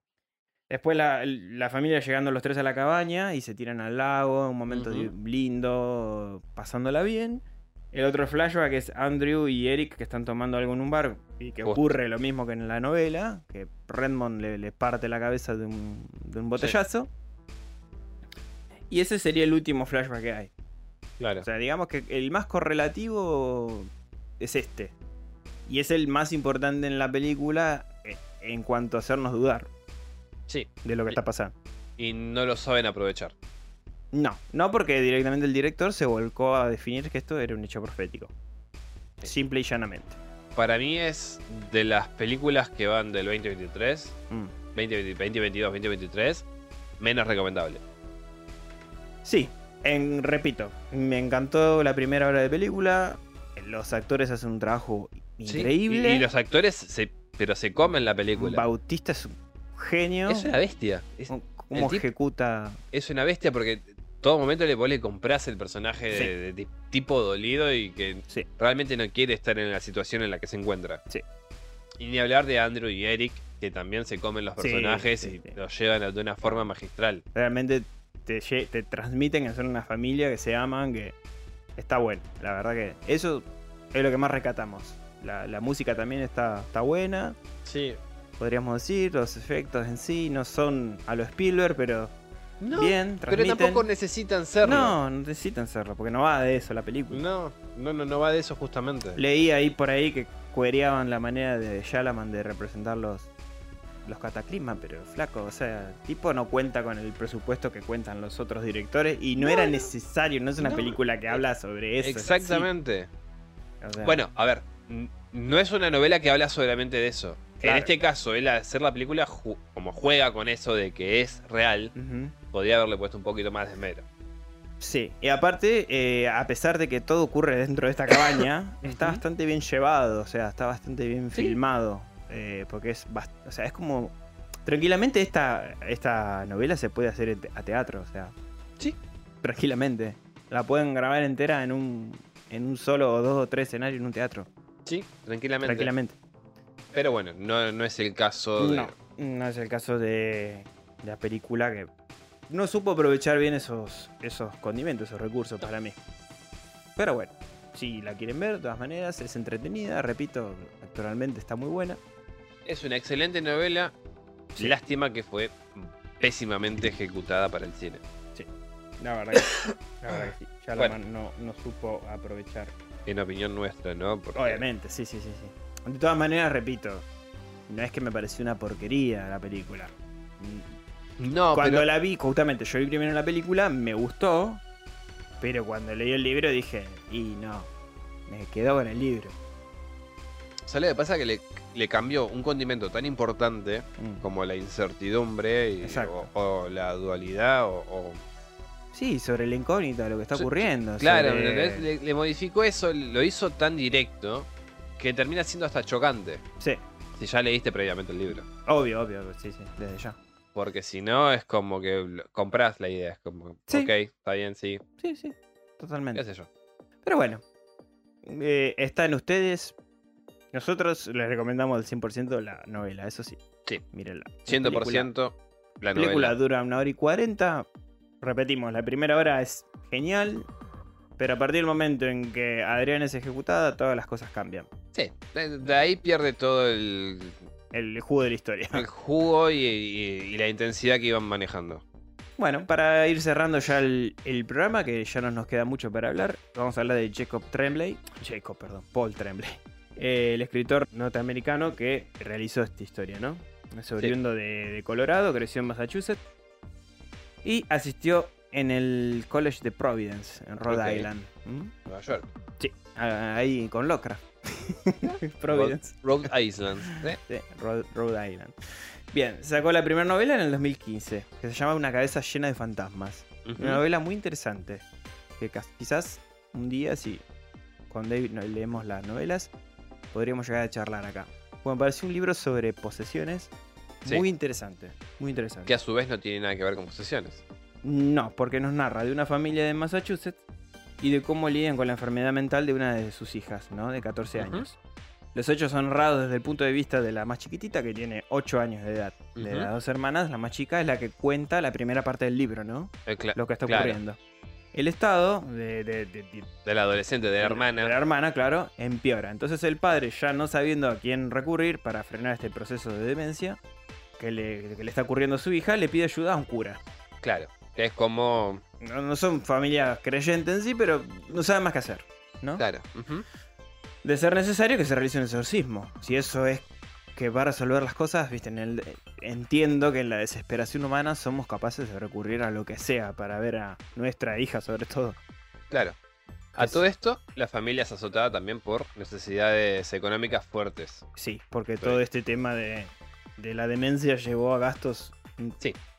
Speaker 1: Después la, la familia llegando los tres a la cabaña y se tiran al lago, un momento di-
Speaker 2: Ujú.
Speaker 1: lindo, pasándola bien. El otro flashback es Andrew y Eric que están tomando algo en un bar y que
Speaker 2: Justo.
Speaker 1: ocurre lo mismo que en la novela, que Redmond le, le parte la cabeza de un, de un botellazo. Y ese sería el último flashback que hay.
Speaker 2: Claro.
Speaker 1: O sea, digamos que el más correlativo es este. Y es el más importante en la película eh, en cuanto a hacernos dudar
Speaker 2: Sí.
Speaker 1: de lo que está pasando.
Speaker 2: Y no lo saben aprovechar.
Speaker 1: No, no porque directamente el director se volcó a definir que esto era un hecho profético.
Speaker 2: Sí.
Speaker 1: Simple y llanamente.
Speaker 2: Para mí es de las películas que van del 2023,
Speaker 1: Mm.
Speaker 2: 2020, 2022, 2023, menos recomendable.
Speaker 1: Sí, en, repito, me encantó la primera hora de película. Los actores hacen un trabajo
Speaker 2: Sí.
Speaker 1: increíble.
Speaker 2: Y, y los actores, se, pero se comen la película.
Speaker 1: Bautista es un genio.
Speaker 2: Es una bestia. Es,
Speaker 1: ¿Cómo
Speaker 2: el tipo-
Speaker 1: ejecuta?
Speaker 2: es una bestia porque todo momento le, vos le comprás el personaje de-
Speaker 1: Sí.
Speaker 2: de, ti- tipo dolido y que
Speaker 1: Sí.
Speaker 2: realmente no quiere estar en la situación en la que se encuentra.
Speaker 1: Sí.
Speaker 2: Y ni hablar de Andrew y Eric, que también se comen los
Speaker 1: Sí,
Speaker 2: personajes
Speaker 1: sí,
Speaker 2: y
Speaker 1: sí.
Speaker 2: los llevan de una forma magistral.
Speaker 1: realmente te, lle- te transmiten que son una familia, que se aman, que está bueno. La verdad que eso es lo que más rescatamos. La, la música también está, está buena,
Speaker 2: Sí.
Speaker 1: podríamos decir. Los efectos en sí no son a los Spielberg, pero
Speaker 2: No,
Speaker 1: bien,
Speaker 2: pero
Speaker 1: transmiten.
Speaker 2: tampoco necesitan serlo.
Speaker 1: No, no necesitan serlo, porque no va de eso la película.
Speaker 2: No, no, no, no va de eso justamente.
Speaker 1: Leí ahí por ahí que cuereaban la manera de Shalaman de representar los, los cataclismas, pero flaco, o sea, el tipo no cuenta con el presupuesto que cuentan los otros directores y no,
Speaker 2: No,
Speaker 1: era
Speaker 2: no.
Speaker 1: necesario, no es una
Speaker 2: No. eh,
Speaker 1: película que habla sobre eso.
Speaker 2: Exactamente.
Speaker 1: Sí, o sea,
Speaker 2: Bueno, a ver, n- no es una novela que habla solamente de eso.
Speaker 1: Claro.
Speaker 2: En este caso, él al hacer la película, ju- como juega con eso de que es real,
Speaker 1: ujú.
Speaker 2: podría haberle puesto un poquito más de esmero.
Speaker 1: Sí, y aparte, eh, a pesar de que todo ocurre dentro de esta cabaña, está
Speaker 2: Ujú.
Speaker 1: bastante bien llevado, o sea, está bastante bien
Speaker 2: Sí.
Speaker 1: filmado, eh, porque es, bast- o sea, es como... Tranquilamente esta, esta novela se puede hacer en te- a teatro, o sea,
Speaker 2: Sí.
Speaker 1: tranquilamente. La pueden grabar entera en un, en un solo o dos o tres escenarios en un teatro.
Speaker 2: Sí, tranquilamente.
Speaker 1: Tranquilamente.
Speaker 2: Pero bueno, no, no es el caso de...
Speaker 1: No, no es el caso de de la película que no supo aprovechar bien esos, esos condimentos, esos recursos para mí. Pero bueno, si la quieren ver, de todas maneras, es entretenida. Repito, actualmente está muy buena.
Speaker 2: Es una excelente novela.
Speaker 1: Sí.
Speaker 2: Lástima que fue pésimamente ejecutada para el cine.
Speaker 1: La verdad que, la verdad que sí. Ya la
Speaker 2: Bueno.
Speaker 1: man- no, no supo aprovechar.
Speaker 2: En opinión nuestra, ¿no? Porque-
Speaker 1: Obviamente, sí, sí, sí, sí. De todas maneras, repito, no es que me pareció una porquería la película.
Speaker 2: No,
Speaker 1: cuando
Speaker 2: pero...
Speaker 1: la vi, justamente yo vi primero la película, me gustó, pero cuando leí el libro dije, y no, me quedo con el libro.
Speaker 2: ¿Sabes lo que pasa? Que le, le cambió un condimento tan importante
Speaker 1: Mm.
Speaker 2: como la incertidumbre y-
Speaker 1: Exacto.
Speaker 2: o, o la dualidad o... o-
Speaker 1: Sí, sobre la incógnita, lo que está
Speaker 2: Sí,
Speaker 1: ocurriendo.
Speaker 2: Claro,
Speaker 1: sobre-
Speaker 2: ¿entendés? le, le modificó eso, lo hizo tan directo que termina siendo hasta chocante.
Speaker 1: Sí,
Speaker 2: Si ya leíste previamente el libro.
Speaker 1: obvio, obvio, obvio, sí, sí, desde ya.
Speaker 2: Porque si no, es como que lo- compras la idea. Es como,
Speaker 1: Sí.
Speaker 2: ok, está bien, sí.
Speaker 1: Sí, sí,
Speaker 2: ¿Qué
Speaker 1: totalmente.
Speaker 2: sé yo?
Speaker 1: Pero bueno, eh, está en ustedes. Nosotros les recomendamos al 100% la novela, eso sí.
Speaker 2: Sí.
Speaker 1: Mírenla. La película
Speaker 2: 100% La
Speaker 1: película
Speaker 2: novela.
Speaker 1: dura una hora y cuarenta. Repetimos, la primera hora es genial, pero a partir del momento en que Adriana es ejecutada, todas las cosas cambian.
Speaker 2: Sí, de, de ahí pierde todo el,
Speaker 1: El jugo de la historia.
Speaker 2: el jugo y, y- y la intensidad que iban manejando.
Speaker 1: Bueno, para ir cerrando ya el, el programa, que ya no nos queda mucho para hablar, vamos a hablar de Jacob Tremblay. Jacob, perdón, Paul Tremblay. Eh, el escritor norteamericano que realizó esta historia, ¿no? Es oriundo de, de Colorado, creció en Massachusetts y asistió en el College de Providence, en Rhode
Speaker 2: Ok.
Speaker 1: Island. ¿Mm?
Speaker 2: Nueva York.
Speaker 1: Sí, a- Ah, ahí con Lovecraft. Providence.
Speaker 2: Rhode Island. ¿eh?
Speaker 1: Sí, Rhode, Rhode Island. Bien, sacó la primera novela en el 2015, que se llama Una cabeza llena de fantasmas.
Speaker 2: Ujú.
Speaker 1: Una novela muy interesante. Que cas- quizás un día, si con David no- leemos las novelas, podríamos llegar a charlar acá. Bueno, pareció un libro sobre posesiones
Speaker 2: Sí.
Speaker 1: muy interesante. Muy
Speaker 2: Que
Speaker 1: interesante.
Speaker 2: a su vez no tiene nada que ver con posesiones.
Speaker 1: No, porque nos narra de una familia de Massachusetts y de cómo lidian con la enfermedad mental de una de sus hijas, ¿no? De 14
Speaker 2: Ujú.
Speaker 1: años. Los hechos son raros desde el punto de vista de la más chiquitita, que tiene 8 años de edad. De
Speaker 2: Ujú.
Speaker 1: las dos hermanas, la más chica es la que cuenta la primera parte del libro, ¿no?
Speaker 2: Eh, cla-
Speaker 1: Lo que está
Speaker 2: claro,
Speaker 1: ocurriendo. El estado de- de- de- de,
Speaker 2: Del adolescente, de la hermana.
Speaker 1: de la hermana, claro, empeora. Entonces el padre, ya no sabiendo a quién recurrir para frenar este proceso de demencia que le, que le está ocurriendo a su hija, le pide ayuda a un cura.
Speaker 2: Claro. Que es como.
Speaker 1: No, no son familia creyente en sí, pero no saben más qué hacer, ¿no?
Speaker 2: Claro. ujú.
Speaker 1: De ser necesario que se realice un exorcismo. Si eso es que va a resolver las cosas, viste, en el, entiendo que en la desesperación humana somos capaces de recurrir a lo que sea para ver a nuestra hija sobre todo.
Speaker 2: Claro. A
Speaker 1: Es-
Speaker 2: todo esto, la familia es azotada también por necesidades económicas fuertes.
Speaker 1: Sí, porque todo este tema de, de la demencia llevó a gastos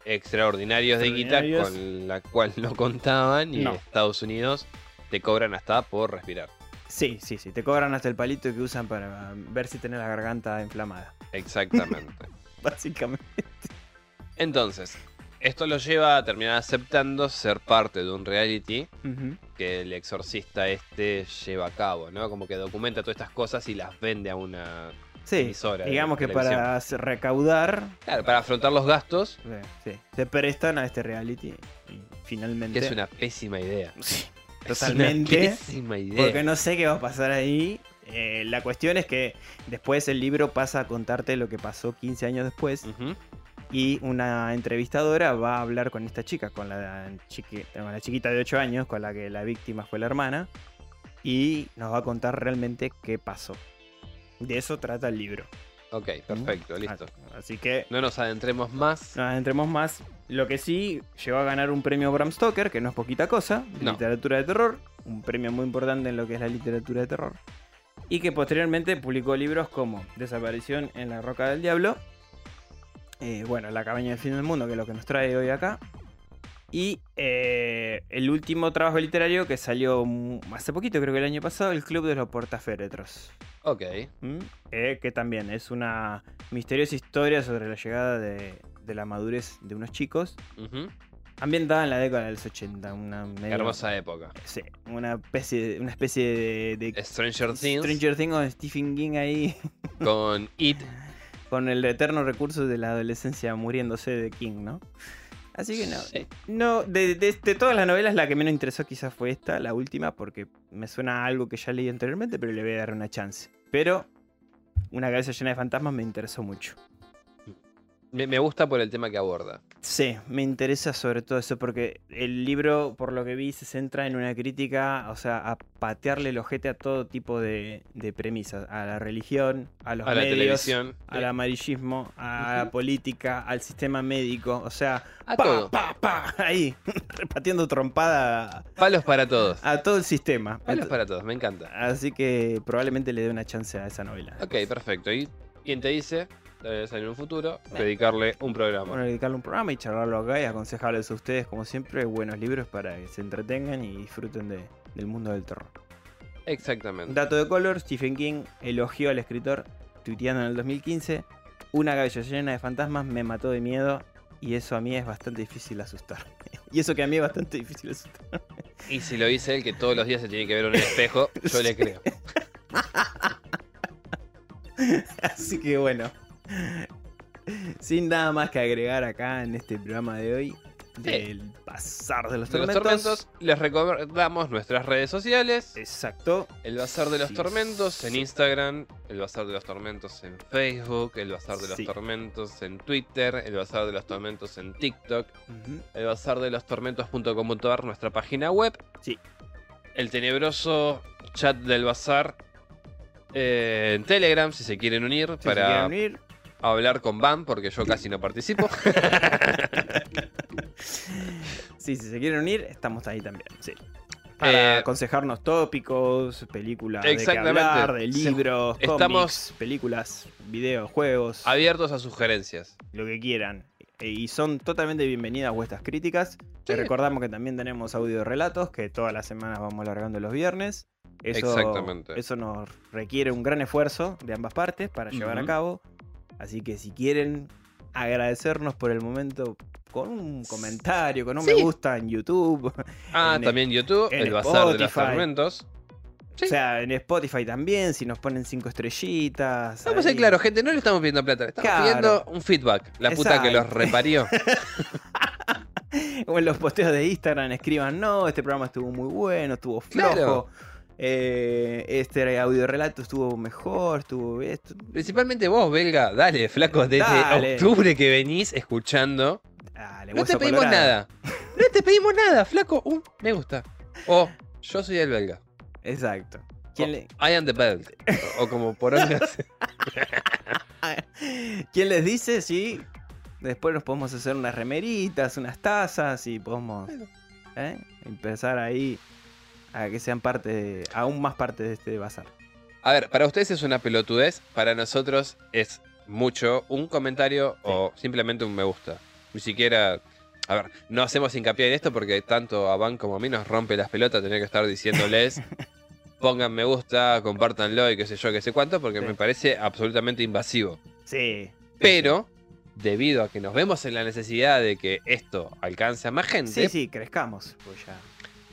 Speaker 2: Extraordinarios de guita
Speaker 1: Extraordinarios.
Speaker 2: con la cual no contaban y
Speaker 1: No.
Speaker 2: Estados Unidos te cobran hasta por respirar.
Speaker 1: Sí, sí, sí. Te cobran hasta el palito que usan para ver si tenés la garganta inflamada.
Speaker 2: Exactamente.
Speaker 1: Básicamente.
Speaker 2: Entonces, esto los lleva a terminar aceptando ser parte de un reality que el exorcista este lleva a cabo, ¿no? Como que documenta todas estas cosas y las vende a una...
Speaker 1: Sí.
Speaker 2: Emisora de
Speaker 1: digamos que
Speaker 2: televisión.
Speaker 1: para hacer- recaudar,
Speaker 2: Claro, para afrontar los gastos,
Speaker 1: eh, sí, se prestan a este reality. Y finalmente.
Speaker 2: que es una pésima idea.
Speaker 1: Sí,
Speaker 2: Es
Speaker 1: Totalmente,
Speaker 2: una pésima idea.
Speaker 1: porque no sé qué va a pasar ahí. Eh, la cuestión es que después el libro pasa a contarte lo que pasó 15 años después.
Speaker 2: Ujú,
Speaker 1: Y una entrevistadora va a hablar con esta chica, con la, chiqui- con la chiquita de 8 años, con la que la víctima fue la hermana, y nos va a contar realmente qué pasó. De eso trata el libro.
Speaker 2: Ok, perfecto, listo.
Speaker 1: Ah, Así que
Speaker 2: No nos adentremos más.
Speaker 1: no nos entremos Ah, más. Lo que sí, llegó a ganar un premio Bram Stoker, que no es poquita cosa, de
Speaker 2: No.
Speaker 1: literatura de terror, un premio muy importante en lo que es la literatura de terror. Y que posteriormente publicó libros como Desaparición en la Roca del Diablo, eh, bueno, La Cabaña del Fin del Mundo, que es lo que nos trae hoy acá, y eh, el último trabajo literario que salió mm, hace poquito, creo que el año pasado, El Club de los Portaféretros.
Speaker 2: Ok,
Speaker 1: ¿Mm? Eh, que también es una misteriosa historia sobre la llegada de, de la madurez de unos chicos,
Speaker 2: ujú.
Speaker 1: ambientada en la década de los 80, una
Speaker 2: Qué
Speaker 1: medio-
Speaker 2: hermosa época.
Speaker 1: sí, una especie, una especie de, de
Speaker 2: Stranger Things
Speaker 1: Stranger Things o Stephen King ahí,
Speaker 2: con It.
Speaker 1: con el eterno recurso de la adolescencia muriéndose de King, ¿no? Así que no,
Speaker 2: Sí.
Speaker 1: no de, de- de todas las novelas la que menos interesó quizás fue esta, la última, porque me suena a algo que ya leí anteriormente, pero le voy a dar una chance. Pero una cabeza llena de fantasmas me interesó mucho.
Speaker 2: Me, me gusta por el tema que aborda.
Speaker 1: Sí, me interesa sobre todo eso porque el libro, por lo que vi, se centra en una crítica, o sea, a patearle el ojete a todo tipo de, de premisas, a la religión, a los
Speaker 2: a la
Speaker 1: medios,
Speaker 2: televisión. eh.
Speaker 1: al amarillismo, a la
Speaker 2: Ujú.
Speaker 1: política, al sistema médico, o sea,
Speaker 2: A
Speaker 1: pa,
Speaker 2: todo.
Speaker 1: pa, pa, ahí, repateando trompada
Speaker 2: Palos para todos.
Speaker 1: a, a todo el sistema.
Speaker 2: Palos para todos, me encanta.
Speaker 1: Así que probablemente le dé una chance a esa novela.
Speaker 2: Ok, perfecto. ¿Y quién te dice? Debe salir en un futuro, dedicarle un programa.
Speaker 1: Bueno, dedicarle un programa y charlarlo acá y aconsejarles a ustedes, como siempre, buenos libros para que se entretengan y disfruten de- del mundo del terror.
Speaker 2: Exactamente.
Speaker 1: Dato de color, Stephen King elogió al escritor tuiteando en el 2015, una cabeza llena de fantasmas me mató de miedo y eso a mí es bastante difícil asustar. y eso que a mí es bastante difícil asustar.
Speaker 2: Y si lo dice él, que todos los días se tiene que ver en un espejo, yo le creo.
Speaker 1: Así que bueno, Sin nada más que agregar acá en este programa de hoy del pasar de los
Speaker 2: De los
Speaker 1: tormentos.
Speaker 2: tormentos, les recordamos nuestras redes sociales.
Speaker 1: Exacto.
Speaker 2: El Bazar de los
Speaker 1: Sí.
Speaker 2: Tormentos en Instagram, el Bazar de los Tormentos en Facebook, el Bazar de los
Speaker 1: Sí.
Speaker 2: Tormentos en Twitter, el Bazar de los Tormentos en TikTok,
Speaker 1: Ujú.
Speaker 2: el Bazar de los Tormentos.com.ar, nuestra página web.
Speaker 1: Sí.
Speaker 2: El tenebroso chat del Bazar eh, en Telegram, si se quieren unir,
Speaker 1: Si se
Speaker 2: para
Speaker 1: quieren unir,
Speaker 2: hablar con Van, porque yo casi no participo.
Speaker 1: sí, si se quieren unir, estamos ahí también. Sí. Para
Speaker 2: Eh,
Speaker 1: aconsejarnos tópicos, películas de qué
Speaker 2: Exactamente.
Speaker 1: hablar, de
Speaker 2: Se-
Speaker 1: libros,
Speaker 2: estamos-
Speaker 1: cómics, películas, videojuegos,
Speaker 2: Abiertos a sugerencias.
Speaker 1: lo que quieran. E- Y son totalmente bienvenidas vuestras críticas. Te
Speaker 2: Sí.
Speaker 1: recordamos que también tenemos audio relatos que todas las semanas vamos largando los viernes. Eso,
Speaker 2: Exactamente.
Speaker 1: Eso nos requiere un gran esfuerzo de ambas partes para llevar a
Speaker 2: Ujú.
Speaker 1: cabo. Así que si quieren agradecernos por el momento con un comentario, con un me
Speaker 2: Sí.
Speaker 1: gusta en YouTube,
Speaker 2: Ah,
Speaker 1: En el-
Speaker 2: también YouTube,
Speaker 1: en
Speaker 2: el Bazar de los
Speaker 1: Spotify.
Speaker 2: Tormentos. Sí.
Speaker 1: o sea, en Spotify también, si nos ponen cinco estrellitas.
Speaker 2: Estamos
Speaker 1: ahí.
Speaker 2: ahí, claro, gente, no le estamos pidiendo plata, le estamos
Speaker 1: Claro.
Speaker 2: pidiendo un feedback. La puta que los
Speaker 1: Exacto.
Speaker 2: reparió.
Speaker 1: O en los posteos de Instagram escriban, no, este programa estuvo muy bueno, estuvo flojo.
Speaker 2: Claro.
Speaker 1: eh, este audio relato estuvo mejor, estuvo esto.
Speaker 2: Principalmente vos, belga, dale, flaco, desde
Speaker 1: Dale.
Speaker 2: octubre que venís escuchando.
Speaker 1: Dale,
Speaker 2: No te
Speaker 1: hueso
Speaker 2: pedimos
Speaker 1: colorado.
Speaker 2: nada. No te pedimos nada, flaco. Un me gusta. O yo soy el belga.
Speaker 1: Exacto.
Speaker 2: O,
Speaker 1: ¿Quién, le-
Speaker 2: I am the belt. O, o como por ondas.
Speaker 1: quién les dice si después nos podemos hacer unas remeritas, unas tazas y podemos
Speaker 2: Bueno.
Speaker 1: ¿eh? empezar ahí a que sean parte, de- aún más parte de este bazar?
Speaker 2: A ver, para ustedes es una pelotudez, para nosotros es mucho un comentario o simplemente un me gusta. Ni siquiera. A ver, no hacemos hincapié en esto porque tanto a Van como a mí nos rompe las pelotas tener que estar diciéndoles pongan me gusta, compártanlo y qué sé yo, qué sé cuánto, porque
Speaker 1: Sí.
Speaker 2: me parece absolutamente invasivo.
Speaker 1: Sí.
Speaker 2: Pero, debido a que nos vemos en la necesidad de que esto alcance a más gente,
Speaker 1: Sí, sí, crezcamos. pues ya.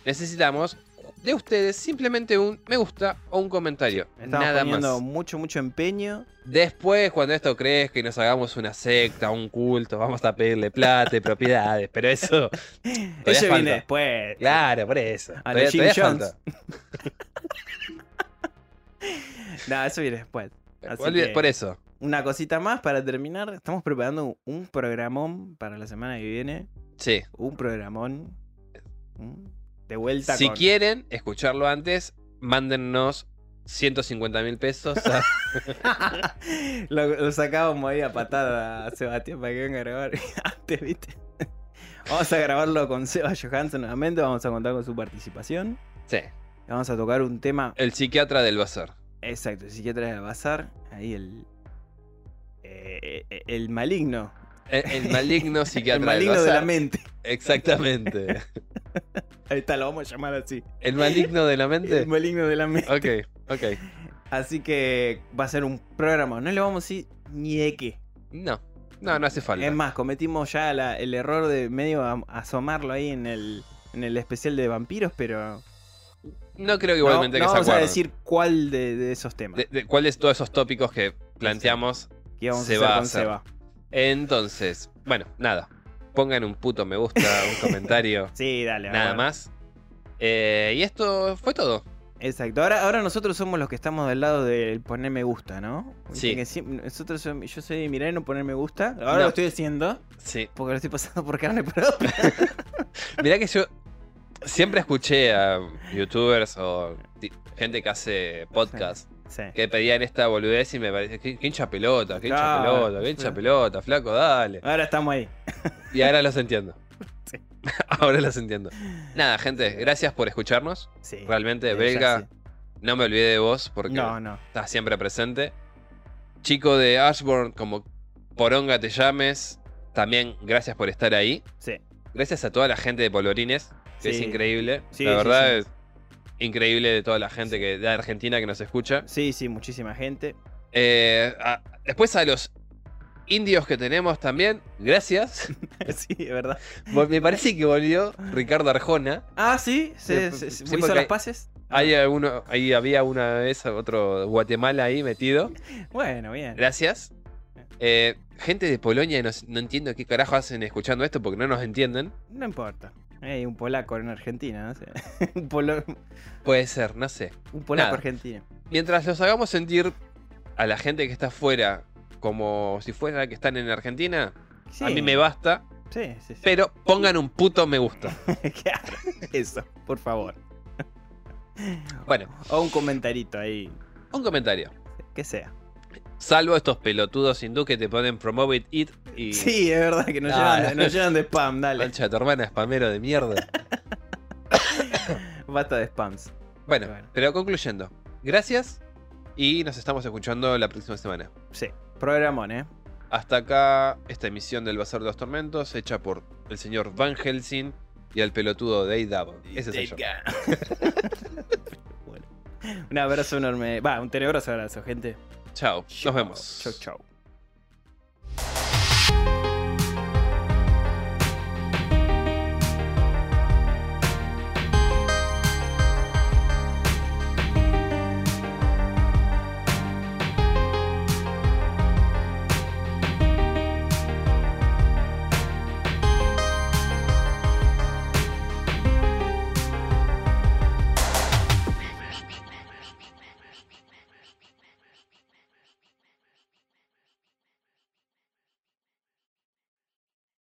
Speaker 2: necesitamos de ustedes simplemente un me gusta o un comentario.
Speaker 1: Estamos
Speaker 2: Nada
Speaker 1: poniendo
Speaker 2: más.
Speaker 1: mucho, mucho empeño.
Speaker 2: Después, cuando esto crezca y nos hagamos una secta, un culto, vamos a pedirle plata y propiedades, pero eso. todavía
Speaker 1: Eso viene
Speaker 2: falta.
Speaker 1: después.
Speaker 2: Claro, por eso.
Speaker 1: A
Speaker 2: Todavía-
Speaker 1: los Jim
Speaker 2: todavía
Speaker 1: Jones.
Speaker 2: falta.
Speaker 1: Nah, eso viene después. Así
Speaker 2: Olvida-
Speaker 1: que-
Speaker 2: Por eso.
Speaker 1: Una cosita más para terminar. Estamos preparando un programón para la semana que viene.
Speaker 2: Sí.
Speaker 1: Un programón. Mm. De vuelta
Speaker 2: Si
Speaker 1: con...
Speaker 2: quieren escucharlo antes, mándennos 150 mil pesos. a-
Speaker 1: lo, lo sacábamos ahí a patada a Sebastián para que venga a grabar antes, ¿viste? Vamos a grabarlo con Seba Johansson nuevamente. Vamos a contar con su participación.
Speaker 2: Sí.
Speaker 1: Vamos a tocar un tema
Speaker 2: El psiquiatra del bazar.
Speaker 1: Exacto, el psiquiatra del bazar, ahí el. eh, eh, el maligno.
Speaker 2: El, el maligno psiquiatra
Speaker 1: el maligno
Speaker 2: del
Speaker 1: de la
Speaker 2: bazar.
Speaker 1: mente.
Speaker 2: Exactamente.
Speaker 1: Ahí está, lo vamos a llamar así.
Speaker 2: El maligno de la mente.
Speaker 1: El maligno de la mente.
Speaker 2: Ok, ok.
Speaker 1: Así que va a ser un programa. No le vamos a decir ni de qué.
Speaker 2: No, no, no hace falta.
Speaker 1: Es más, cometimos ya la- el error de medio am- asomarlo ahí en el, en el especial de vampiros, pero.
Speaker 2: No creo que
Speaker 1: no-
Speaker 2: igualmente
Speaker 1: no
Speaker 2: que se
Speaker 1: vamos a
Speaker 2: acuerden.
Speaker 1: decir cuál de, de esos temas
Speaker 2: de, de cuáles todos esos tópicos que planteamos.
Speaker 1: que vamos
Speaker 2: se
Speaker 1: a
Speaker 2: va
Speaker 1: hacer
Speaker 2: a
Speaker 1: con
Speaker 2: hacer.
Speaker 1: Seba.
Speaker 2: Entonces, bueno, nada. Pongan un puto me gusta, un comentario,
Speaker 1: Sí, dale.
Speaker 2: nada
Speaker 1: aguarda.
Speaker 2: más. Eh, y esto fue todo.
Speaker 1: Exacto, ahora, ahora nosotros somos los que estamos del lado del poner me gusta, ¿no? Viste
Speaker 2: Sí.
Speaker 1: que siem- nosotros, som- yo soy mirar no poner me gusta. Ahora
Speaker 2: No.
Speaker 1: lo estoy haciendo
Speaker 2: Sí.
Speaker 1: porque lo estoy pasando por carne propia.
Speaker 2: Mirá que yo siempre escuché a youtubers o ti- gente que hace podcast
Speaker 1: Sí.
Speaker 2: que pedían esta boludez y me parece que hincha pelota, que hincha
Speaker 1: Claro,
Speaker 2: pelota, que
Speaker 1: sí.
Speaker 2: hincha pelota, flaco, dale.
Speaker 1: Ahora estamos ahí.
Speaker 2: Y ahora los entiendo.
Speaker 1: Sí.
Speaker 2: Ahora los entiendo. Nada, gente, gracias por escucharnos.
Speaker 1: Sí.
Speaker 2: Realmente,
Speaker 1: Sí,
Speaker 2: belga,
Speaker 1: ya sí.
Speaker 2: no me olvidé de vos porque
Speaker 1: No, no.
Speaker 2: estás siempre presente. Chico de Ashburn, como Poronga te llames, también gracias por estar ahí.
Speaker 1: Sí.
Speaker 2: Gracias a toda la gente de Polvorines, que es
Speaker 1: Sí.
Speaker 2: increíble.
Speaker 1: Sí,
Speaker 2: la
Speaker 1: sí,
Speaker 2: verdad
Speaker 1: sí.
Speaker 2: es increíble de toda la gente que, de Argentina que nos escucha.
Speaker 1: Sí, sí, muchísima gente.
Speaker 2: Eh, a- después a los indios que tenemos también, gracias.
Speaker 1: sí, es verdad.
Speaker 2: Vol- Me parece que volvió Ricardo Arjona.
Speaker 1: Ah, sí, se,
Speaker 2: Sí,
Speaker 1: se- se-
Speaker 2: sí,
Speaker 1: hizo
Speaker 2: porque-
Speaker 1: las paces.
Speaker 2: Hay alguno, ahí había una vez otro Guatemala ahí metido.
Speaker 1: Bueno, bien.
Speaker 2: Gracias. Eh, gente de Polonia, no, s- no entiendo qué carajo hacen escuchando esto porque no nos entienden.
Speaker 1: No importa. Hay un polaco en Argentina, no sé. un, polo-
Speaker 2: Puede ser, no sé.
Speaker 1: un polaco
Speaker 2: Nada.
Speaker 1: argentino.
Speaker 2: Mientras los hagamos sentir a la gente que está afuera como si fuera que están en Argentina,
Speaker 1: Sí,
Speaker 2: a mí me basta.
Speaker 1: Sí, sí, sí.
Speaker 2: Pero pongan un puto me gusta.
Speaker 1: Claro, Eso, por favor.
Speaker 2: Bueno,
Speaker 1: O un comentarito ahí,
Speaker 2: un comentario.
Speaker 1: que sea.
Speaker 2: Salvo estos pelotudos hindú que te ponen promote it, it y
Speaker 1: Sí, es verdad que nos,
Speaker 2: Ah.
Speaker 1: llevan, de- nos llevan de spam, dale.
Speaker 2: concha de tu hermana, spamero de mierda.
Speaker 1: Basta de spams.
Speaker 2: Bueno,
Speaker 1: Bueno.
Speaker 2: pero concluyendo, gracias y nos estamos escuchando la próxima semana.
Speaker 1: Sí, programón, ¿eh?
Speaker 2: Hasta acá esta emisión del Bazar de los Tormentos, hecha por el señor Van Helsing y el pelotudo Dave Davo. Ese soy yo.
Speaker 1: Bueno, Un abrazo enorme. Va, un tenebroso abrazo, gente.
Speaker 2: Chao, nos vemos.
Speaker 1: Chau, chau.